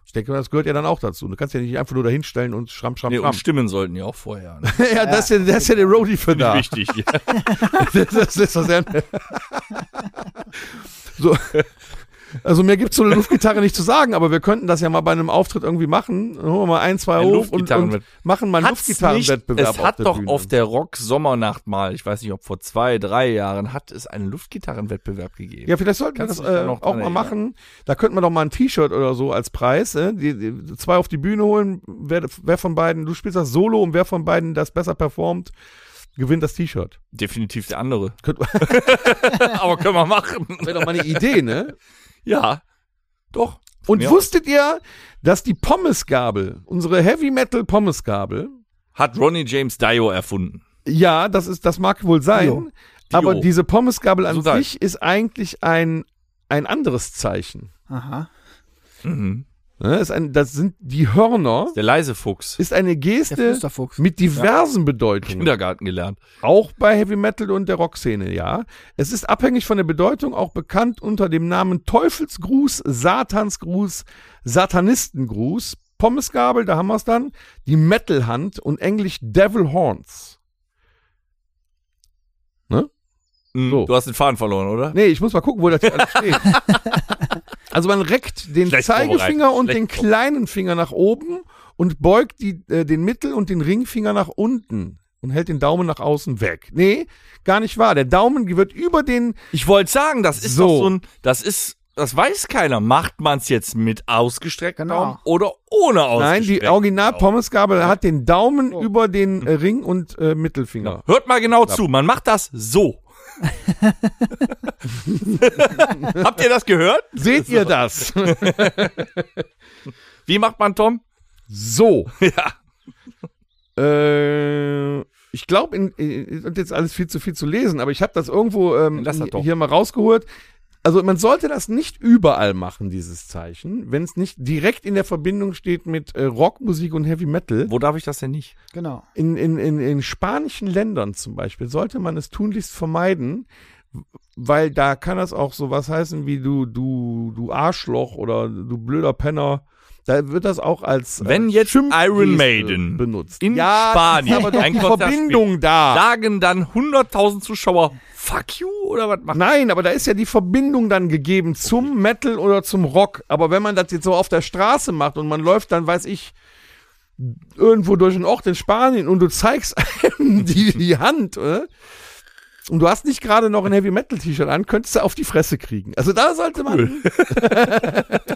B: Ich denke, das gehört ja dann auch dazu. Du kannst ja nicht einfach nur da hinstellen und schramm, schramm,
C: Nee,
B: schramm.
C: und Stimmen sollten ja auch vorher. Ne?
B: ja, das ist ja, das ist ja der Roadie für da.
C: Wichtig.
B: Das, das, das, das, das, so. Also mehr gibt's zu der Luftgitarre nicht zu sagen, aber wir könnten das ja mal bei einem Auftritt irgendwie machen. Dann Holen wir mal ein, zwei
C: Ein
B: hoch und, und
C: Luftgitarrenwett-
B: machen mal einen
C: Hat's nicht,
B: Luftgitarrenwettbewerb
C: es hat
B: der
C: doch
B: Bühne.
C: auf der Rock-Sommernacht mal, ich weiß nicht, ob vor zwei, drei Jahren, hat es einen Luftgitarrenwettbewerb gegeben.
B: ja, vielleicht sollten wir
C: Kannst
B: das
C: du dich da
B: äh,
C: noch
B: auch
C: dran
B: mal
C: erinnern?
B: machen. Da könnten wir doch mal ein T-Shirt oder so als Preis. Äh? Die, die, zwei auf die Bühne holen, wer, wer von beiden, du spielst das Solo und wer von beiden das besser performt, gewinnt das T-Shirt.
C: Definitiv der andere.
B: Könnt-
C: Aber können wir machen.
B: Wäre doch mal eine Idee, ne?
C: Ja. Doch.
B: Und
C: mir
B: wusstet ihr, dass die Pommesgabel, unsere Heavy Metal Pommesgabel,
C: Hat Ronnie James Dio erfunden.
B: Ja, das ist, das mag wohl sein.
D: Dio.
B: Aber diese Pommesgabel an
C: So sein.
B: sich ist eigentlich ein, ein anderes Zeichen.
D: Aha.
C: Mhm.
B: Ne, Ist ein, das sind die Hörner,
C: Der leise Fuchs.
B: ist eine
D: Der
B: Geste
D: Flüsterfuchs.
B: mit diversen Bedeutungen.
C: Kindergarten gelernt.
B: Auch bei Heavy Metal und der Rockszene, ja. Es ist abhängig von der Bedeutung auch bekannt unter dem Namen Teufelsgruß, Satansgruß, Satanistengruß, Pommesgabel, da haben wir es dann, die Metalhand und englisch Devil Horns.
C: Mhm.
B: So.
C: Du hast den Faden verloren, oder?
B: Nee, ich muss mal gucken, wo das hier alles steht. Also man reckt den
C: Schlecht
B: Zeigefinger
C: vorbereitet,
B: und
C: schlecht
B: den kleinen Finger nach oben und beugt die, äh, den Mittel- und den Ringfinger nach unten und hält den Daumen nach außen weg. Nee, gar nicht wahr. Der Daumen wird über den
C: Ich wollte sagen, das ist
B: So.
C: doch so ein, das ist das weiß keiner. Macht man es jetzt mit ausgestrecktem
D: Genau.
C: Daumen oder ohne
B: Nein, die
C: ausgestreckten
B: Original-Pommesgabel hat den Daumen
C: Oh.
B: über den äh, Ring und äh, Mittelfinger.
C: Daumen? Hört mal genau zu. Man macht das so. Habt ihr das gehört?
F: Seht ihr das?
C: Wie macht man Tom?
B: So.
C: Ja.
B: Äh, ich glaube, in, in, und jetzt alles viel zu viel zu lesen, aber ich habe das irgendwo ähm,
C: Lass das doch.
B: hier mal rausgeholt. Also man sollte das nicht überall machen, dieses Zeichen, wenn es nicht direkt in der Verbindung steht mit äh, Rockmusik und Heavy Metal.
C: Wo darf ich das denn nicht?
D: Genau.
B: In, in, in, in spanischen Ländern zum Beispiel sollte man es tunlichst vermeiden, weil da kann das auch sowas heißen wie du, du, du Arschloch oder du blöder Penner. Da wird das auch als
C: Wenn
B: als
C: jetzt Iron
B: Geste
C: Maiden
B: benutzt.
C: in
B: ja,
C: Spanien
B: aber doch
C: ein
B: die
C: Konzert
B: Verbindung da.
C: Ah. Sagen dann 100.000 Zuschauer, fuck you oder was macht
B: Nein, aber da ist ja die Verbindung dann gegeben zum Metal oder zum Rock. Aber wenn man das jetzt so auf der Straße macht und man läuft dann, weiß ich, irgendwo durch einen Ort in Spanien und du zeigst einem die, die Hand äh, und du hast nicht gerade noch ein Heavy Metal T-Shirt an, könntest du auf die Fresse kriegen. Also da sollte man,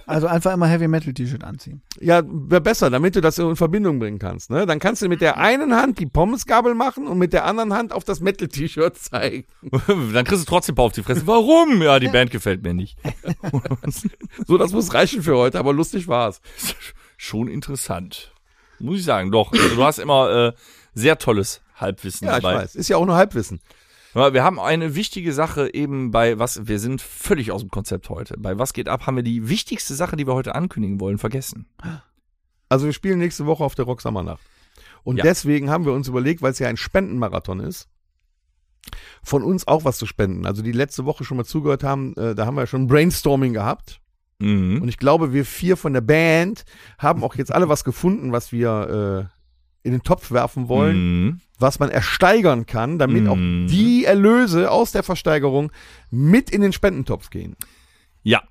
D: Also einfach immer Heavy Metal T-Shirt anziehen.
B: ja, wäre besser, damit du das in Verbindung bringen kannst. Ne? Dann kannst du mit der einen Hand die Pommesgabel machen und mit der anderen Hand auf das Metal T-Shirt zeigen.
C: Dann kriegst du trotzdem ein paar auf die Fresse. Warum? Ja, die Band gefällt mir nicht.
B: So, das muss reichen für heute, aber lustig war's.
C: Schon interessant. Muss ich sagen, doch. Also, du hast immer äh, sehr tolles Halbwissen
B: Ja, ich
C: dabei.
B: weiß. Ist ja auch nur Halbwissen.
C: Ja, Wir haben eine wichtige Sache eben bei was, wir sind völlig aus dem Konzept heute. Bei was geht ab, haben wir die wichtigste Sache, die wir heute ankündigen wollen, vergessen.
B: Also wir spielen nächste Woche auf der Rocksammernacht. Und
C: Ja.
B: deswegen haben wir uns überlegt, weil es ja ein Spendenmarathon ist, von uns auch was zu spenden. Also die letzte Woche schon mal zugehört haben, äh, da haben wir ja schon ein Brainstorming gehabt.
C: Mhm.
B: Und ich glaube, wir vier von der Band haben auch jetzt alle was gefunden, was wir äh, in den Topf werfen wollen,
C: Mhm.
B: was man ersteigern kann, damit auch
C: Mhm.
B: die Erlöse aus der Versteigerung mit in den Spendentopf gehen.
C: Ja,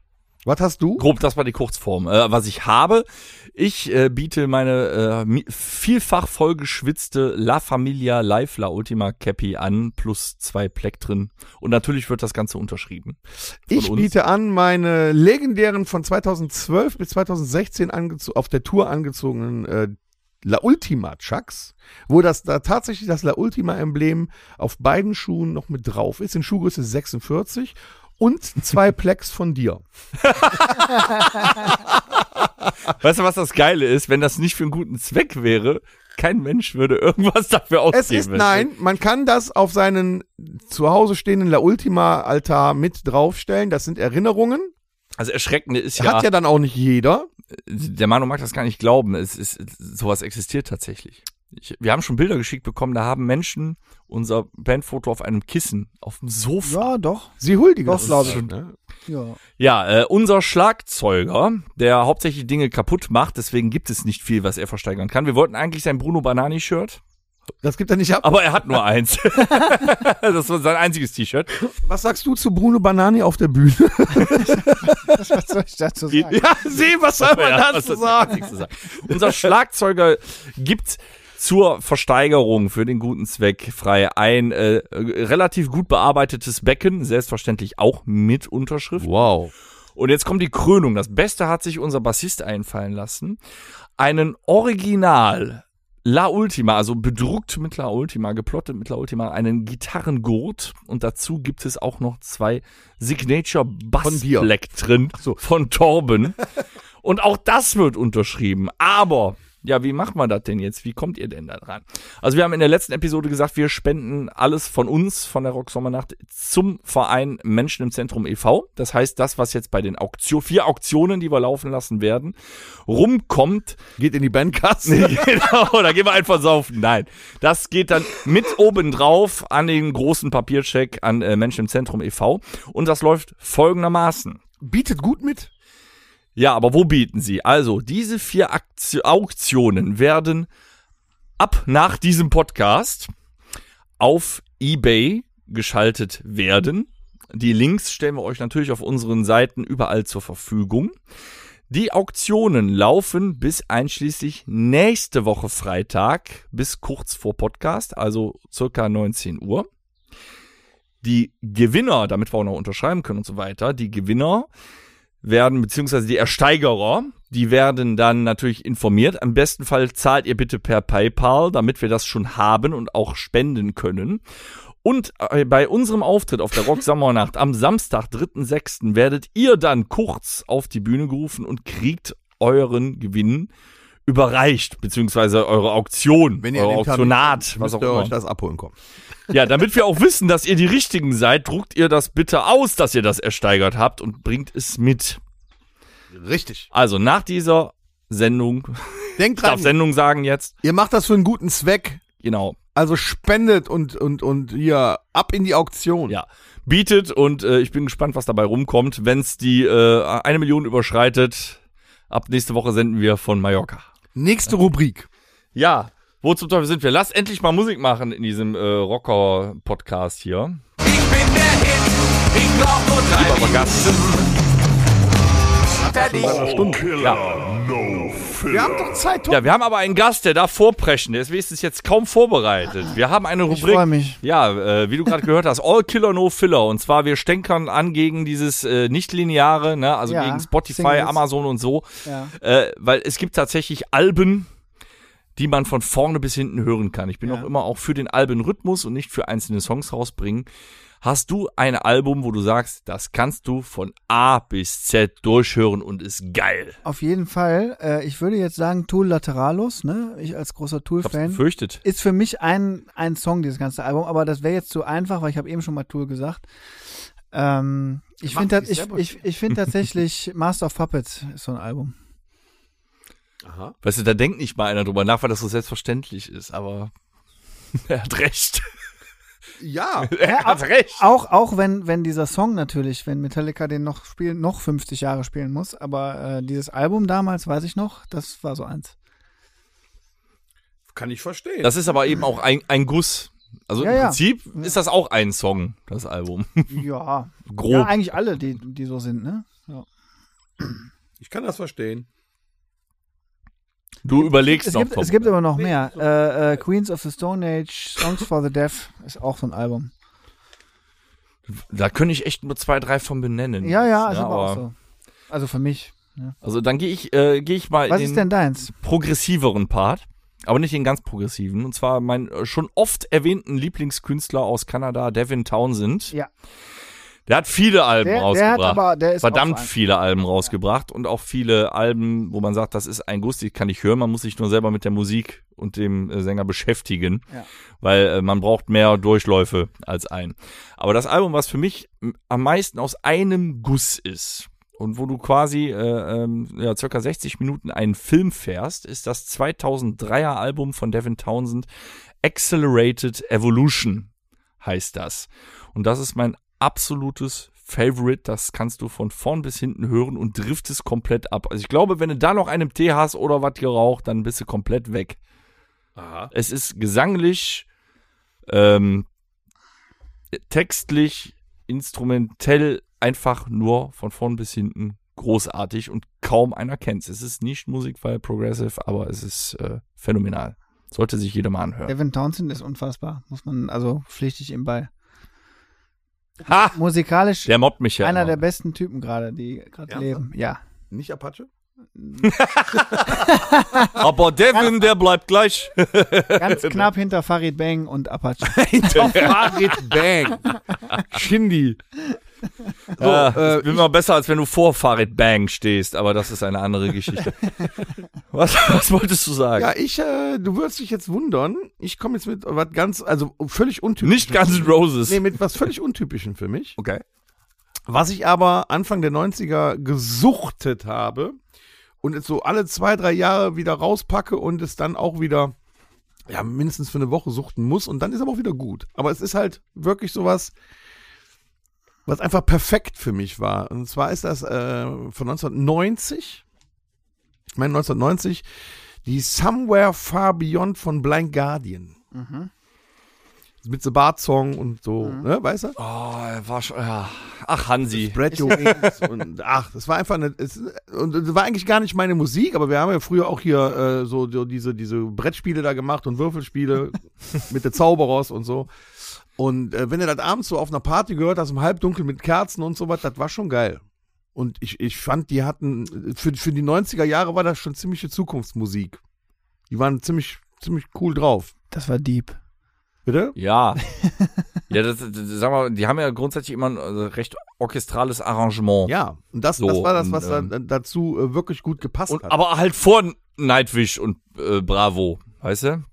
B: Was hast du?
C: grob, das war die Kurzform. Äh, was ich habe, ich äh, biete meine äh, mi- vielfach vollgeschwitzte La Familia Live La Ultima Cappy an, plus zwei Plektren. Und natürlich wird das Ganze unterschrieben. Von
B: Ich
C: uns.
B: biete an, meine legendären von 2012 bis 2016 angezo- auf der Tour angezogenen äh, La Ultima Chucks, wo das da tatsächlich das La Ultima Emblem auf beiden Schuhen noch mit drauf ist, in Schuhgröße 46 und zwei Plex von dir.
C: Weißt du, was das Geile ist? Wenn das nicht für einen guten Zweck wäre, kein Mensch würde irgendwas dafür ausgeben.
B: Es ist nein, man kann das auf seinen zu Hause stehenden La Ultima Altar mit draufstellen. Das sind Erinnerungen.
C: Also erschreckende ist
B: Hat ja dann auch nicht jeder.
C: der Manu mag das gar nicht glauben. Es ist, es- sowas existiert tatsächlich. Ich, wir haben schon Bilder geschickt bekommen, da haben Menschen unser Bandfoto auf einem Kissen, auf dem Sofa.
D: Ja, Ah, doch.
B: Sie huldigen
D: Doch,
B: es.
D: glaub ich.
B: Ne?
D: Ja.
C: Ja, äh, unser Schlagzeuger, der hauptsächlich Dinge kaputt macht, deswegen gibt es nicht viel, was er versteigern kann. Wir wollten eigentlich sein Bruno Banani-Shirt,
B: Das gibt er nicht
D: Ah.
B: ab.
C: aber er hat nur eins. das war sein einziges T-Shirt.
B: Was sagst du zu Bruno Banani auf der Bühne?
D: Was soll ich dazu sagen?
B: Ja, seh, was soll man
C: Ja, was
B: dazu
C: soll man
B: sagen?
C: dazu sagen? Unser Schlagzeuger gibt zur Versteigerung für den guten Zweck frei ein äh, relativ gut bearbeitetes Becken, selbstverständlich auch mit Unterschrift.
B: Wow.
C: Und jetzt kommt die Krönung. Das Beste hat sich unser Bassist einfallen lassen. Einen Original La Ultima, also bedruckt mit La Ultima, geplottet mit La Ultima, einen Gitarrengurt und dazu gibt es auch noch zwei Signature
B: Von dir.
C: Bassbleck drin
B: so.
C: von Torben. und auch das wird unterschrieben. Aber ja, wie macht man das denn jetzt? Wie kommt ihr denn da dran? Also wir haben in der letzten Episode gesagt, wir spenden alles von uns, von der Rocksommernacht, zum Verein Menschen im Zentrum e.V. Das heißt, das, was jetzt bei den Auktion, vier Auktionen, die wir laufen lassen werden, rumkommt,
B: Geht in die Bandkasse.
C: genau, da gehen wir einfach saufen. Nein, das geht dann mit obendrauf an den großen Papiercheck an äh, Menschen im Zentrum e.V. Und das läuft folgendermaßen.
B: Bietet gut mit.
C: Ja, aber wo bieten sie? Also, diese vier Aktio Auktionen werden ab nach diesem Podcast auf eBay geschaltet werden. Die Links stellen wir euch natürlich auf unseren Seiten überall zur Verfügung. Die Auktionen laufen bis einschließlich nächste Woche Freitag bis kurz vor Podcast, also circa 19 Uhr. Die Gewinner, damit wir auch noch unterschreiben können und so weiter, die Gewinner werden, beziehungsweise die Ersteigerer, die werden dann natürlich informiert. Am besten Fall zahlt ihr bitte per PayPal, damit wir das schon haben und auch spenden können. Und äh, bei unserem Auftritt auf der Rock Sommernacht am Samstag, 3.6., werdet ihr dann kurz auf die Bühne gerufen und kriegt euren Gewinn überreicht, beziehungsweise eure Auktion,
G: Wenn ihr
C: eure
G: an dem Tag-
C: Auktionat, was auch
G: Müsst ihr
C: immer.
G: euch das abholen kommen.
C: Ja, damit wir auch wissen, dass ihr die Richtigen seid, druckt ihr das bitte aus, dass ihr das ersteigert habt und bringt es mit.
G: Richtig.
C: Also nach dieser Sendung,
G: Denkt
C: ich darf
G: dran,
C: Sendung sagen jetzt,
G: ihr macht das für einen guten Zweck.
C: genau,
G: Also spendet und, und, und hier ab in die Auktion.
C: ja, bietet und äh, ich bin gespannt, was dabei rumkommt. Wenn's die äh, eine Million überschreitet, ab nächste Woche senden wir von Mallorca.
G: Nächste Rubrik.
C: Ja, wo zum Teufel sind wir? Lass endlich mal Musik machen in diesem äh, Rocker-Podcast hier.
A: Oh,
B: Wir haben doch Zeit.
C: Ja, wir haben aber einen Gast, der darf vorpreschen. Der ist wenigstens jetzt kaum vorbereitet. Wir haben eine
D: Ich
C: Rubrik.
D: freue mich.
C: Ja, äh, wie du gerade gehört hast, All Killer No Filler. Und zwar, wir stänkern an gegen dieses äh, Nichtlineare, ne? also
D: Ja,
C: gegen Spotify,
D: Singles.
C: Amazon und so.
D: Ja.
C: Äh, weil es gibt tatsächlich Alben, die man von vorne bis hinten hören kann. Ich bin auch immer auch für den Albenrhythmus und nicht für einzelne Songs rausbringen. Hast du ein Album, wo du sagst, das kannst du von A bis Z durchhören und ist geil?
D: Auf jeden Fall. Äh, ich würde jetzt sagen, Tool Lateralos, ne? Ich als großer
C: Ich hab's
D: Tool-Fan.
C: befürchtet.
D: Ist für mich ein, ein Song, dieses ganze Album, aber das wäre jetzt zu einfach, weil ich habe eben schon mal Tool gesagt. Ähm, ich
B: Macht
D: finde
B: sich
D: ich,
B: selber
D: ich, ich find tatsächlich Master of Puppets ist so ein Album.
C: Weißt du, da denkt nicht mal einer drüber nach, weil das so selbstverständlich ist, aber er hat recht.
B: Ja.
C: Er hat recht.
D: Auch, auch wenn, wenn dieser Song natürlich, wenn Metallica den noch spielen, noch 50 Jahre spielen muss, aber äh, dieses Album damals, weiß ich noch, das war so eins.
B: Kann ich verstehen.
C: Das ist aber eben auch ein, ein Guss. Also
D: Ja,
C: im
D: ja.
C: Prinzip ist das auch ein Song, das Album.
D: Ja. ja
C: Grob.
D: eigentlich alle, die, die so sind, ne? Ja.
B: Ich kann das verstehen.
C: du überlegst
D: Es
C: noch.
D: gibt,
C: Tom.
D: es gibt aber noch mehr. Äh, äh, Queens of the Stone Age, Songs for the Deaf ist auch so ein Album.
C: da könnte ich echt nur zwei, drei von benennen.
D: Ja, ja,
C: Ne,
D: ist aber auch so. Also für mich.
C: Also dann gehe ich, äh, gehe ich mal
D: Was
C: in
D: ist
C: den
D: denn deins?
C: progressiveren Part, aber nicht den ganz progressiven. Und zwar meinen äh, schon oft erwähnten Lieblingskünstler aus Kanada, Devin Townsend.
D: Ja.
C: Der hat viele Alben
D: Der, der
C: rausgebracht.
D: hat aber, der ist
C: verdammt
D: auch so ein-
C: viele Alben rausgebracht und auch viele Alben, wo man sagt, das ist ein Guss, die kann ich hören. Man muss sich nur selber mit der Musik und dem äh, Sänger beschäftigen,
D: Ja.
C: weil äh, man braucht mehr Durchläufe als ein. Aber das Album, was für mich m, am meisten aus einem Guss ist und wo du quasi äh, ähm, ja, circa 60 Minuten einen Film fährst, ist das 2003er Album von Devin Townsend, Accelerated Evolution heißt das. Und das ist mein absolutes Favorite. Das kannst du von vorn bis hinten hören und driftest komplett ab. Also ich glaube, wenn du da noch einen Tee hast oder was geraucht, dann bist du komplett weg. Es ist gesanglich, ähm, textlich, instrumentell einfach nur von vorn bis hinten großartig und kaum einer kennt es. Es ist nicht Musik, weil Progressive, aber es ist äh, phänomenal. Sollte sich jeder mal anhören.
D: Devin Townsend ist unfassbar. Muss man, also pflichtig ihm bei.
C: Ha!
D: Musikalisch
C: Der mobbt mich ja.
D: einer
C: immer.
D: der besten Typen gerade, die gerade leben. Ja.
B: Nicht Apache?
C: Aber Devin, der bleibt gleich.
D: Ganz knapp hinter Farid Bang und Apache.
G: Farid Bang.
C: Shindi. So, äh, ich bin mal besser, als wenn du vor Farid Bang stehst, aber das ist eine andere Geschichte. was, was wolltest du sagen?
B: Ja, ich, äh, du würdest dich jetzt wundern. Ich komme jetzt mit was ganz, also völlig untypisch.
C: Nicht Guns N' Roses.
B: Nee, mit was völlig Untypischen für mich.
C: Okay.
B: Was ich aber Anfang der 90er gesuchtet habe und jetzt so alle zwei, drei Jahre wieder rauspacke und es dann auch wieder, ja, mindestens für eine Woche suchten muss und dann ist aber auch wieder gut. Aber es ist halt wirklich sowas, was einfach perfekt für mich war. Und zwar ist das äh, von 1990, ich meine 1990, die Somewhere Far Beyond von Blind Guardian. Mit The Bart Song und so, ne, weißt du?
C: Oh, er war schon, ja. Ach, Hansi.
B: Spread Your Wings und ach, das war einfach eine, es, und es war eigentlich gar nicht meine Musik, aber wir haben ja früher auch hier äh, so, so diese, diese Brettspiele da gemacht und Würfelspiele mit den Zauberers und so. Und äh, wenn du das abends so auf einer Party gehört hast, im Halbdunkel mit Kerzen und sowas, das war schon geil. Und ich, ich fand, die hatten, für, für die 90er Jahre war das schon ziemliche Zukunftsmusik. Die waren ziemlich, ziemlich cool drauf.
D: Das war deep.
B: Bitte?
C: Ja. ja, das, das, sag mal, die haben ja grundsätzlich immer ein äh, recht orchestrales Arrangement.
B: Ja, und das,
C: So,
B: das war das,
C: und,
B: was
C: ähm,
B: dann dazu äh, wirklich gut gepasst
C: Und,
B: hat.
C: aber halt vor Nightwish und äh, Bravo, weißt du?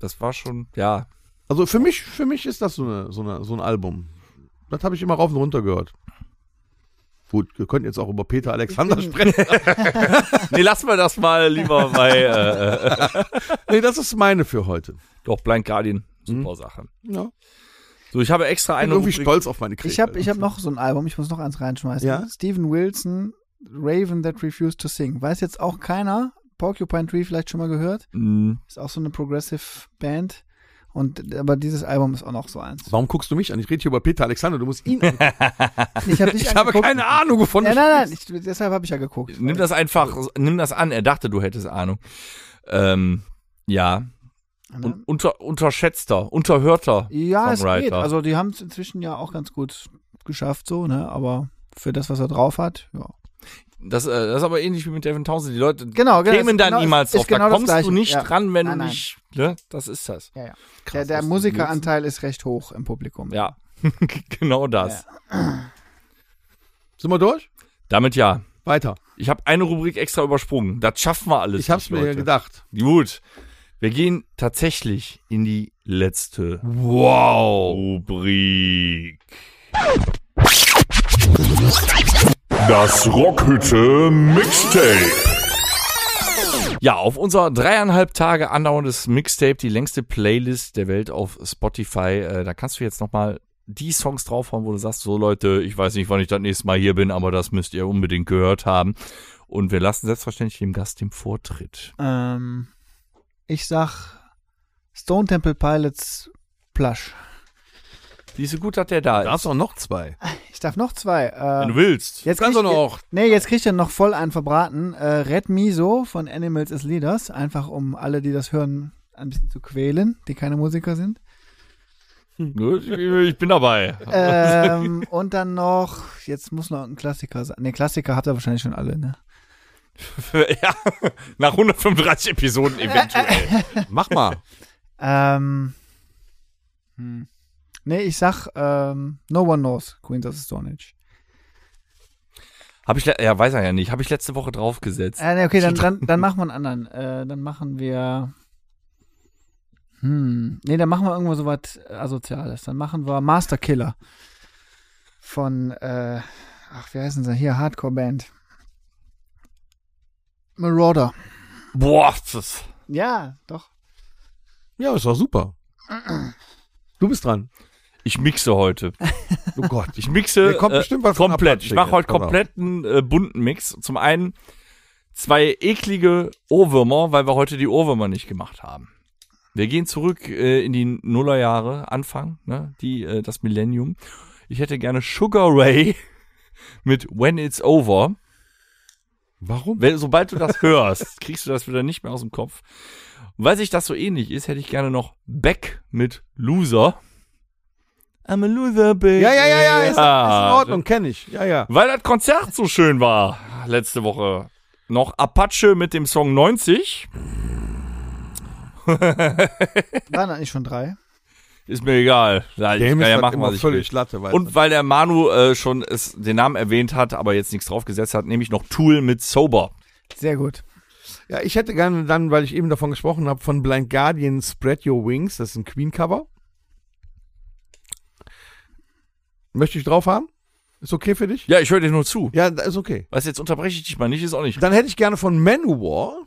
C: Das war schon, ja.
B: Also für mich, für mich ist das so, eine, so, eine, so ein Album. Das habe ich immer rauf und runter gehört. Gut, wir könnten jetzt auch über Peter Alexander sprechen.
C: Nee, lassen wir das mal lieber bei äh, äh,
B: nee, das ist meine für heute.
C: doch Blind Guardian. Super
D: Mhm.
C: Sache.
B: Ja.
C: So, ich habe extra
B: Ich bin
C: eine
B: irgendwie
C: Rubrik-
B: stolz auf meine Kritik.
D: Ich habe ich hab noch so ein Album, ich muss noch eins reinschmeißen.
B: Ja?
D: Steven Wilson, Raven That Refused to Sing. Weiß jetzt auch keiner. Porcupine Tree vielleicht schon mal gehört.
C: Mm,
D: Ist auch so eine Progressive Band. Und, aber dieses Album ist auch noch so eins.
B: Warum guckst du mich an? Ich rede hier über Peter Alexander, du musst ihn angucken.
D: Ich, hab dich
B: Ich habe
D: angeguckt.
B: keine Ahnung, wovon
D: Ja,
B: du
D: nein, nein, ich, deshalb habe ich ja geguckt.
C: Nimm das einfach,
D: Also-
C: nimm das an. Er dachte, du hättest Ahnung. Ähm, ja. Und unter, unterschätzter, unterhörter
D: ne? Ja, es
C: Songwriter.
D: geht. Also die haben es inzwischen ja auch ganz gut geschafft, so, ne? Aber für das, was er drauf hat, ja.
C: das, äh, das ist aber ähnlich wie mit Devin Townsend. Die Leute
D: Genau, genau.
C: kämen
D: das-
C: da
D: genau,
C: niemals
D: ist
C: drauf.
D: genau
C: da
D: das
C: kommst
D: Gleiche,
C: du nicht
D: ja.
C: ran, wenn
D: Nein,
C: du
D: nein.
C: nicht. Ne? Das ist das.
D: Ja, ja.
C: Krass,
D: Der, der
C: was
D: Musikeranteil ist recht hoch im Publikum.
C: Ja, genau das.
B: Sind wir durch?
C: Damit ja.
B: Weiter.
C: Ich habe eine Rubrik extra übersprungen. Das schaffen wir alles.
B: Ich hab's
C: nicht,
B: mir ja
C: Leute.
B: gedacht.
C: Gut. Wir gehen tatsächlich in die letzte Wow Rubrik.
A: Das Rockhütte Mixtape.
C: Ja, auf unser dreieinhalb Tage andauerndes Mixtape, die längste Playlist der Welt auf Spotify, äh, da kannst du jetzt nochmal die Songs draufhauen, wo du sagst, so Leute, ich weiß nicht, wann ich das nächste Mal hier bin, aber das müsst ihr unbedingt gehört haben. Und wir lassen selbstverständlich dem Gast den Vortritt.
D: Ähm, ich sag Stone Temple Pilots Plush.
C: Siehst du gut, dass der da
B: Du
C: ist?
B: darfst auch noch zwei.
D: Ich darf noch zwei.
C: Wenn du
D: Äh,
C: willst.
D: jetzt
B: Kannst du
D: krieg-
B: noch.
D: Nee, jetzt kriegt er noch voll einen verbraten. Äh, Red Miso von Animals as Leaders. Einfach um alle, die das hören, ein bisschen zu quälen, die keine Musiker sind.
C: Gut, Ich bin dabei.
D: Ähm, und dann noch, jetzt muss noch ein Klassiker sein. Ne, Klassiker habt ihr wahrscheinlich schon alle, ne?
C: ja, nach 135 Episoden eventuell.
B: Mach mal.
D: Ähm, hm. Ne, ich sag ähm, No One Knows, Queens of the Stone Age.
C: Habe ich, le- ja, weiß er ja nicht. Habe ich letzte Woche draufgesetzt.
D: Äh, nee, okay, dann, dann, dann machen wir einen anderen. Äh, dann machen wir. Hm. Nee, dann machen wir irgendwo so was äh, Asoziales. Dann machen wir Master Killer. Von, äh, ach, wie heißen sie? Hier, Hardcore Band. Marauder.
C: Boah, das.
D: Ja, doch.
B: Ja, ist doch super. Du bist dran.
C: Ich mixe heute.
B: Oh Gott.
C: Ich mixe
B: Hier kommt
C: äh,
B: bestimmt was von
C: komplett.
B: der
C: Ich mache heute
B: Pappschicke.
C: komplett einen äh, bunten Mix. Zum einen zwei eklige Ohrwürmer, weil wir heute die Ohrwürmer nicht gemacht haben. Wir gehen zurück äh, in die Nullerjahre, Anfang, ne? die, äh, das Millennium. Ich hätte gerne Sugar Ray mit When It's Over.
B: Warum?
C: Wenn, sobald du das hörst, kriegst du das wieder nicht mehr aus dem Kopf. Und weil sich das so ähnlich ist, hätte ich gerne noch Beck mit Loser. I'm a loser, baby.
B: Ja, ja, ja, ja, ist, ist in
C: Ah,
B: Ordnung, kenne ich. Ja, ja.
C: Weil das Konzert so schön war letzte Woche. Noch Apache mit dem Song 90.
D: Waren das nicht schon drei?
C: Ist mir egal. Ja, Ich
B: Dem
C: kann
B: ist
C: ja
B: das
C: machen,
B: immer
C: was ich will.
B: völlig Latte. Weil
C: Und weil der Manu äh, schon es, den Namen erwähnt hat, aber jetzt nichts draufgesetzt hat, nehme ich noch Tool mit Sober.
D: Sehr gut.
B: Ja, ich hätte gerne dann, weil ich eben davon gesprochen habe, von Blind Guardian Spread Your Wings, das ist ein Queen-Cover. Möchte ich drauf haben? Ist okay für dich?
C: Ja, ich höre dir nur zu.
B: Ja, da ist okay.
C: Was, jetzt unterbreche ich dich mal nicht, ist auch nicht.
B: Dann hätte ich gerne von Manowar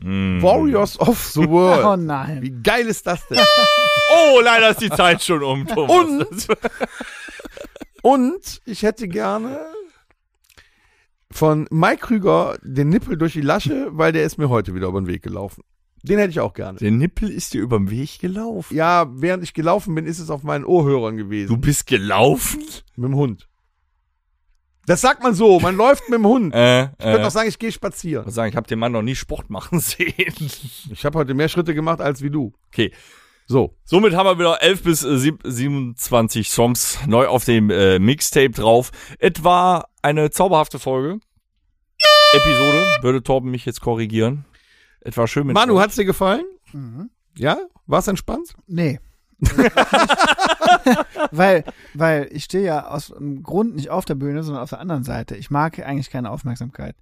C: Mm.
B: Warriors of the
D: Oh
B: World.
D: nein.
B: Wie geil ist das denn?
C: Oh, leider ist die Zeit schon um, Thomas.
B: Und- Und ich hätte gerne von Mike Krüger den Nippel durch die Lasche, weil der ist mir heute wieder über den Weg gelaufen. Den hätte ich auch gerne.
C: der Nippel ist dir über den Weg gelaufen.
B: Ja, während ich gelaufen bin, ist es auf meinen Ohrhörern gewesen.
C: Du bist gelaufen?
B: Mit dem Hund. Das sagt man so, man läuft mit dem Hund.
C: Äh,
B: Ich könnte
C: äh.
B: auch sagen, ich gehe spazieren.
C: Ich sagen, ich habe den Mann noch nie Sport machen sehen.
B: Ich habe heute mehr Schritte gemacht als wie du.
C: Okay.
B: So,
C: Somit haben wir wieder 11 bis äh, sieb- 27 Songs neu auf dem äh, Mixtape drauf. Etwa eine zauberhafte Folge. Episode, würde Torben mich jetzt korrigieren. Es war schön mit
B: Manu,
C: euch.
B: hat's dir gefallen?
D: Mhm.
B: Ja? War's entspannt?
D: Nee. weil, weil ich stehe ja aus einem Grund nicht auf der Bühne, sondern auf der anderen Seite. Ich mag eigentlich keine Aufmerksamkeit.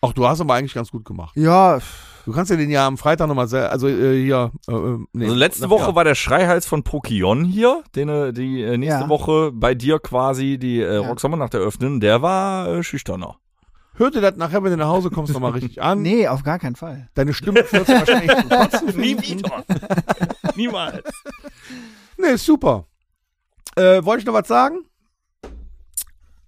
B: Ach, du hast aber eigentlich ganz gut gemacht.
D: Ja,
B: Du kannst ja den ja am Freitag nochmal selber, also äh, hier, äh, äh, nee.
C: Also letzte
B: Ja.
C: Woche war der Schreihals von Prokion hier, den äh, die äh, nächste
D: Ja.
C: Woche bei dir quasi die äh, Rock Sommernacht eröffnen. Der war äh, schüchterner.
B: Hör dir das nachher, wenn du nach Hause kommst, nochmal richtig an.
D: nee, auf gar keinen Fall.
B: Deine Stimme wird wahrscheinlich zu kotzen.
C: Nie wieder. Niemals.
B: Nee, ist super. Äh, wollte ich noch was sagen?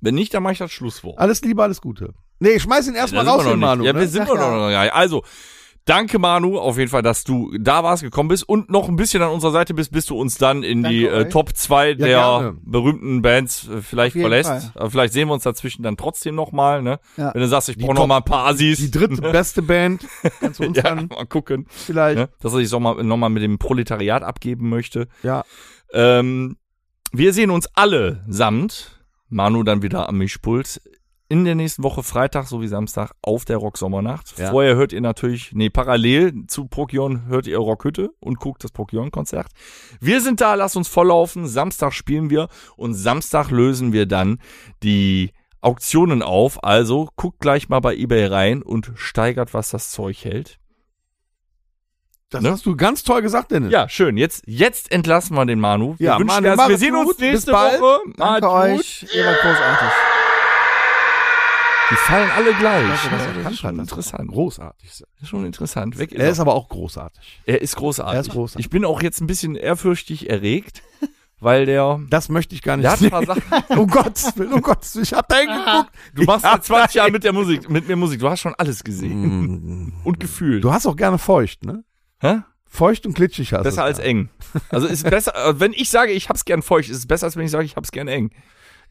C: Wenn nicht, dann mache ich das Schlusswort.
B: Alles Liebe, alles Gute. Nee, schmeiß ihn erstmal
C: Da sind
B: raus,
C: wir
B: den
C: noch
B: Manu.
C: nicht. Ja,
B: ne?
C: wir sind wir noch gar nicht. Also, danke Manu auf jeden Fall, dass du da warst, gekommen bist und noch ein bisschen an unserer Seite bist, bis du uns dann in
D: Danke
C: die äh,
D: euch.
C: Top 2 der
B: gerne.
C: berühmten Bands äh, vielleicht
D: Auf jeden
C: verlässt.
D: Fall.
C: Aber Vielleicht sehen wir uns dazwischen dann trotzdem nochmal, ne?
D: Ja.
C: Wenn du sagst, ich brauche
B: Top-
C: noch mal ein paar Assis.
B: die dritte beste Band. Kannst du uns
C: ja,
B: dann
C: mal gucken.
B: vielleicht.
C: Ne? Dass er sich nochmal noch mal mit dem Proletariat abgeben möchte.
B: Ja.
C: Ähm, wir sehen uns alle samt, Manu dann wieder am Mischpult, in der nächsten Woche, Freitag sowie Samstag, auf der Rocksommernacht.
B: Ja.
C: Vorher hört ihr natürlich, nee, parallel zu Prokion hört ihr Rockhütte und guckt das Prokion-Konzert. Wir sind da, lasst uns volllaufen. Samstag spielen wir und Samstag lösen wir dann die Auktionen auf. Also guckt gleich mal bei eBay rein und steigert, was das Zeug hält.
B: Das
C: Ne?
B: hast du ganz toll gesagt, Dennis.
C: Ja, schön. Jetzt, jetzt entlassen wir den Manu. Wir
B: Ja,
C: wünschen
B: Manu,
C: dir das.
B: mach
C: wir
B: es
C: sehen
B: gut.
C: uns nächste
B: Bis bald.
C: Woche.
D: Danke
C: Macht's gut.
D: euch, ihr wart großartig.
C: Die fallen alle gleich.
D: Danke,
C: Das ist schon interessant. Großartig. Ist schon interessant. Weg ist
B: Er ist aber auch großartig.
C: er ist großartig.
B: Er ist großartig.
C: Ah, Ich bin auch jetzt ein bisschen ehrfürchtig erregt, weil der.
B: Das möchte ich gar nicht
C: Der hat ein paar Sachen.
B: Oh Gott, oh Gott, ich hab da hingeguckt.
C: Du machst seit 20 Jahren mit der Musik, mit mir Musik. Du hast schon alles gesehen und gefühlt.
B: Mm. Du hast auch gerne feucht, ne?
C: Hä?
B: Feucht und glitschig hast
C: Besser
B: du.
C: als eng. Also ist besser, äh, wenn ich sage, ich hab's gern feucht, ist es besser, als wenn ich sage, ich hab's gern eng.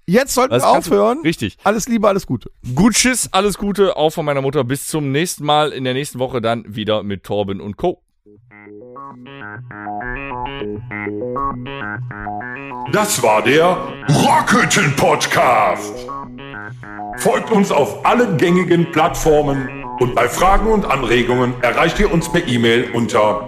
B: Jetzt sollten
C: Das
B: wir
C: kannst du-
B: aufhören.
C: Richtig.
B: Alles Liebe, alles Gute.
C: Gut Schiss, alles Gute, auch von meiner Mutter. Bis zum nächsten Mal. In der nächsten Woche dann wieder mit Torben und Co.
A: Das war der Rockhütten Podcast. Folgt uns auf allen gängigen Plattformen und bei Fragen und Anregungen erreicht ihr uns per E-Mail unter